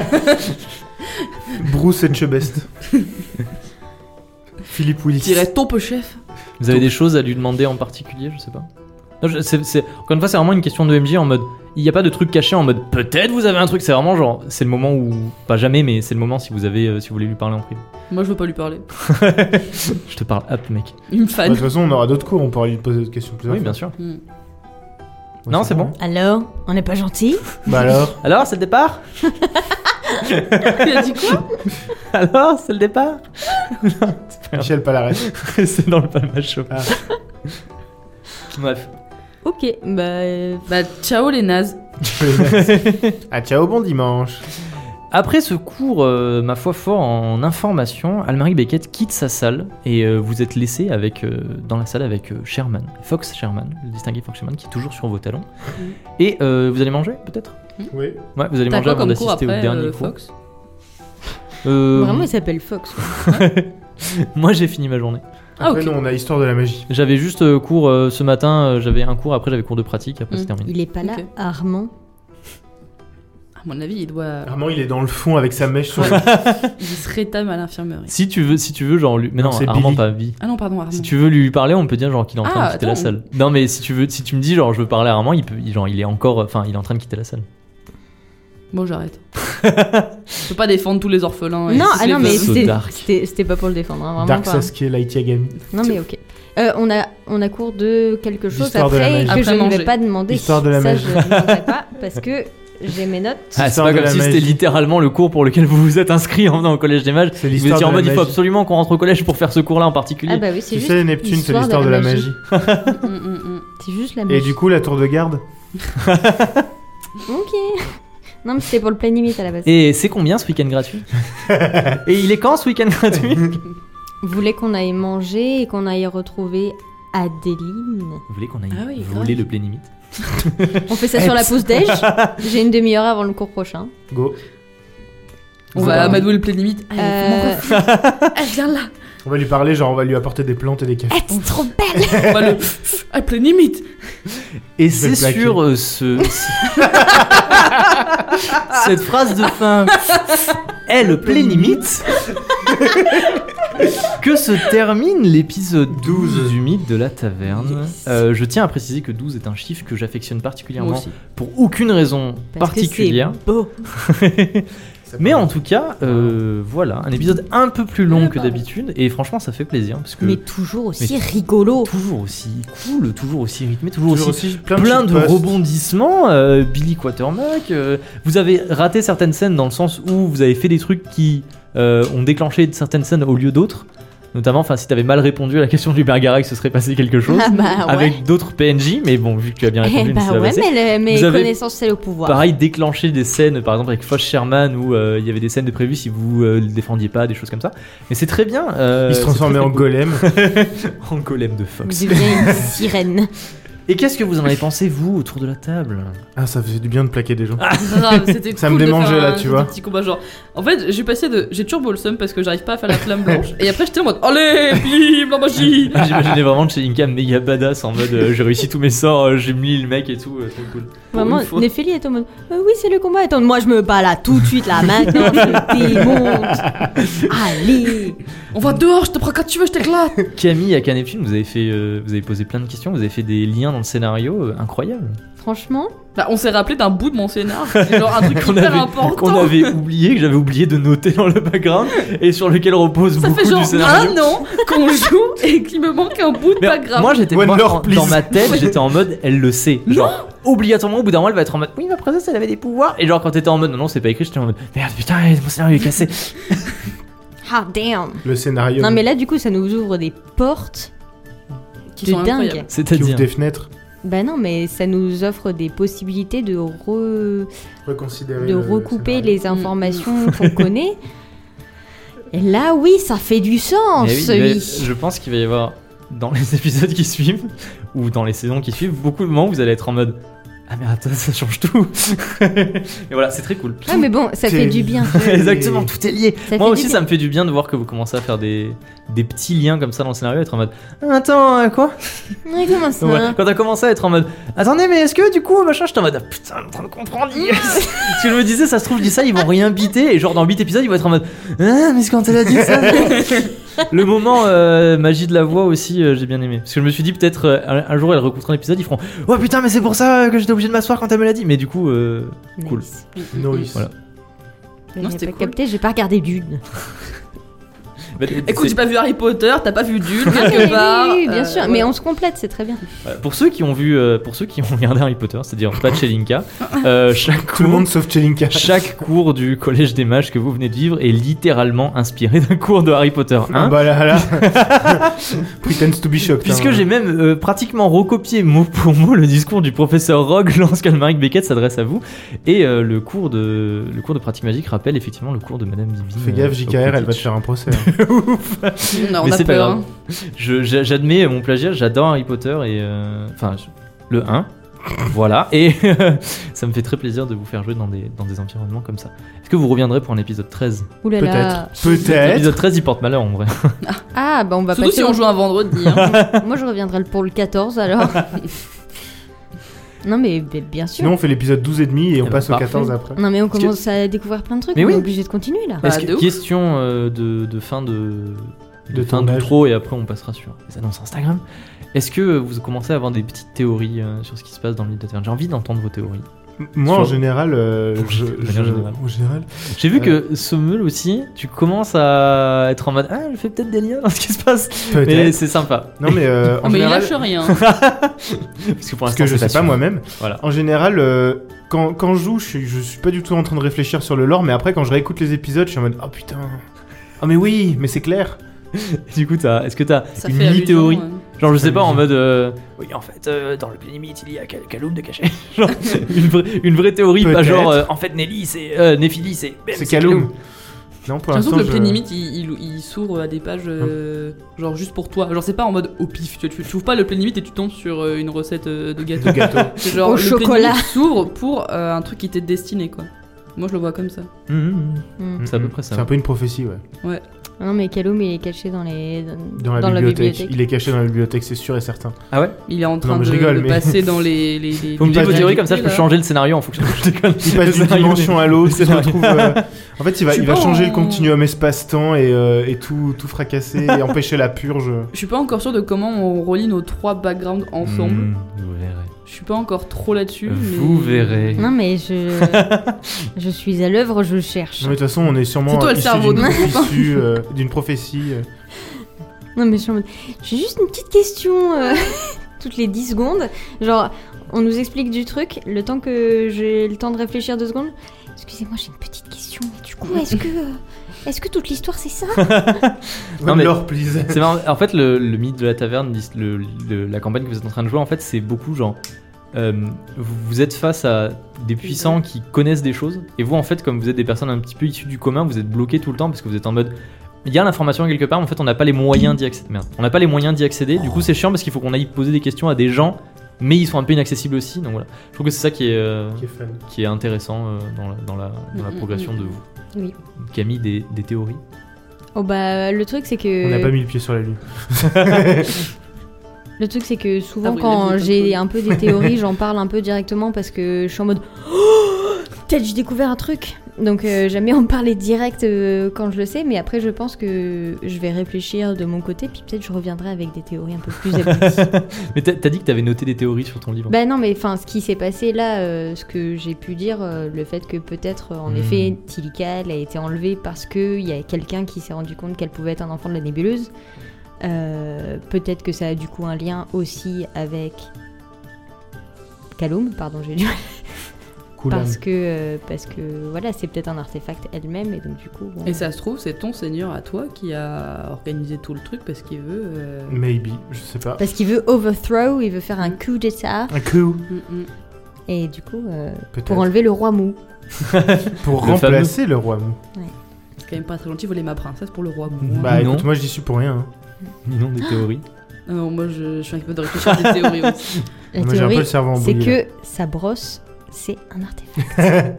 Bruce Etchebest. Philippe Willis. Tiret ton peu chef Vous avez des choses à lui demander en particulier Je sais pas. Non, je- c'est- c'est- encore une fois, c'est vraiment une question de MJ en mode. Il n'y a pas de truc caché en mode peut-être vous avez un truc. C'est vraiment genre. C'est le moment où. Pas jamais, mais c'est le moment si vous, avez, euh, si vous voulez lui parler en privé. Moi, je veux pas lui parler. Je te parle up, mec. Il me Bah, De fan. toute façon, on aura d'autres cours, on pourra lui poser d'autres questions plusieurs Oui, bien sûr. fois. Hmm. Ouais, Non, c'est bon. Alors, on n'est pas gentil Bah alors Alors, c'est le départ Il a dit quoi Alors, c'est le départ Michel Palares. c'est dans le palmarès chaud. Ah. Bref. Ok, bah. euh, Bah, ciao les nazes. ah, ciao, bon dimanche. Après ce cours, euh, ma foi fort en information, Almari Beckett quitte sa salle et euh, vous êtes laissé avec, euh, dans la salle avec euh, Sherman, Fox Sherman, le distingué Fox Sherman qui est toujours sur vos talons. Mhm. Et euh, vous allez manger peut-être Oui. Ouais, vous allez T'as manger quoi avant comme cours d'assister après au dernier euh, cours. Fox Euh, Vraiment, il s'appelle Fox. quoi. moi j'ai fini ma journée. Ah, Après, ok. nous, on a histoire de la magie. J'avais juste euh, cours euh, ce matin, euh, j'avais un cours, après j'avais cours de pratique, après Mhm. c'est terminé. Il est pas là, Ok. Armand. À mon avis, il doit. Armand, il est dans le fond avec sa mèche sur Ouais. le. Ah. Il se rétame à l'infirmerie. Si tu veux, si tu veux genre lui... Mais non, Non, c'est Armand Billy. pas vie. Ah non, pardon, Armand. Si tu veux lui parler, on peut dire genre qu'il est en train Ah, de quitter la attends. salle. Non mais si tu veux, si tu me dis genre je veux parler à Armand, il peut, il- genre il est encore, enfin il est en train de quitter la salle. Bon, j'arrête. je peux pas défendre tous les orphelins. et non, tous ah les non, mais vases. veuves. c'était- So dark. c'était c'était pas pour le défendre, hein, vraiment Dark pas. Sasuke, Light Yagami. Ah, Non, mais ok. Euh, on, a, on a cours de quelque chose L'histoire de la après magie. que Après je ne manger. vais pas demander. L'histoire de la Ça, magie. je ne demanderai pas parce que j'ai mes notes. Ah, c'est Histoire pas de comme la si magie. c'était littéralement le cours pour lequel vous vous êtes inscrit en venant au collège des mages. C'est Vous l'histoire étiez de en la mode il faut magie. absolument qu'on rentre au collège pour faire ce cours-là en particulier. Ah bah oui, c'est Tu juste, sais, Neptune, c'est l'histoire de la magie. Hum, hum, hum. c'est juste la Et magie. du coup, la tour de garde Ok. Non, mais c'était pour le plein limite à la base. Et c'est combien ce week-end gratuit Et il est quand ce week-end gratuit Vous voulez qu'on aille manger et qu'on aille retrouver Adeline Vous voulez qu'on aille Ah oui, Vous grave. voulez le plein limite On fait ça sur la pause déj. J'ai une demi-heure avant le cours prochain. Go. On Vous va avez- à Madoué le plein limite. Allez, Euh, Elle vient là. On va lui parler, genre, on va lui apporter des plantes et des cafés. Eh, t'es trop belle On va le. À pleine limite. Et Je vais c'est plaquer. sur euh, ce. Cette phrase de fin est le plein limite que se termine l'épisode 12 du mythe de la taverne. Yes. Euh, je tiens à préciser que 12 est un chiffre que j'affectionne Moi particulièrement aussi. pour aucune raison Parce que c'est particulière. beau. Eh, Mais en tout cas, euh, voilà, un épisode un peu plus long que d'habitude, et franchement, ça fait plaisir, parce que Mais toujours aussi Mais- rigolo. toujours aussi cool, toujours aussi rythmé, toujours, Toujours aussi aussi plein de, plein petites de postes. rebondissements, euh, Billy Quatermack. euh, vous avez raté certaines scènes dans le sens où vous avez fait des trucs qui euh, ont déclenché certaines scènes au lieu d'autres. Notamment, enfin, si t'avais mal répondu à la question du Bergarac, ce serait passé quelque chose. Ah bah ouais. Avec d'autres PNJ, mais bon, vu que tu as bien répondu, Eh ne s'est bah pas ouais, passé. mais le- mes Vous avez- connaissances, c'est le pouvoir. Pareil, déclencher des scènes, par exemple avec Foch Sherman, où euh, il y avait des scènes de prévues si vous euh, le défendiez pas, des choses comme ça. Mais c'est très bien. euh, Il se c'est transformait très, en très golem. cool. en golem de Fox. Vous devenez une sirène. Et qu'est-ce que vous en avez pensé, vous, autour de la table Ah, ça faisait du bien de plaquer des gens. Ah. Ah, Grave, c'était Ça cool me de démangeait, faire là, un- tu vois. un petit combat genre. En fait, j'ai passé de j'ai turbo le seum parce que j'arrive pas à faire la flamme blanche et après j'étais en mode allez, bim, la magie. J'imaginais vraiment chez Inca méga badass en mode euh, j'ai réussi tous mes sorts, euh, j'ai mis le mec et tout, euh, trop cool. Pour Vraiment, une fois. Néphélie est en mode Euh, Oui, c'est le combat. Attends, moi je me bats là tout de suite, là, maintenant, je démonte. Allez On va dehors, je te prends quand tu veux, je t'éclate. Camille à Caneptune, vous avez fait, euh, vous avez posé plein de questions, vous avez fait des liens dans le scénario euh, incroyables Franchement, Bah, on s'est rappelé d'un bout de mon scénar, genre un truc qu'on hyper avait, important. qu'on avait oublié, que j'avais oublié de noter dans le background et sur lequel repose Ça beaucoup fait genre du scénario. un an qu'on joue et qu'il me manque un bout de Mais pas grave. moi j'étais One moi, more, en- please. dans ma tête, j'étais en mode elle le sait. Genre obligatoirement au bout d'un moment elle va être en mode oui ma princesse elle avait des pouvoirs et genre quand t'étais en mode non non c'est pas écrit j'étais en mode merde putain mon scénario est cassé. ah damn Le scénario. Non, mais là, du coup, ça nous ouvre des portes Qui de sont dingue. incroyables. Qui ouvre C'est-à-dire des fenêtres. Bah non, mais ça nous offre des possibilités de, re- Reconsidérer. de le recouper scénario. les informations qu'on connaît. Et là, oui, ça fait du sens, Mais oui, oui. mais je pense qu'il va y avoir dans les épisodes qui suivent ou dans les saisons qui suivent beaucoup de moments où vous allez être en mode ah merde attends, ça change tout. Et voilà c'est très cool. Ouais, Ah, mais bon, ça fait C'est- du bien. Exactement tout est lié. Ça Moi fait aussi du ça me fait du bien de voir que vous commencez à faire des, des petits liens comme ça dans le scénario être en mode Ah, attends euh, quoi bien. Ouais, comment ça Donc voilà, quand t'as commencé à être en mode attendez mais est-ce que du coup machin j'étais en mode Ah, putain en train de comprendre yes. Parce que je me disais ça se trouve je dis ça ils vont rien biter et genre dans 8 épisodes ils vont être en mode ah mais quand elle a dit ça le moment euh, magie de la voix aussi euh, j'ai bien aimé parce que je me suis dit peut-être euh, un, un jour elle recoupera un épisode ils feront ouais putain mais c'est pour ça euh, que j'étais obligé de m'asseoir quand elle me l'a dit mais du coup euh, Cool. Nice. Noise. Voilà. J'ai Non, pas c'était cool. capté, j'ai pas regardé Dune. bah, Écoute, j'ai c'est- pas vu Harry Potter, t'as pas vu Dune Ah, quelque oui, part. oui, oui, bien euh, sûr, mais voilà. on se complète, c'est très bien. voilà, pour ceux qui ont vu euh, pour ceux qui ont regardé Harry Potter c'est-à-dire pas de chez Linka euh, chaque Tout le cours- monde sauf Chelinka. Chaque cours du collège des mages que vous venez de vivre est littéralement inspiré d'un cours de Harry Potter 1. Ah bah là là. Pretends to be shocked. hein Puisque hein. j'ai même euh, pratiquement recopié mot pour mot le discours du professeur Rogue lorsque Maric Beckett s'adresse à vous. Et euh, le, cours de, le cours de pratique magique rappelle effectivement le cours de Madame Bibi. Fais euh, gaffe, au JKR, elle va te Quidditch. faire un procès. hein. Non, on Mais a c'est pas peur, grave. hein. Je- j'a- J'admets mon plagiat, j'adore Harry Potter et. euh, Enfin, je- le 1. voilà. Et ça me fait très plaisir de vous faire jouer dans des, dans des environnements comme ça. Est-ce que vous reviendrez pour un épisode 13 Ouh là là. Peut-être. Peut-être. L'épisode 13 il porte malheur en vrai. Ah, bah on va Surtout passer. si on au- joue un vendredi. hein. Moi je reviendrai pour le 14 alors. non, mais b- bien sûr. Sinon, on fait l'épisode 12 et demi et on Eh passe ben, au 14 après. Non, mais on Parce que- commence à découvrir plein de trucs, Mais on oui. est obligé de continuer là. Bah, Est-ce que- de ouf. question euh, de, de fin de, de, De fin tournage. d'outro et après on passera sur les annonces Instagram. Est-ce que vous commencez à avoir des petites théories euh, sur ce qui se passe dans l'île d'Aterne J'ai envie d'entendre vos théories. M- Moi, en Sur- général, euh, Pour- je, de manière je- générale. en général, J'ai Euh. vu que Sommel aussi, tu commences à être en mode Ah, elle fait peut-être des liens dans ce qui se passe. Mais peut-être. c'est sympa. Non mais euh, en mais il général, lâche rien. Parce que pour parce l'instant, que je c'est sais pas sûr. moi-même. Voilà. En général, euh, quand, quand je joue, je suis, je suis pas du tout en train de réfléchir sur le lore, mais après quand je réécoute les épisodes, je suis en mode oh putain. Ah mais oui, mais c'est clair. Du coup, t'as- est-ce que t'as Ça une fait allusion, mini-théorie euh. Genre, je sais pas, en Allusion. mode. euh, oui, en fait, euh, dans le Play limite, il y a Cal- Calum de cachet. Genre, une, vraie, une vraie théorie, pas Peut-être. genre, euh, en fait, Nelly, c'est. euh, Néphili, c'est. C'est Kaloum. Non pour J'ai l'impression l'instant. que le je- Play Limit, il, il- il s'ouvre à des pages euh, genre juste pour toi. Genre c'est pas en mode au pif. Tu, tu, tu ouvres pas le Play Limit et tu tombes sur euh, une recette euh, de gâteau. de gâteau. C'est genre Au le Play chocolat. Limit s'ouvre pour euh, un truc qui t'est destiné quoi. Moi je le vois comme ça. Hum, hum, hum. Mm. C'est à peu près ça. C'est un peu une prophétie, ouais. Non, mais Caloum il est caché dans, les... dans, Dans la, bibliothèque. il est caché dans la bibliothèque, c'est sûr et certain. Ah ouais Il est en train mais je de, rigole, de mais- passer dans les. les, les- Faut me les dire vos pages théories, comme ça je peux là. changer le scénario en fonction de je déconne. Il passe d'une Le scénario dimension à l'autre, il se scénario. retrouve. euh, En fait, il va, Je il suis va pas changer en- le continuum espace-temps et, euh, et tout, tout fracasser et empêcher la purge. Je suis pas encore sûr de comment on relie nos trois backgrounds ensemble. Mmh, vous verrez. Euh, Je Je suis pas encore trop là-dessus. mais- Vous verrez. Non, mais je. je suis à l'œuvre, je cherche. Non, mais de toute façon, on est sûrement C'est toi le issus cerveau d'une de mon copain. issue, euh, d'une prophétie. euh. Non, mais je suis en mode- J'ai juste une petite question euh, toutes les 10 secondes. Genre, on nous explique du truc, le temps que j'ai le temps de réfléchir deux secondes. Excusez-moi, j'ai une petite question. Mais du coup, est-ce que. euh, Est-ce que toute l'histoire c'est ça Non, mais- Lore, please. C'est marrant. En fait, le, le mythe de la taverne, l'his- le- le- la campagne que vous êtes en train de jouer, en fait, c'est beaucoup genre. euh, vous, vous êtes face à des puissants qui connaissent des choses, et vous, en fait, comme vous êtes des personnes un petit peu issues du commun, vous êtes bloqués tout le temps parce que vous êtes en mode. Il y a l'information quelque part, mais en fait, on n'a pas les moyens d'y accéder. Merde. On n'a pas les moyens d'y accéder, du coup, c'est chiant parce qu'il faut qu'on aille poser des questions à des gens, mais ils sont un peu inaccessibles aussi, donc voilà. Je trouve que c'est ça qui est, euh, Qui est fan. qui est intéressant euh, dans, la, dans la- dans la Mm, mm, progression mm. de vous. Oui. Camille, des, des théories Oh bah, le truc c'est que. On n'a pas mis le pied sur la lune. Le truc, c'est que souvent, Ah oui, la vie quand est j'ai folle. un peu des théories, j'en parle un peu directement parce que je suis en mode Oh Peut-être j'ai découvert un truc Donc, euh, jamais en parler direct euh, quand je le sais, mais après, je pense que je vais réfléchir de mon côté, puis peut-être je reviendrai avec des théories un peu plus abouties. Mais t'as t'as dit que t'avais noté des théories sur ton livre. bah, non, mais enfin, ce qui s'est passé là, euh, ce que j'ai pu dire, euh, le fait que peut-être, euh, en Hmm. effet, Tilika elle a été enlevée parce qu'il y a quelqu'un qui s'est rendu compte qu'elle pouvait être un enfant de la nébuleuse. Euh, peut-être que ça a du coup un lien aussi avec Kaloum, pardon, j'ai dû Cool. parce que euh, parce que voilà, c'est peut-être un artefact elle-même et donc du coup. bon. Et ça se trouve, c'est ton seigneur à toi qui a organisé tout le truc parce qu'il veut. euh, Maybe, je sais pas. Hmm. Parce qu'il veut overthrow, il veut faire un coup d'état Un coup, mm, mm. et du coup euh, peut-être. pour enlever le roi mou. Pour Le remplacer le roi mou. C'est quand même pas très gentil, voler ma princesse pour le roi. Bah Non. écoute, moi j'y suis pour rien. hein. Non, des théories. Ah, Non, moi je, je suis un peu de réfléchir à des théories aussi. La moi j'ai un peu théorie, le cerveau en c'est bouillie, que sa brosse, c'est un artefact.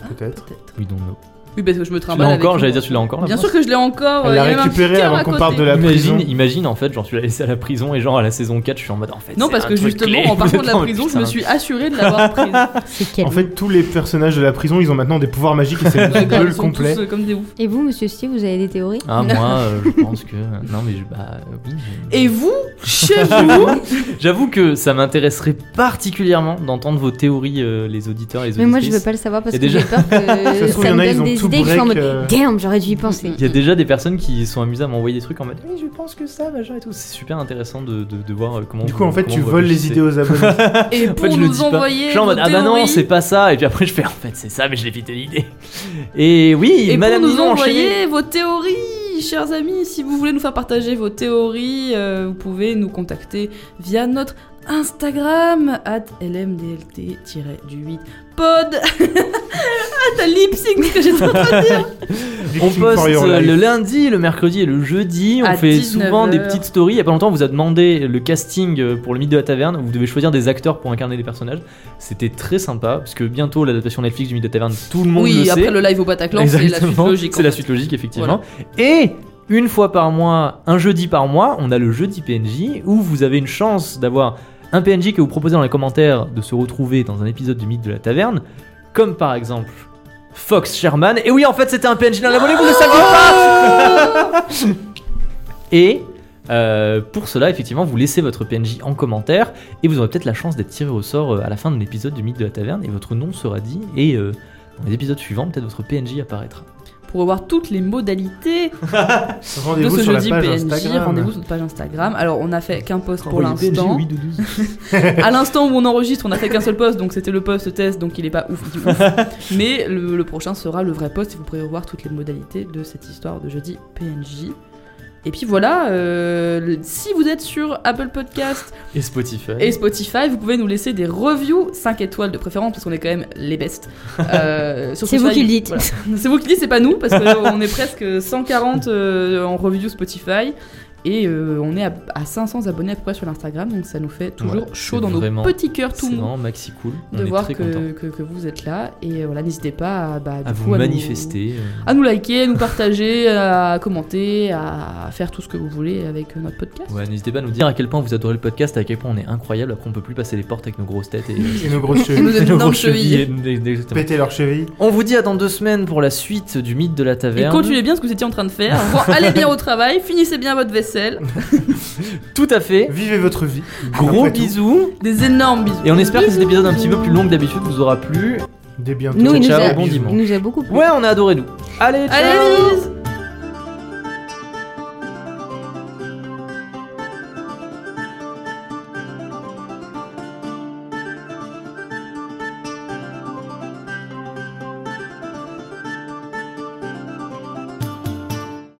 Ah, Peut-être. Oui, don't know. Oui, parce que je me Tu trimballe. l'as bah, avec encore, une- j'allais dire, tu l'as encore là Bien sûr que je l'ai encore. Elle euh, l'a il y avait un petit récupéré cœur avant à qu'on côté. parle de la Imagine, prison. imagine en fait, genre tu l'as laissé à la prison et genre à la saison 4, je suis en mode en fait. Non, c'est parce un que truc justement, clé. en partant de la Non, prison, je putain. me suis assurée de l'avoir prise. C'est quel En fait, tous les personnages de la prison, ils ont maintenant des pouvoirs magiques et c'est Ouais, le quand bleu ils sont complet. tous, euh, comme des oufs. Et vous, monsieur Steve, vous avez des théories Ah, moi, euh, je pense que. Non, mais je- bah, euh, oui. je- Et vous, chez vous J'avoue que ça m'intéresserait particulièrement d'entendre vos théories, euh, les auditeurs et les Mais auditrices. moi, je veux pas le savoir parce Et que déjà- j'ai peur que Ça se trouve, il y ça en a, me ils ont donne des tout idées que je suis en break, mode euh, Damn, j'aurais dû y penser. Il y a déjà des personnes qui sont amusées à m'envoyer des trucs en mode Oui, je pense que ça, machin et tout. C'est super intéressant de, de- de voir euh, comment. Du vous- coup, en fait, comment tu vous voles les réfléchissez. idées aux abonnés. Et En fait, pour je le dis nous pas. envoyer. Je suis en mode vos ah bah non, théories, c'est pas ça. Et puis après, je fais en fait, c'est ça, mais je l'ai vite l'idée. Et oui, Et madame pour nous Nison, enchaînez. envoyer vos théories, chers amis, si vous voulez nous faire partager vos théories, euh, vous pouvez nous contacter via notre Instagram at lmdlt-du8 pod. ah, t'as lip sync ce que j'étais en train de dire. On Victime poste for your euh, life. le lundi, le mercredi et le jeudi. On À fait 19 souvent des heures. petites stories. Il y a pas longtemps, on vous a demandé le casting euh, pour le mythe de la taverne. Vous devez choisir des acteurs pour incarner les personnages. C'était très sympa parce que bientôt l'adaptation Netflix du mythe de la taverne, tout le monde Oui, le après sait. le live au Bataclan, c'est la suite Exactement. logique. en C'est la fait. suite logique, effectivement. Et une fois par mois, un jeudi par mois, on a le jeudi PNJ où vous avez une chance d'avoir un PNJ que vous proposez dans les commentaires de se retrouver dans un épisode du mythe de la taverne, comme par exemple. Fox Sherman. Et oui, en fait, c'était un PNJ dans la volée, vous ne le saviez pas Et euh, pour cela, effectivement, vous laissez votre PNJ en commentaire et vous aurez peut-être la chance d'être tiré au sort euh, à la fin de l'épisode du mythe de la taverne et votre nom sera dit et euh, dans les épisodes suivants, peut-être votre PNJ apparaîtra. Pour voir toutes les modalités de Rendez-vous ce sur la jeudi page PNJ, rendez-vous Instagram. sur notre page Instagram. Alors, on a fait qu'un post pour l'instant. de 12. À l'instant où on enregistre, on a fait qu'un seul post, donc c'était le post test, donc il est pas ouf du ouf. Mais le, le prochain sera le vrai post et vous pourrez revoir toutes les modalités de cette histoire de jeudi PNJ. Et puis voilà, euh, le- si vous êtes sur Apple Podcast Et Spotify. et Spotify, vous pouvez nous laisser des reviews 5 étoiles de préférence parce qu'on est quand même les best. Euh, sur C'est vous Spotify, qui le dites. voilà. C'est vous qui le dites, c'est pas nous parce qu'on est presque 140 euh, en review Spotify. Et euh, on est à, à 500 abonnés à peu près sur l'Instagram, donc ça nous fait toujours Ouais, chaud c'est dans nos vraiment- petits cœurs tout C'est mous vraiment maxi cool. On de est voir très content. que, que, que vous êtes là. Et euh, voilà, n'hésitez pas à, bah, du À coup, vous à nous- manifester. euh, à nous liker, à nous partager, à commenter, à faire tout ce que vous voulez avec euh, notre podcast. Ouais, n'hésitez pas à nous dire à quel point vous adorez le podcast, à quel point on est incroyable. Après, on peut plus passer les portes avec nos grosses têtes et, euh, Et nos grosses Et chevilles. nos nos énormes grosses chevilles. chevilles. Exactement. Péter leurs chevilles. On vous dit à dans deux semaines pour la suite du mythe de la Et taverne. continuez bien ce que vous étiez en train de faire. Bon, allez bien au travail, finissez bien votre Bruxelles. Tout à fait. Vivez votre vie. Gros Après tout, bisous. Des énormes bisous. Et on espère que cet épisode un petit peu plus long que d'habitude vous aura plu. Dès bientôt. Nous, il nous Ciao, a, bon il dimanche. nous a beaucoup plu. Ouais, on a adoré nous. Allez, ciao Allez, bisous